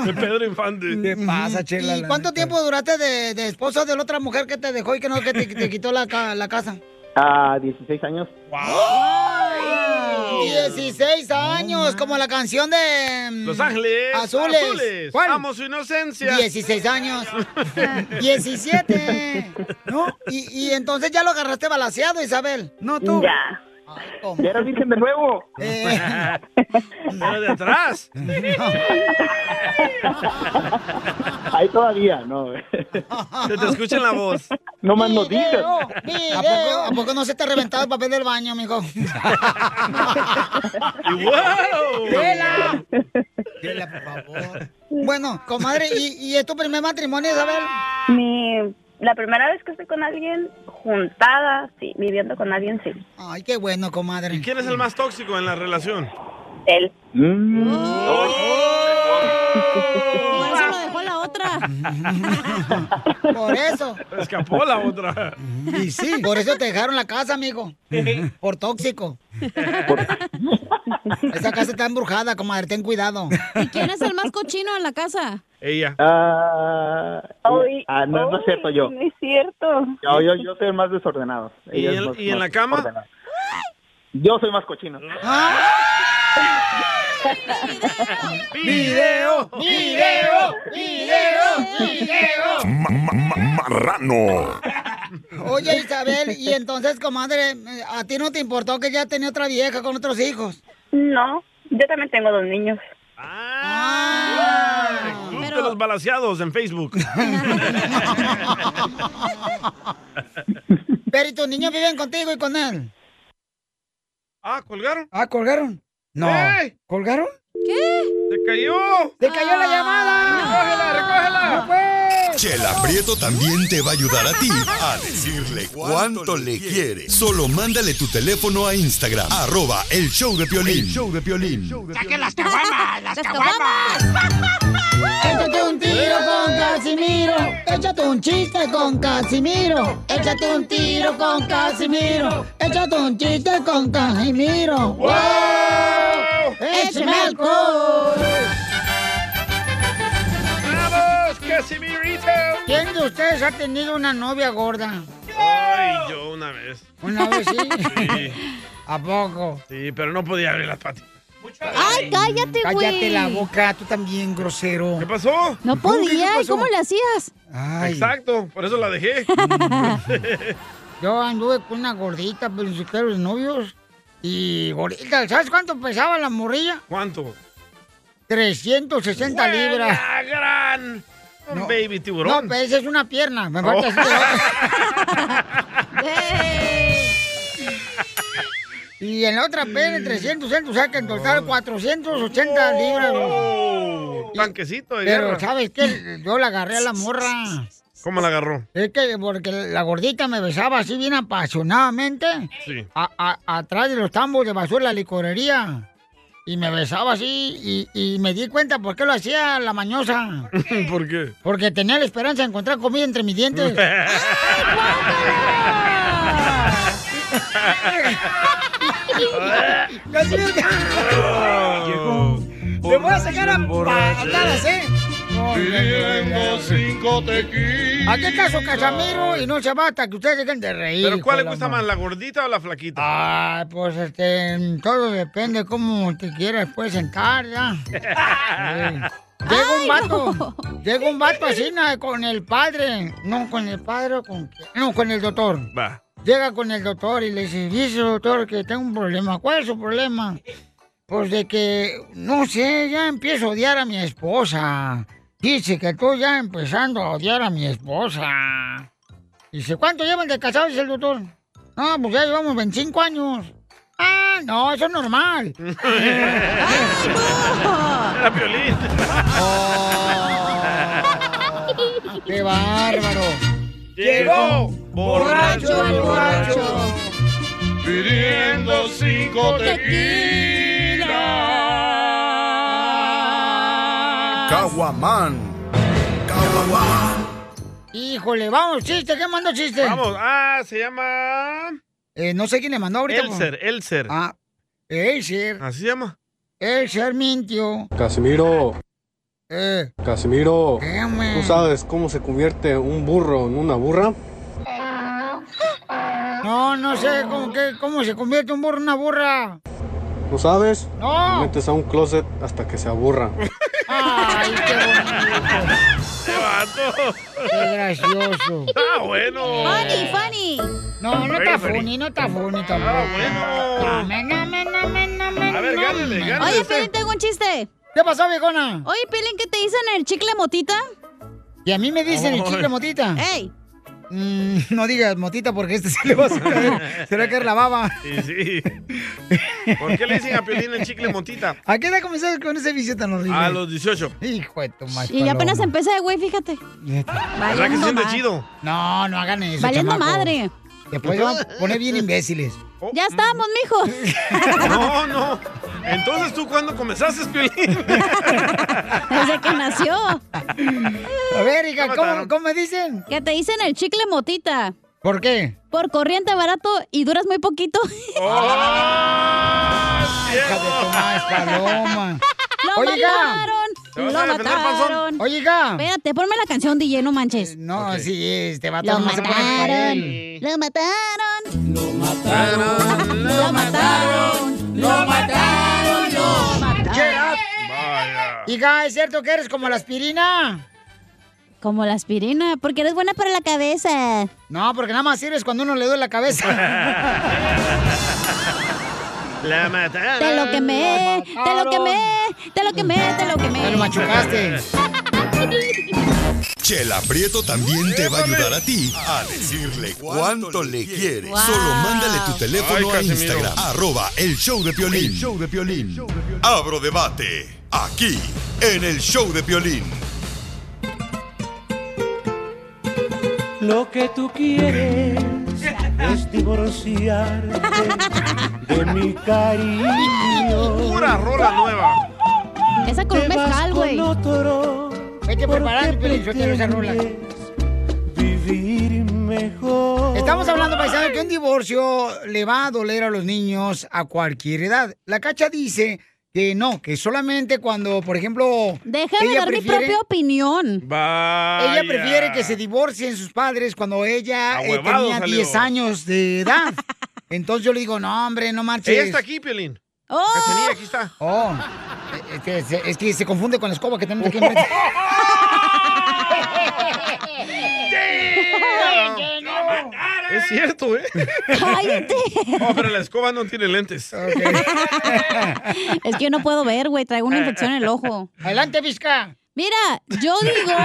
Speaker 2: De Pedro Infante.
Speaker 30: ¿Qué pasa,
Speaker 1: ¿Y cuánto tiempo duraste de, de esposo de la otra mujer que te dejó y que no que te, te quitó la, ca- la casa?
Speaker 29: A 16 años.
Speaker 1: 16 años, como la canción de mm,
Speaker 2: Los Ángeles.
Speaker 1: Azules.
Speaker 2: Azules.
Speaker 1: ¿Cuál?
Speaker 2: Amo su inocencia.
Speaker 1: 16 años. 17. ¿No? Y, y entonces ya lo agarraste balaseado, Isabel. No,
Speaker 29: tú. Ya. Ya eras virgen de nuevo.
Speaker 2: Pero de atrás.
Speaker 29: Ahí todavía, no.
Speaker 2: Se te escucha en la voz.
Speaker 29: No más nos digas.
Speaker 1: ¿A poco, a poco no se te ha reventado el papel del baño, mijo?
Speaker 2: ¡Wow!
Speaker 1: ¡Vela! Bueno, comadre, ¿y, y es tu primer matrimonio, Isabel?
Speaker 24: Mi, la primera vez que estoy con alguien juntada, sí, viviendo con alguien, sí.
Speaker 1: Ay, qué bueno, comadre.
Speaker 2: ¿Y quién es el más tóxico en la relación?
Speaker 24: Él.
Speaker 29: Mm.
Speaker 1: ¡Oh!
Speaker 3: Por eso lo dejó la otra.
Speaker 1: Por eso.
Speaker 2: Escapó la otra.
Speaker 1: Y sí. Por eso te dejaron la casa, amigo. Por tóxico. Esa casa está embrujada, comadre, ten cuidado.
Speaker 3: ¿Y quién es el más cochino en la casa?
Speaker 2: Ella.
Speaker 29: Ah, ah, no, no es cierto yo.
Speaker 24: No es cierto.
Speaker 29: Yo, yo, yo soy el más desordenado.
Speaker 2: ¿Y,
Speaker 29: Ella es
Speaker 2: en-
Speaker 29: más-
Speaker 2: y
Speaker 29: más
Speaker 2: en la cama? Ah.
Speaker 29: ordenada. Yo soy más cochino.
Speaker 2: ¡Video!
Speaker 4: ¡Video!
Speaker 1: ¡Video!
Speaker 25: Ma- ma- ma- Marrano.
Speaker 1: Oye, Isabel, y entonces, comadre, ¿a ti no te importó que ya tenía otra vieja con otros hijos?
Speaker 24: No, yo también tengo dos niños.
Speaker 2: Club de los balaseados en Facebook.
Speaker 1: Pero ¿y tus niños viven contigo y con él?
Speaker 2: Ah, colgaron.
Speaker 30: Ah, colgaron. No.
Speaker 2: ¡Ey!
Speaker 30: ¿Colgaron?
Speaker 2: ¡Se cayó! Ah,
Speaker 1: ¡Se cayó la llamada! pues.
Speaker 2: ¡Recógela, recógela!
Speaker 5: Chela Prieto también te va a ayudar a ti a decirle cuánto le quiere. Solo mándale tu teléfono a Instagram, arroba el show de Piolín. show de Piolín.
Speaker 4: ¡Saquen las caguamas! ¡Las caguamas!
Speaker 1: Échate un tiro con Casimiro. Échate un chiste con Casimiro. Échate un tiro con Casimiro. Échate un chiste con Casimiro. ¡Wow!
Speaker 25: ¡Eh!
Speaker 1: ¡Échame alcohol!
Speaker 2: ¡Vamos, Casimirito!
Speaker 1: ¿Quién de ustedes ha tenido una novia gorda?
Speaker 2: Ay, yo una vez.
Speaker 1: Una vez sí.
Speaker 2: Sí,
Speaker 1: ¿A poco?
Speaker 2: sí, pero no podía abrir las patitas.
Speaker 3: Ay, cállate, güey.
Speaker 1: Cállate la boca, tú también, grosero. ¿Qué
Speaker 2: pasó?
Speaker 3: No podía, ¿y cómo le hacías?
Speaker 2: Exacto, por eso la dejé.
Speaker 1: Mm. Yo anduve con una gordita, pero si quiero los novios. Y gordita, ¿sabes cuánto pesaba la morrilla?
Speaker 2: ¿Cuánto?
Speaker 1: 360 libras.
Speaker 2: ¡Huela, Ah, gran! Un baby
Speaker 1: No,
Speaker 2: tiburón.
Speaker 1: pero esa es una pierna. Me
Speaker 2: Oh.
Speaker 1: falta así de-
Speaker 25: ¡Eh!
Speaker 1: Y en la otra pierna, 300 centos, o sea que en total
Speaker 2: Oh.
Speaker 1: 480 libras.
Speaker 2: Panquecito de
Speaker 1: Pero,
Speaker 2: guerra.
Speaker 1: ¿sabes qué? Yo la agarré a la morra.
Speaker 2: ¿Cómo la agarró?
Speaker 1: Es que porque la gordita me besaba así bien apasionadamente.
Speaker 2: Sí.
Speaker 1: a- a- atrás de los tambos de basura de la licorería. Y me besaba así y, y me di cuenta por qué lo hacía la mañosa.
Speaker 2: ¿Por qué?
Speaker 1: Porque tenía la esperanza de encontrar comida entre mis dientes. Dios mío, ya. Te voy a sacar a patadas, ¿eh?
Speaker 25: Tengo cinco tequilas.
Speaker 1: ¿A qué caso Casamiro y no se va hasta que ustedes dejen de reír?
Speaker 2: ¿Pero cuál le
Speaker 1: hijo de
Speaker 2: gusta
Speaker 1: la
Speaker 2: más, la gordita o la flaquita?
Speaker 1: Ah, pues este, todo depende cómo te quieras pues sentar, ya. Llega un vato, llega un vato así na, con el padre, no con el padre, o con quién? no con el doctor.
Speaker 2: Va.
Speaker 1: Llega con el doctor y le dice, dice doctor que tengo un problema. ¿Cuál es su problema? Pues de que, no sé, ya empiezo a odiar a mi esposa. Dice que tú ya empezando a odiar a mi esposa. Dice, ¿cuánto llevan de casados? Dice el doctor. No, pues ya llevamos 25 años. Ah, no, eso es normal.
Speaker 2: Era Piolín.
Speaker 25: Oh.
Speaker 1: ¡Qué bárbaro!
Speaker 25: Llegó borracho el borracho
Speaker 2: pidiendo cinco
Speaker 25: tequilas.
Speaker 8: Caguaman.
Speaker 1: Híjole, vamos, chiste, ¿qué mandó chiste?
Speaker 2: Vamos, ah, se llama...
Speaker 1: Eh, no sé quién le mandó ahorita.
Speaker 2: Elser, Elser.
Speaker 1: Ah, Elser.
Speaker 2: Así se llama.
Speaker 1: Elser mintió.
Speaker 17: Casimiro.
Speaker 1: Eh.
Speaker 17: Casimiro.
Speaker 1: Dígame.
Speaker 17: ¿Tú sabes cómo se convierte un burro en una burra?
Speaker 1: No, no sé cómo, que- cómo se convierte un burro en una burra.
Speaker 17: ¿No sabes?
Speaker 1: No.
Speaker 17: Lo metes a un closet hasta que se aburra.
Speaker 1: Ay, qué bonito.
Speaker 2: ¡Qué vato!
Speaker 1: Qué gracioso.
Speaker 2: ¡Está bueno!
Speaker 3: Funny, funny.
Speaker 1: No, no está
Speaker 3: Very funny.
Speaker 1: funny, no está funny tampoco.
Speaker 2: Ah,
Speaker 3: A
Speaker 1: ver, gánale, gánale
Speaker 3: Oye,
Speaker 1: usted.
Speaker 3: Pelín, tengo un chiste.
Speaker 1: ¿Qué pasó, viejona?
Speaker 3: Oye, Pelín, ¿qué te dicen el chicle motita?
Speaker 1: Y a mí me dicen el chicle
Speaker 3: Ay.
Speaker 1: motita.
Speaker 3: ¡Ey!
Speaker 1: Mm, no digas motita porque este se le va a sacar. Se le va a caer la baba.
Speaker 2: Sí, sí. ¿Por qué le dicen a Piolín el chicle motita?
Speaker 1: ¿A qué edad comenzaste con ese vicio tan horrible?
Speaker 2: A los 18.
Speaker 1: Hijo de tu madre.
Speaker 3: Y ya apenas empecé de güey, fíjate.
Speaker 2: ¿Verdad que se siente
Speaker 3: ma-
Speaker 2: chido?
Speaker 1: No, no hagan eso.
Speaker 3: Valiendo
Speaker 1: chamacos.
Speaker 3: madre.
Speaker 1: Después se van a poner bien imbéciles. mm.
Speaker 3: Ya estamos, mijo.
Speaker 2: No, no. Entonces, ¿tú cuándo comenzaste, Piolín?
Speaker 3: Desde que nació.
Speaker 1: A ver, hija, ¿cómo, cómo me dicen?
Speaker 3: Que te dicen el chicle motita.
Speaker 1: ¿Por qué?
Speaker 3: Por corriente barato y duras muy poquito.
Speaker 1: ¡Oh! Hija de tu madre, paloma.
Speaker 3: ¡Lo
Speaker 1: Oye, hija.
Speaker 3: mataron!
Speaker 1: ¿Te
Speaker 3: ¡Lo
Speaker 1: vas a defender,
Speaker 3: mataron!
Speaker 1: panzón? Oye, hija. Eh,
Speaker 3: Espérate, ponme la canción, DJ, no manches.
Speaker 1: No, sí, este vato
Speaker 3: Lo
Speaker 1: nomás se pone
Speaker 3: mataron.
Speaker 1: papel.
Speaker 3: ¡Lo mataron!
Speaker 25: Lo mataron, lo mataron, lo mataron.
Speaker 1: Hija, ¿es cierto que eres como la aspirina?
Speaker 3: Como la aspirina, porque eres buena para la cabeza.
Speaker 1: No, porque nada más sirves cuando uno le duele la cabeza.
Speaker 2: La mataron.
Speaker 3: Te lo quemé, te lo quemé, te lo quemé, te lo quemé. Te lo
Speaker 1: machucaste.
Speaker 5: Chela Prieto también te va a ayudar a ti a decirle Ah. cuánto le quieres.
Speaker 25: Wow.
Speaker 5: Solo mándale tu teléfono
Speaker 25: Ay,
Speaker 5: a
Speaker 25: Casimiro.
Speaker 5: Instagram, arroba el show de Piolín.
Speaker 25: El
Speaker 5: show de Abro debate, aquí, en el show de Piolín.
Speaker 25: Lo que tú quieres es divorciarte de mi cariño.
Speaker 2: Pura rola nueva.
Speaker 3: Esa con un
Speaker 25: Te vas
Speaker 3: mezcal, güey.
Speaker 25: con otro.
Speaker 1: Hay que preparar, pero yo quiero esa rola.
Speaker 25: Vivir mejor.
Speaker 1: Estamos hablando, paisano, que un divorcio le va a doler a los niños a cualquier edad. La cacha dice que no, que solamente cuando, por ejemplo...
Speaker 3: Déjame
Speaker 1: ella
Speaker 3: dar mi
Speaker 1: prefiere-
Speaker 3: propia opinión.
Speaker 2: Vaya.
Speaker 1: Ella prefiere que se divorcien sus padres cuando ella eh,
Speaker 2: Ahuevado
Speaker 1: tenía
Speaker 2: salió.
Speaker 1: 10 años de edad. Entonces yo le digo, no, hombre, no marches.
Speaker 2: Ella está aquí, Piolín.
Speaker 3: ¡Oh!
Speaker 1: Cachanilla, aquí está. Oh, es que, se- es que se confunde con la escoba que tenemos aquí enfrente.
Speaker 2: Es cierto, ¿eh?
Speaker 3: ¡Cállate!
Speaker 2: No, pero la escoba no tiene lentes.
Speaker 3: Es que yo no puedo ver, güey. Traigo una infección en el ojo.
Speaker 1: Adelante, Vizca.
Speaker 3: Mira, yo digo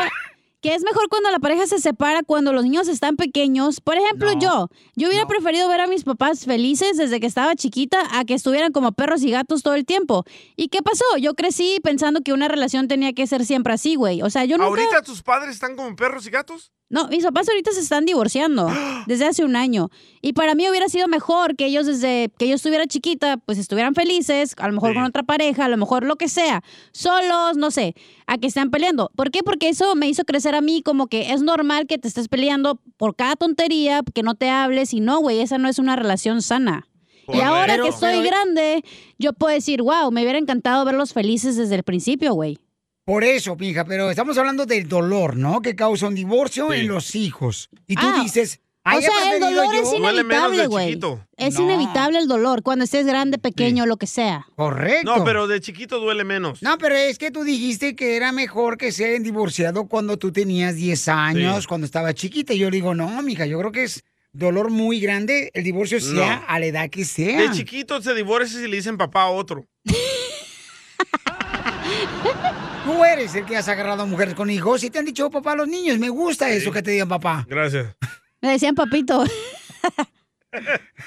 Speaker 3: que es mejor cuando la pareja se separa cuando los niños están pequeños. Por ejemplo, yo. Yo hubiera preferido ver a mis papás felices desde que estaba chiquita a que estuvieran como perros y gatos todo el tiempo. ¿Y qué pasó? Yo crecí pensando que una relación tenía que ser siempre así, güey. O sea, yo nunca...
Speaker 2: ¿Ahorita tus padres están como perros y gatos?
Speaker 3: No, mis papás ahorita se están divorciando desde hace un año. Y para mí hubiera sido mejor que ellos desde que yo estuviera chiquita, pues estuvieran felices, a lo mejor con otra pareja, a lo mejor lo que sea, solos, no sé, a que están peleando. ¿Por qué? Porque eso me hizo crecer a mí como que es normal que te estés peleando por cada tontería, que no te hables y no, güey, esa no es una relación sana. Y ahora que
Speaker 8: Correcto.
Speaker 3: soy grande, yo puedo decir, wow, me hubiera encantado verlos felices desde el principio, güey.
Speaker 1: Por eso, pija, pero estamos hablando del dolor, ¿no? Que causa un divorcio en los hijos. Y tú dices,
Speaker 3: Ah, O
Speaker 1: "Ay,
Speaker 3: sea,
Speaker 1: he
Speaker 3: el
Speaker 1: preferido
Speaker 3: dolor
Speaker 1: yo".
Speaker 3: es inevitable, güey. Eh, Es inevitable el dolor, cuando estés grande, pequeño, lo que sea.
Speaker 1: Correcto.
Speaker 2: No, pero de chiquito duele menos.
Speaker 1: No, pero es que tú dijiste que era mejor que se hayan divorciado cuando tú tenías 10 años, cuando estaba chiquita. Y yo le digo, no, mija, yo creo que es dolor muy grande el divorcio sea
Speaker 2: No.
Speaker 1: a la edad que sea.
Speaker 2: De chiquito se divorcia y le dicen papá a otro.
Speaker 1: Tú eres el que has agarrado a mujeres con hijos y te han dicho, "Oh, papá, los niños, me gusta eso que te digan papá.
Speaker 2: Gracias.
Speaker 3: Me decían papito.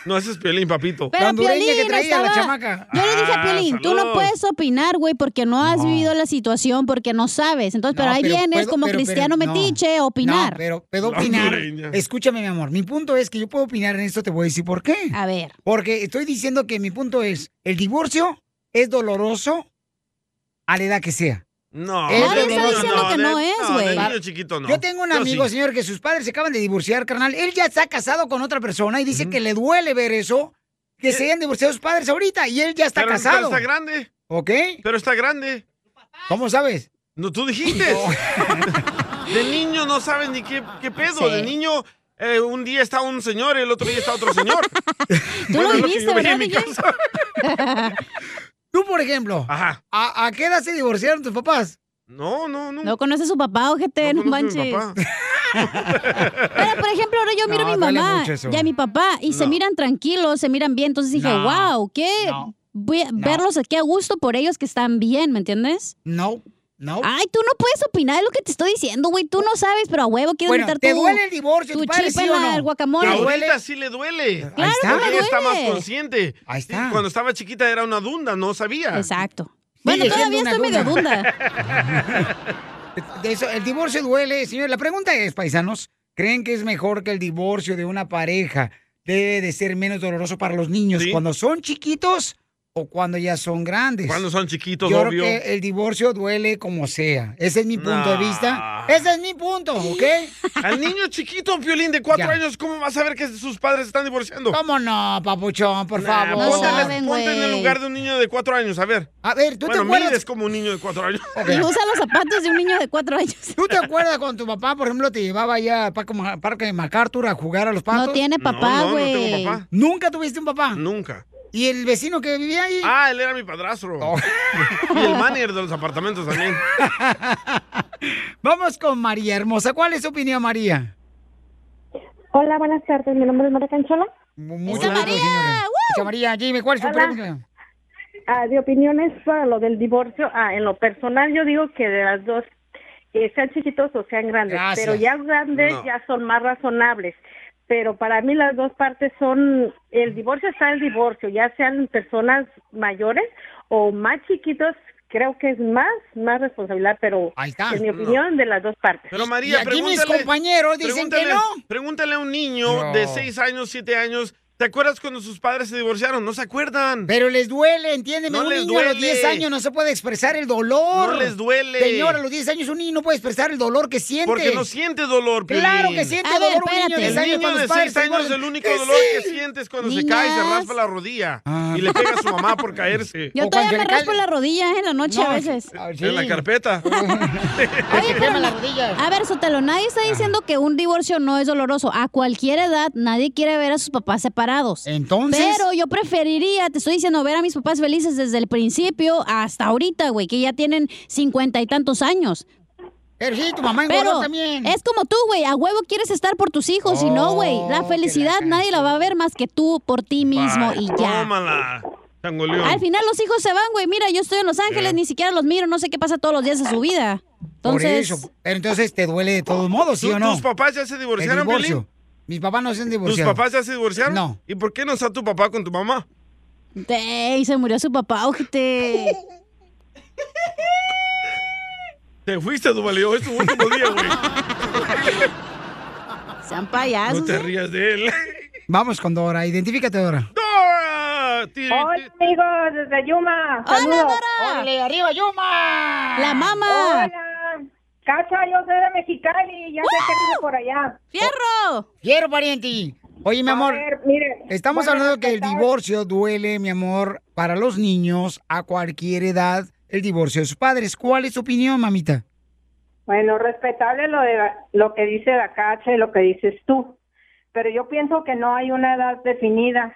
Speaker 2: No, ese es Piolín, papito.
Speaker 3: Pero Piolín estaba- Yo le dije a
Speaker 2: Ah,
Speaker 3: Piolín, tú no
Speaker 2: saludos.
Speaker 3: puedes opinar, güey, porque no has vivido la situación, porque no sabes. Entonces, pero
Speaker 1: No,
Speaker 3: ahí vienes
Speaker 1: puedo-
Speaker 3: como
Speaker 1: pero- pero-
Speaker 3: cristiano
Speaker 1: no.
Speaker 3: metiche a opinar.
Speaker 1: No, pero puedo opinar. Escúchame, mi amor. Mi punto es que yo puedo opinar en esto, te voy a decir por qué.
Speaker 3: A ver.
Speaker 1: Porque estoy diciendo que mi punto es, el divorcio es doloroso a la edad que sea.
Speaker 2: No,
Speaker 1: Él
Speaker 2: no,
Speaker 1: te está
Speaker 2: no,
Speaker 1: diciendo que no
Speaker 2: de-
Speaker 1: es,
Speaker 2: de
Speaker 1: güey.
Speaker 2: niño chiquito no.
Speaker 1: Yo tengo un amigo,
Speaker 2: sí.
Speaker 1: señor, que sus padres se acaban de divorciar, carnal. Él ya está casado con otra persona y dice que le duele ver eso, que se hayan divorciado sus padres ahorita y él ya está
Speaker 2: Eh. Pero- pero
Speaker 1: casado.
Speaker 2: está grande.
Speaker 1: ¿Ok?
Speaker 2: Pero está grande.
Speaker 1: ¿Cómo sabes?
Speaker 2: No, tú dijiste. De niño no sabes ni qué, qué pedo.
Speaker 1: Sí.
Speaker 2: De niño, eh, un día está un señor y el otro día está otro señor.
Speaker 1: Tú lo
Speaker 2: es que
Speaker 1: viviste,
Speaker 2: yo veía en
Speaker 1: ¿verdad,
Speaker 2: mi
Speaker 1: DJ?
Speaker 2: casa.
Speaker 1: Tú, por ejemplo, ¿a, a qué edad se divorciaron tus papás?
Speaker 2: No, no, no.
Speaker 3: No conoces a su papá, ojete, no,
Speaker 1: conozco a mi
Speaker 3: manches. Pero, por ejemplo, ahora yo miro a mi
Speaker 1: No, duele
Speaker 3: mamá
Speaker 1: mucho eso.
Speaker 3: y a mi papá y se
Speaker 1: No.
Speaker 3: miran tranquilos, se miran bien. Entonces dije,
Speaker 1: No.
Speaker 3: wow, qué voy a verlos, qué a gusto por ellos que están bien, ¿me entiendes?
Speaker 1: No, no.
Speaker 3: Ay, tú no puedes opinar de lo que te estoy diciendo, güey. Tú no sabes, pero a huevo quieres
Speaker 1: Bueno,
Speaker 3: meter
Speaker 1: ¿te
Speaker 3: tu-
Speaker 1: duele el divorcio,
Speaker 3: tu
Speaker 1: tu padre,
Speaker 3: chip
Speaker 1: sí
Speaker 3: en
Speaker 1: o
Speaker 3: la-
Speaker 1: no?
Speaker 3: el guacamole.
Speaker 2: Ahorita sí le duele.
Speaker 3: Ahí está.
Speaker 2: Porque
Speaker 3: que
Speaker 2: ella está más
Speaker 3: duele.
Speaker 2: consciente. Ahí está. Cuando estaba chiquita era una dunda, no sabía.
Speaker 3: Exacto.
Speaker 1: Sigue
Speaker 3: Bueno, todavía
Speaker 1: siendo
Speaker 3: estoy
Speaker 1: una
Speaker 3: medio dunda.
Speaker 1: De eso, el divorcio duele, señor. La pregunta es, paisanos, ¿creen que es mejor que el divorcio de una pareja debe de ser menos doloroso para los niños cuando son chiquitos o cuando ya son grandes?
Speaker 2: Cuando son chiquitos,
Speaker 1: Yo
Speaker 2: obvio.
Speaker 1: creo que el divorcio duele como sea. Ese es mi punto de vista. Ese es mi punto, ¿ok?
Speaker 2: Al niño chiquito, Piolín, de cuatro años, ¿cómo va a saber que sus padres se están divorciando?
Speaker 1: ¿Cómo no, papuchón? Por
Speaker 2: Nah,
Speaker 1: favor.
Speaker 2: ponte en la-
Speaker 1: Saben,
Speaker 2: ponte en el
Speaker 1: güey.
Speaker 2: lugar de un niño de cuatro años, a ver.
Speaker 1: A ver, ¿tú te
Speaker 2: bueno,
Speaker 1: acuerdas?
Speaker 2: mides como un niño de cuatro años.
Speaker 3: Y usa los zapatos de un niño de cuatro años.
Speaker 1: ¿Tú te acuerdas cuando tu papá, por ejemplo, te llevaba allá al Parque Ma- Parque de MacArthur a jugar a los patos?
Speaker 3: tiene No, papá, no, no güey. tengo papá.
Speaker 1: ¿Nunca tuviste un papá?
Speaker 2: Nunca.
Speaker 1: ¿Y el vecino que vivía ahí?
Speaker 2: Ah, él era mi padrastro.
Speaker 1: Oh.
Speaker 2: Y el manager de los apartamentos también.
Speaker 1: Vamos con María Hermosa. ¿Cuál es tu opinión, María?
Speaker 26: Hola, buenas tardes. Mi nombre es María Canchola.
Speaker 1: Mucho gusto,
Speaker 4: Ah,
Speaker 1: señora. Esa María, dime, ¿cuál es tu
Speaker 26: Hola.
Speaker 1: pregunta?
Speaker 26: Ah, de opiniones para lo del divorcio. Ah, en lo personal yo digo que de las dos, que sean chiquitos o sean grandes,
Speaker 15: Gracias.
Speaker 26: pero ya grandes
Speaker 15: No.
Speaker 26: ya son más razonables. Pero para mí las dos partes son, el divorcio está el divorcio, ya sean personas mayores o más chiquitos, creo que es más, más responsabilidad, pero en mi opinión de las dos partes.
Speaker 2: Pero María, pregúntale- pregúntale- Pregúntale a un niño
Speaker 26: No.
Speaker 2: de seis años, siete años. ¿Te acuerdas cuando sus padres se divorciaron? No se acuerdan.
Speaker 1: Pero les duele, entiéndeme.
Speaker 2: No
Speaker 1: un
Speaker 2: les
Speaker 1: niño a los
Speaker 2: duele.
Speaker 1: 10 años no se puede expresar el dolor.
Speaker 2: No les duele.
Speaker 1: Señora, a los 10 años un niño no puede expresar el dolor que siente.
Speaker 2: Porque no siente dolor, Piolín.
Speaker 1: Claro que siente
Speaker 3: A ver,
Speaker 1: dolor un niño
Speaker 3: espérate.
Speaker 1: de 10
Speaker 2: El
Speaker 1: años
Speaker 2: niño
Speaker 1: cuando
Speaker 2: de
Speaker 1: sus padres
Speaker 2: seis
Speaker 1: se
Speaker 2: años,
Speaker 1: divorcian.
Speaker 2: el único
Speaker 1: ¡Que
Speaker 2: dolor que
Speaker 1: sí!
Speaker 2: siente es cuando se cae y se
Speaker 1: Niñas.
Speaker 2: raspa la rodilla.
Speaker 1: Ah.
Speaker 2: Y le pega a su mamá por caerse.
Speaker 3: Yo todavía me raspo las rodillas en la noche
Speaker 2: No,
Speaker 3: a veces.
Speaker 2: En la carpeta.
Speaker 3: Oye, pero no- A ver, Sotelo, nadie está diciendo que un divorcio no es doloroso. A cualquier edad, nadie quiere ver a sus papás separados.
Speaker 1: Entonces.
Speaker 3: Pero yo preferiría, te estoy diciendo, ver a mis papás felices desde el principio hasta ahorita, güey, que ya tienen cincuenta y tantos años.
Speaker 1: Pero sí, tu mamá engordó
Speaker 3: Pero
Speaker 1: también. Oh,
Speaker 3: es como tú, güey, a huevo quieres estar por tus hijos y no, güey. La felicidad nadie la va a ver más que tú por ti mismo
Speaker 2: Ay,
Speaker 3: y ya.
Speaker 2: Tómala, changoleón.
Speaker 3: Al final los hijos se van, güey. Mira, yo estoy en Los Ángeles,
Speaker 1: Eh.
Speaker 2: Ya.
Speaker 3: ni siquiera los miro, no sé qué pasa todos los días de su vida. Entonces,
Speaker 1: Por eso. Pero entonces te duele de todos modos, ¿sí
Speaker 2: ¿Tú-
Speaker 1: o no?
Speaker 2: ¿Tus papás ya se
Speaker 1: El
Speaker 2: divorciaron,
Speaker 1: divorcio.
Speaker 2: Piolín?
Speaker 1: Mis papás no se han
Speaker 2: ¿Tus
Speaker 1: divorciado.
Speaker 2: papás ya se divorciaron?
Speaker 1: No.
Speaker 2: ¿Y por qué no está tu papá con tu mamá?
Speaker 3: ey, se murió su papá, ojete.
Speaker 2: Te fuiste, Duval, y hoy es tu último día, güey.
Speaker 3: Sean payasos.
Speaker 1: ¿eh?
Speaker 2: No te rías de él.
Speaker 1: Vamos con Dora. Identifícate, Dora.
Speaker 2: ¡Dora! Ti-
Speaker 15: Hola, amigos, desde Yuma.
Speaker 3: ¡Hola,
Speaker 15: Saludos.
Speaker 3: Dora!
Speaker 1: arriba, Yuma!
Speaker 3: ¡La mama!
Speaker 15: Hola. Cacha, yo soy de Mexicali, ya sé que vive por allá.
Speaker 3: ¡Fierro!
Speaker 1: ¡Fierro, pariente! Oye, mi
Speaker 15: A
Speaker 1: amor.
Speaker 15: ver, mire.
Speaker 1: Estamos
Speaker 15: bueno,
Speaker 1: hablando que el
Speaker 15: empezar-
Speaker 1: divorcio duele, mi amor, para los niños a cualquier edad, el divorcio de sus padres. ¿Cuál es tu opinión, mamita?
Speaker 15: Bueno, respetable lo, de, lo que dice la Cacha y lo que dices tú, pero yo pienso que no hay una edad definida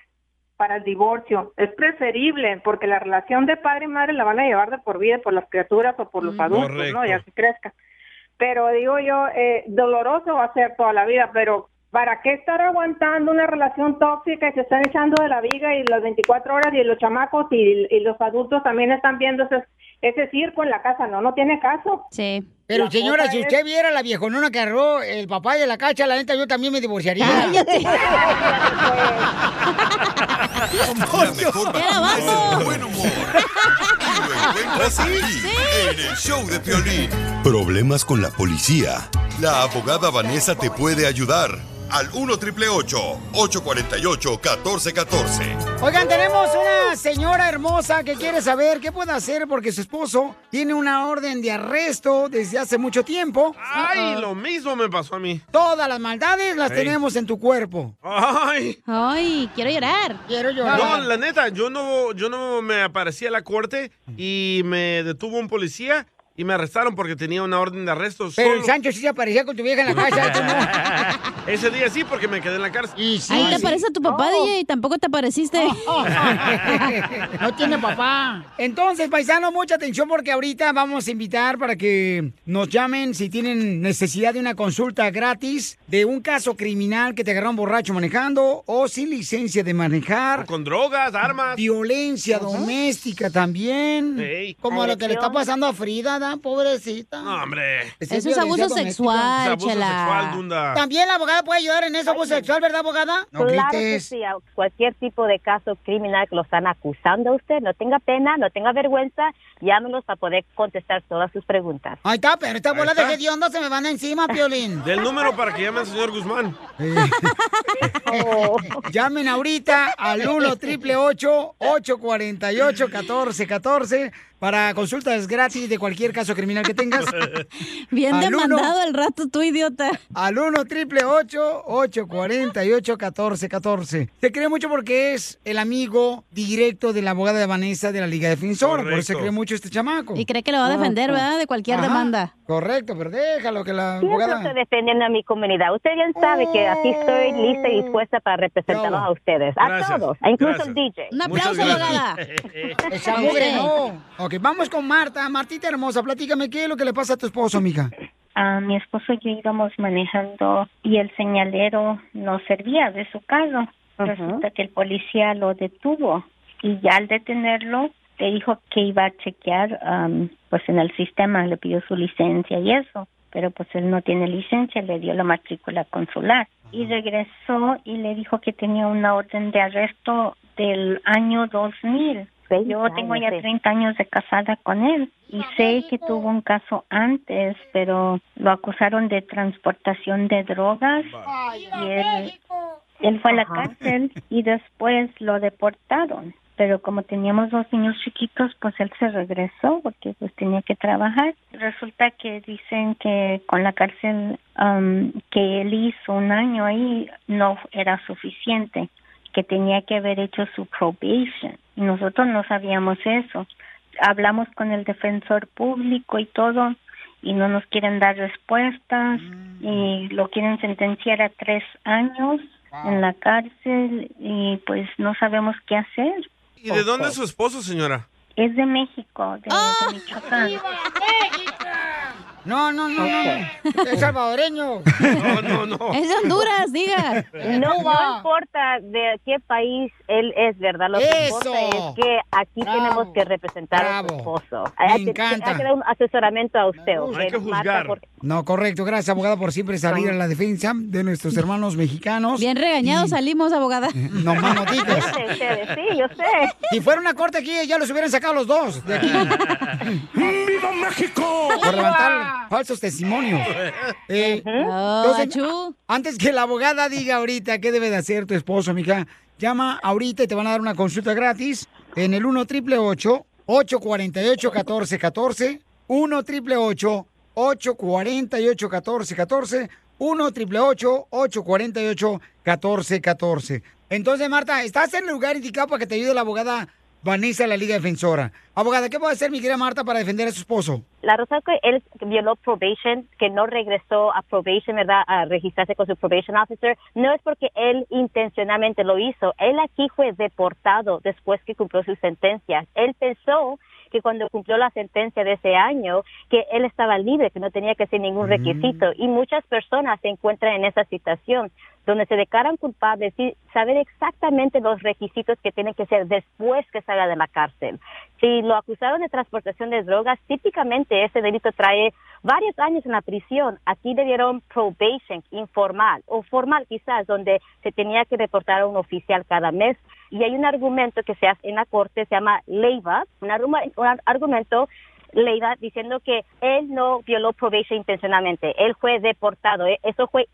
Speaker 15: para el divorcio. Es preferible porque la relación de padre y madre la van a llevar de por vida por las criaturas o por
Speaker 3: Mm.
Speaker 15: los adultos,
Speaker 25: Correcto.
Speaker 15: ¿no? Ya que crezca. Pero digo yo, eh, doloroso va a ser toda la vida, pero ¿para qué estar aguantando una relación tóxica y se están echando de la viga y las 24 horas y los chamacos y, y los adultos también están viendo ese, ese circo en la casa? No, no tiene caso.
Speaker 3: Sí.
Speaker 1: Pero
Speaker 15: La
Speaker 1: señora,
Speaker 15: cosa
Speaker 1: si
Speaker 15: es-
Speaker 1: usted viera la viejonona que agarró el papá de la cacha, la neta, yo también me divorciaría.
Speaker 5: La mejor vacuna es el buen humor. Y lo encuentras aquí, en el show de Piolín. Problemas con la policía. La abogada Vanessa te puede ayudar. Al 1 triple 848 1414.
Speaker 1: Oigan, tenemos una señora hermosa que quiere saber qué puede hacer porque su esposo tiene una orden de arresto desde hace mucho tiempo.
Speaker 2: Ay, lo mismo me pasó a mí.
Speaker 1: Todas las maldades las
Speaker 2: Ey.
Speaker 1: tenemos en tu cuerpo.
Speaker 2: Ay.
Speaker 3: Ay, quiero llorar.
Speaker 1: Quiero llorar.
Speaker 2: No, la neta, yo no, yo no me aparecí a la corte y me detuvo un policía y me arrestaron porque tenía una orden de arresto.
Speaker 1: Pero el
Speaker 2: solo.
Speaker 1: Sancho sí se aparecía con tu vieja en la casa. tú no.
Speaker 2: Ese día sí, porque me quedé en la cárcel.
Speaker 3: Ahí te parece a tu papá, DJ, tampoco te pareciste.
Speaker 1: No tiene papá. Entonces, paisano, mucha atención porque ahorita vamos a invitar para que nos llamen si tienen necesidad de una consulta gratis de un caso criminal que te agarraron borracho manejando o sin licencia de manejar.
Speaker 2: Con drogas, armas.
Speaker 1: Violencia doméstica también.
Speaker 2: Ey.
Speaker 1: Como lo que le está pasando a Frida, ¿da? pobrecita.
Speaker 2: No, hombre.
Speaker 1: Esa es Eso es violencia abuso doméstica. sexual,
Speaker 2: Es abuso
Speaker 1: chela.
Speaker 2: sexual, Dunda.
Speaker 1: También la abogada puede ayudar en eso, abuso sexual, ¿verdad, abogada?
Speaker 25: claro que sí, a cualquier tipo de caso criminal que lo están acusando a usted, no tenga pena, no tenga vergüenza, llámenos para poder contestar todas sus preguntas.
Speaker 1: Ahí está, pero esta
Speaker 2: Ahí
Speaker 1: bola
Speaker 2: está.
Speaker 1: de hediondo se me van encima, Piolín.
Speaker 2: Del número para que llame al señor Guzmán.
Speaker 1: Llamen ahorita al 1 triple 848 1414 para consultas gratis de cualquier caso criminal que tengas.
Speaker 3: Bien
Speaker 1: Al uno-
Speaker 3: demandado el rato, tú idiota.
Speaker 1: Al 1 triple 848 1414 Se cree mucho porque es el amigo directo de la abogada de Vanessa de la Liga Defensora. Por eso se
Speaker 3: Correcto.
Speaker 1: cree mucho este chamaco.
Speaker 3: Y cree que lo va a defender, ¿verdad? De cualquier demanda.
Speaker 1: Correcto, pero déjalo que la
Speaker 25: Siempre
Speaker 1: abogada.
Speaker 25: estoy defendiendo a mi comunidad. Usted bien sabe que aquí estoy lista y dispuesta para
Speaker 2: Oh.
Speaker 25: representarlos a ustedes, a
Speaker 1: Gracias,
Speaker 25: todos, a incluso
Speaker 1: gracias.
Speaker 25: el DJ.
Speaker 1: Un aplauso, Muchas gracias. Esa mugre no. Ok, vamos con Marta. Martita hermosa, platícame qué es lo que le pasa a tu esposo, mija.
Speaker 31: a mi esposo y yo íbamos manejando y el señalero no servía de su carro. Resulta que el policía lo detuvo y ya al detenerlo le dijo que iba a chequear am, pues en el sistema, le pidió su licencia y eso, pero pues él no tiene licencia, le dio la matrícula consular y regresó y le dijo que tenía una orden de arresto del año 2000. Yo tengo ya
Speaker 25: años, sí.
Speaker 31: 30 años de casada con él y sé que tuvo un caso antes, pero lo acusaron de transportación de drogas y él, él fue a la cárcel y después lo deportaron. Pero como teníamos dos niños chiquitos, pues él se regresó porque pues tenía que trabajar. Resulta que dicen que con la cárcel um, que él hizo un año ahí no era suficiente, que tenía que haber hecho su probation. Y nosotros no sabíamos eso. Hablamos con el defensor público y todo, y no
Speaker 4: Mm.
Speaker 31: nos quieren dar respuestas, y lo quieren sentenciar a tres años en la cárcel y pues no sabemos qué hacer.
Speaker 2: ¿Y de dónde es su esposo, señora?
Speaker 31: Es de México, de,
Speaker 4: Ah.
Speaker 31: de Michoacán.
Speaker 4: No, no, no, no. Es salvadoreño.
Speaker 2: No, no, no.
Speaker 3: Es de Honduras, diga.
Speaker 25: No, no importa de qué país él es, ¿verdad? Lo que
Speaker 32: Eso.
Speaker 25: importa es que aquí
Speaker 32: Bravo.
Speaker 25: tenemos que representar a su
Speaker 1: Bravo.
Speaker 25: esposo.
Speaker 1: Me
Speaker 25: hay, que-
Speaker 1: encanta.
Speaker 25: hay que dar un asesoramiento a usted.
Speaker 1: gusta.
Speaker 25: ¿ok?
Speaker 1: Hay que
Speaker 25: Marta,
Speaker 1: juzgar.
Speaker 25: porque-
Speaker 1: No, correcto. Gracias, abogada, por siempre salir a la defensa de nuestros hermanos mexicanos.
Speaker 3: Bien regañados salimos, abogada.
Speaker 1: No más no digas.
Speaker 25: sí, yo sé.
Speaker 1: Si fuera una corte aquí, ya los hubieran sacado los dos de aquí.
Speaker 32: ¡Viva México!
Speaker 1: Por levantar falsos testimonios. Eh, entonces, antes que la abogada diga ahorita qué debe de hacer tu esposo, mija, llama ahorita y te van a dar una consulta gratis en el 1 triple 848 1414 1 triple 848 1414 1 triple 848 1414 Entonces, Marta, estás en el lugar indicado para que te ayude la abogada Vanessa de la Liga Defensora. Abogada, ¿qué puede hacer mi querida Marta para defender a su esposo?
Speaker 25: La razón que él violó probation, que no regresó a probation, ¿verdad? A registrarse con su probation officer, no es porque él intencionalmente lo hizo. Él aquí fue deportado después que cumplió su sentencia. Él pensó que cuando cumplió la sentencia de ese año, que él estaba libre, que no tenía que hacer ningún requisito. Y muchas personas se encuentran en esa situación donde se declaran culpables y saber exactamente los requisitos que tienen que ser después que salga de la cárcel. Si lo acusaron de transportación de drogas, típicamente ese delito trae varios años en la prisión. Aquí le dieron probation informal o formal quizás, donde se tenía que reportar a un oficial cada mes. Y hay un argumento que se hace en la corte, se llama leiva, un argu- un argumento Leida diciendo que él no violó probation intencionalmente, él fue deportado, e- eso fue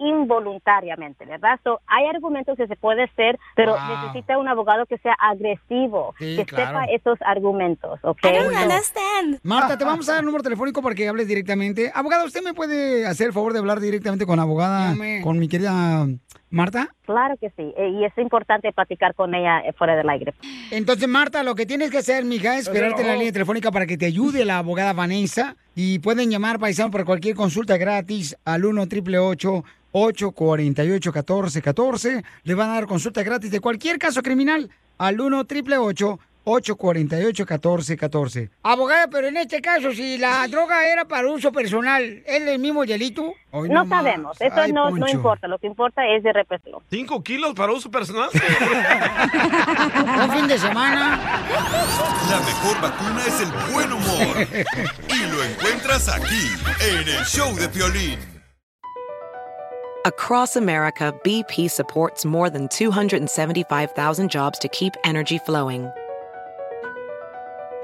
Speaker 25: involuntariamente, ¿verdad? So, hay argumentos que se puede hacer, pero
Speaker 32: Wow.
Speaker 25: necesita un abogado que sea agresivo,
Speaker 1: Sí,
Speaker 25: que
Speaker 1: claro.
Speaker 25: sepa esos argumentos, ¿ok?
Speaker 1: Ah,
Speaker 25: So-
Speaker 1: Marta, te vamos a dar el número telefónico para que hables directamente. Abogada, ¿usted me puede hacer el favor de hablar directamente con la abogada,
Speaker 25: Llame.
Speaker 1: con mi querida um, Marta?
Speaker 25: Claro que sí, eh, y es importante platicar con ella eh, fuera del aire.
Speaker 1: Entonces, Marta, lo que tienes que hacer, mija, es esperarte en la línea telefónica para que te ayude la abogada Vanessa. Y pueden llamar, paisano, por cualquier consulta gratis al 1 888 848 1414 Le van a dar consulta gratis de cualquier caso criminal al 1 888 848 1414
Speaker 4: Abogada, pero en este caso, si la droga era para uso personal, ¿es el mismo delito?
Speaker 2: Hoy
Speaker 25: no
Speaker 2: nomás.
Speaker 25: sabemos, eso
Speaker 2: Ay,
Speaker 25: no, no
Speaker 2: Poncho.
Speaker 25: importa, lo que importa es de repetirlo.
Speaker 2: ¿Cinco kilos para uso personal?
Speaker 1: Un fin de semana.
Speaker 5: La mejor vacuna es el buen humor. Y lo encuentras aquí, en el show de Piolín.
Speaker 26: Across America, BP supports more than 275,000 jobs to keep energy flowing.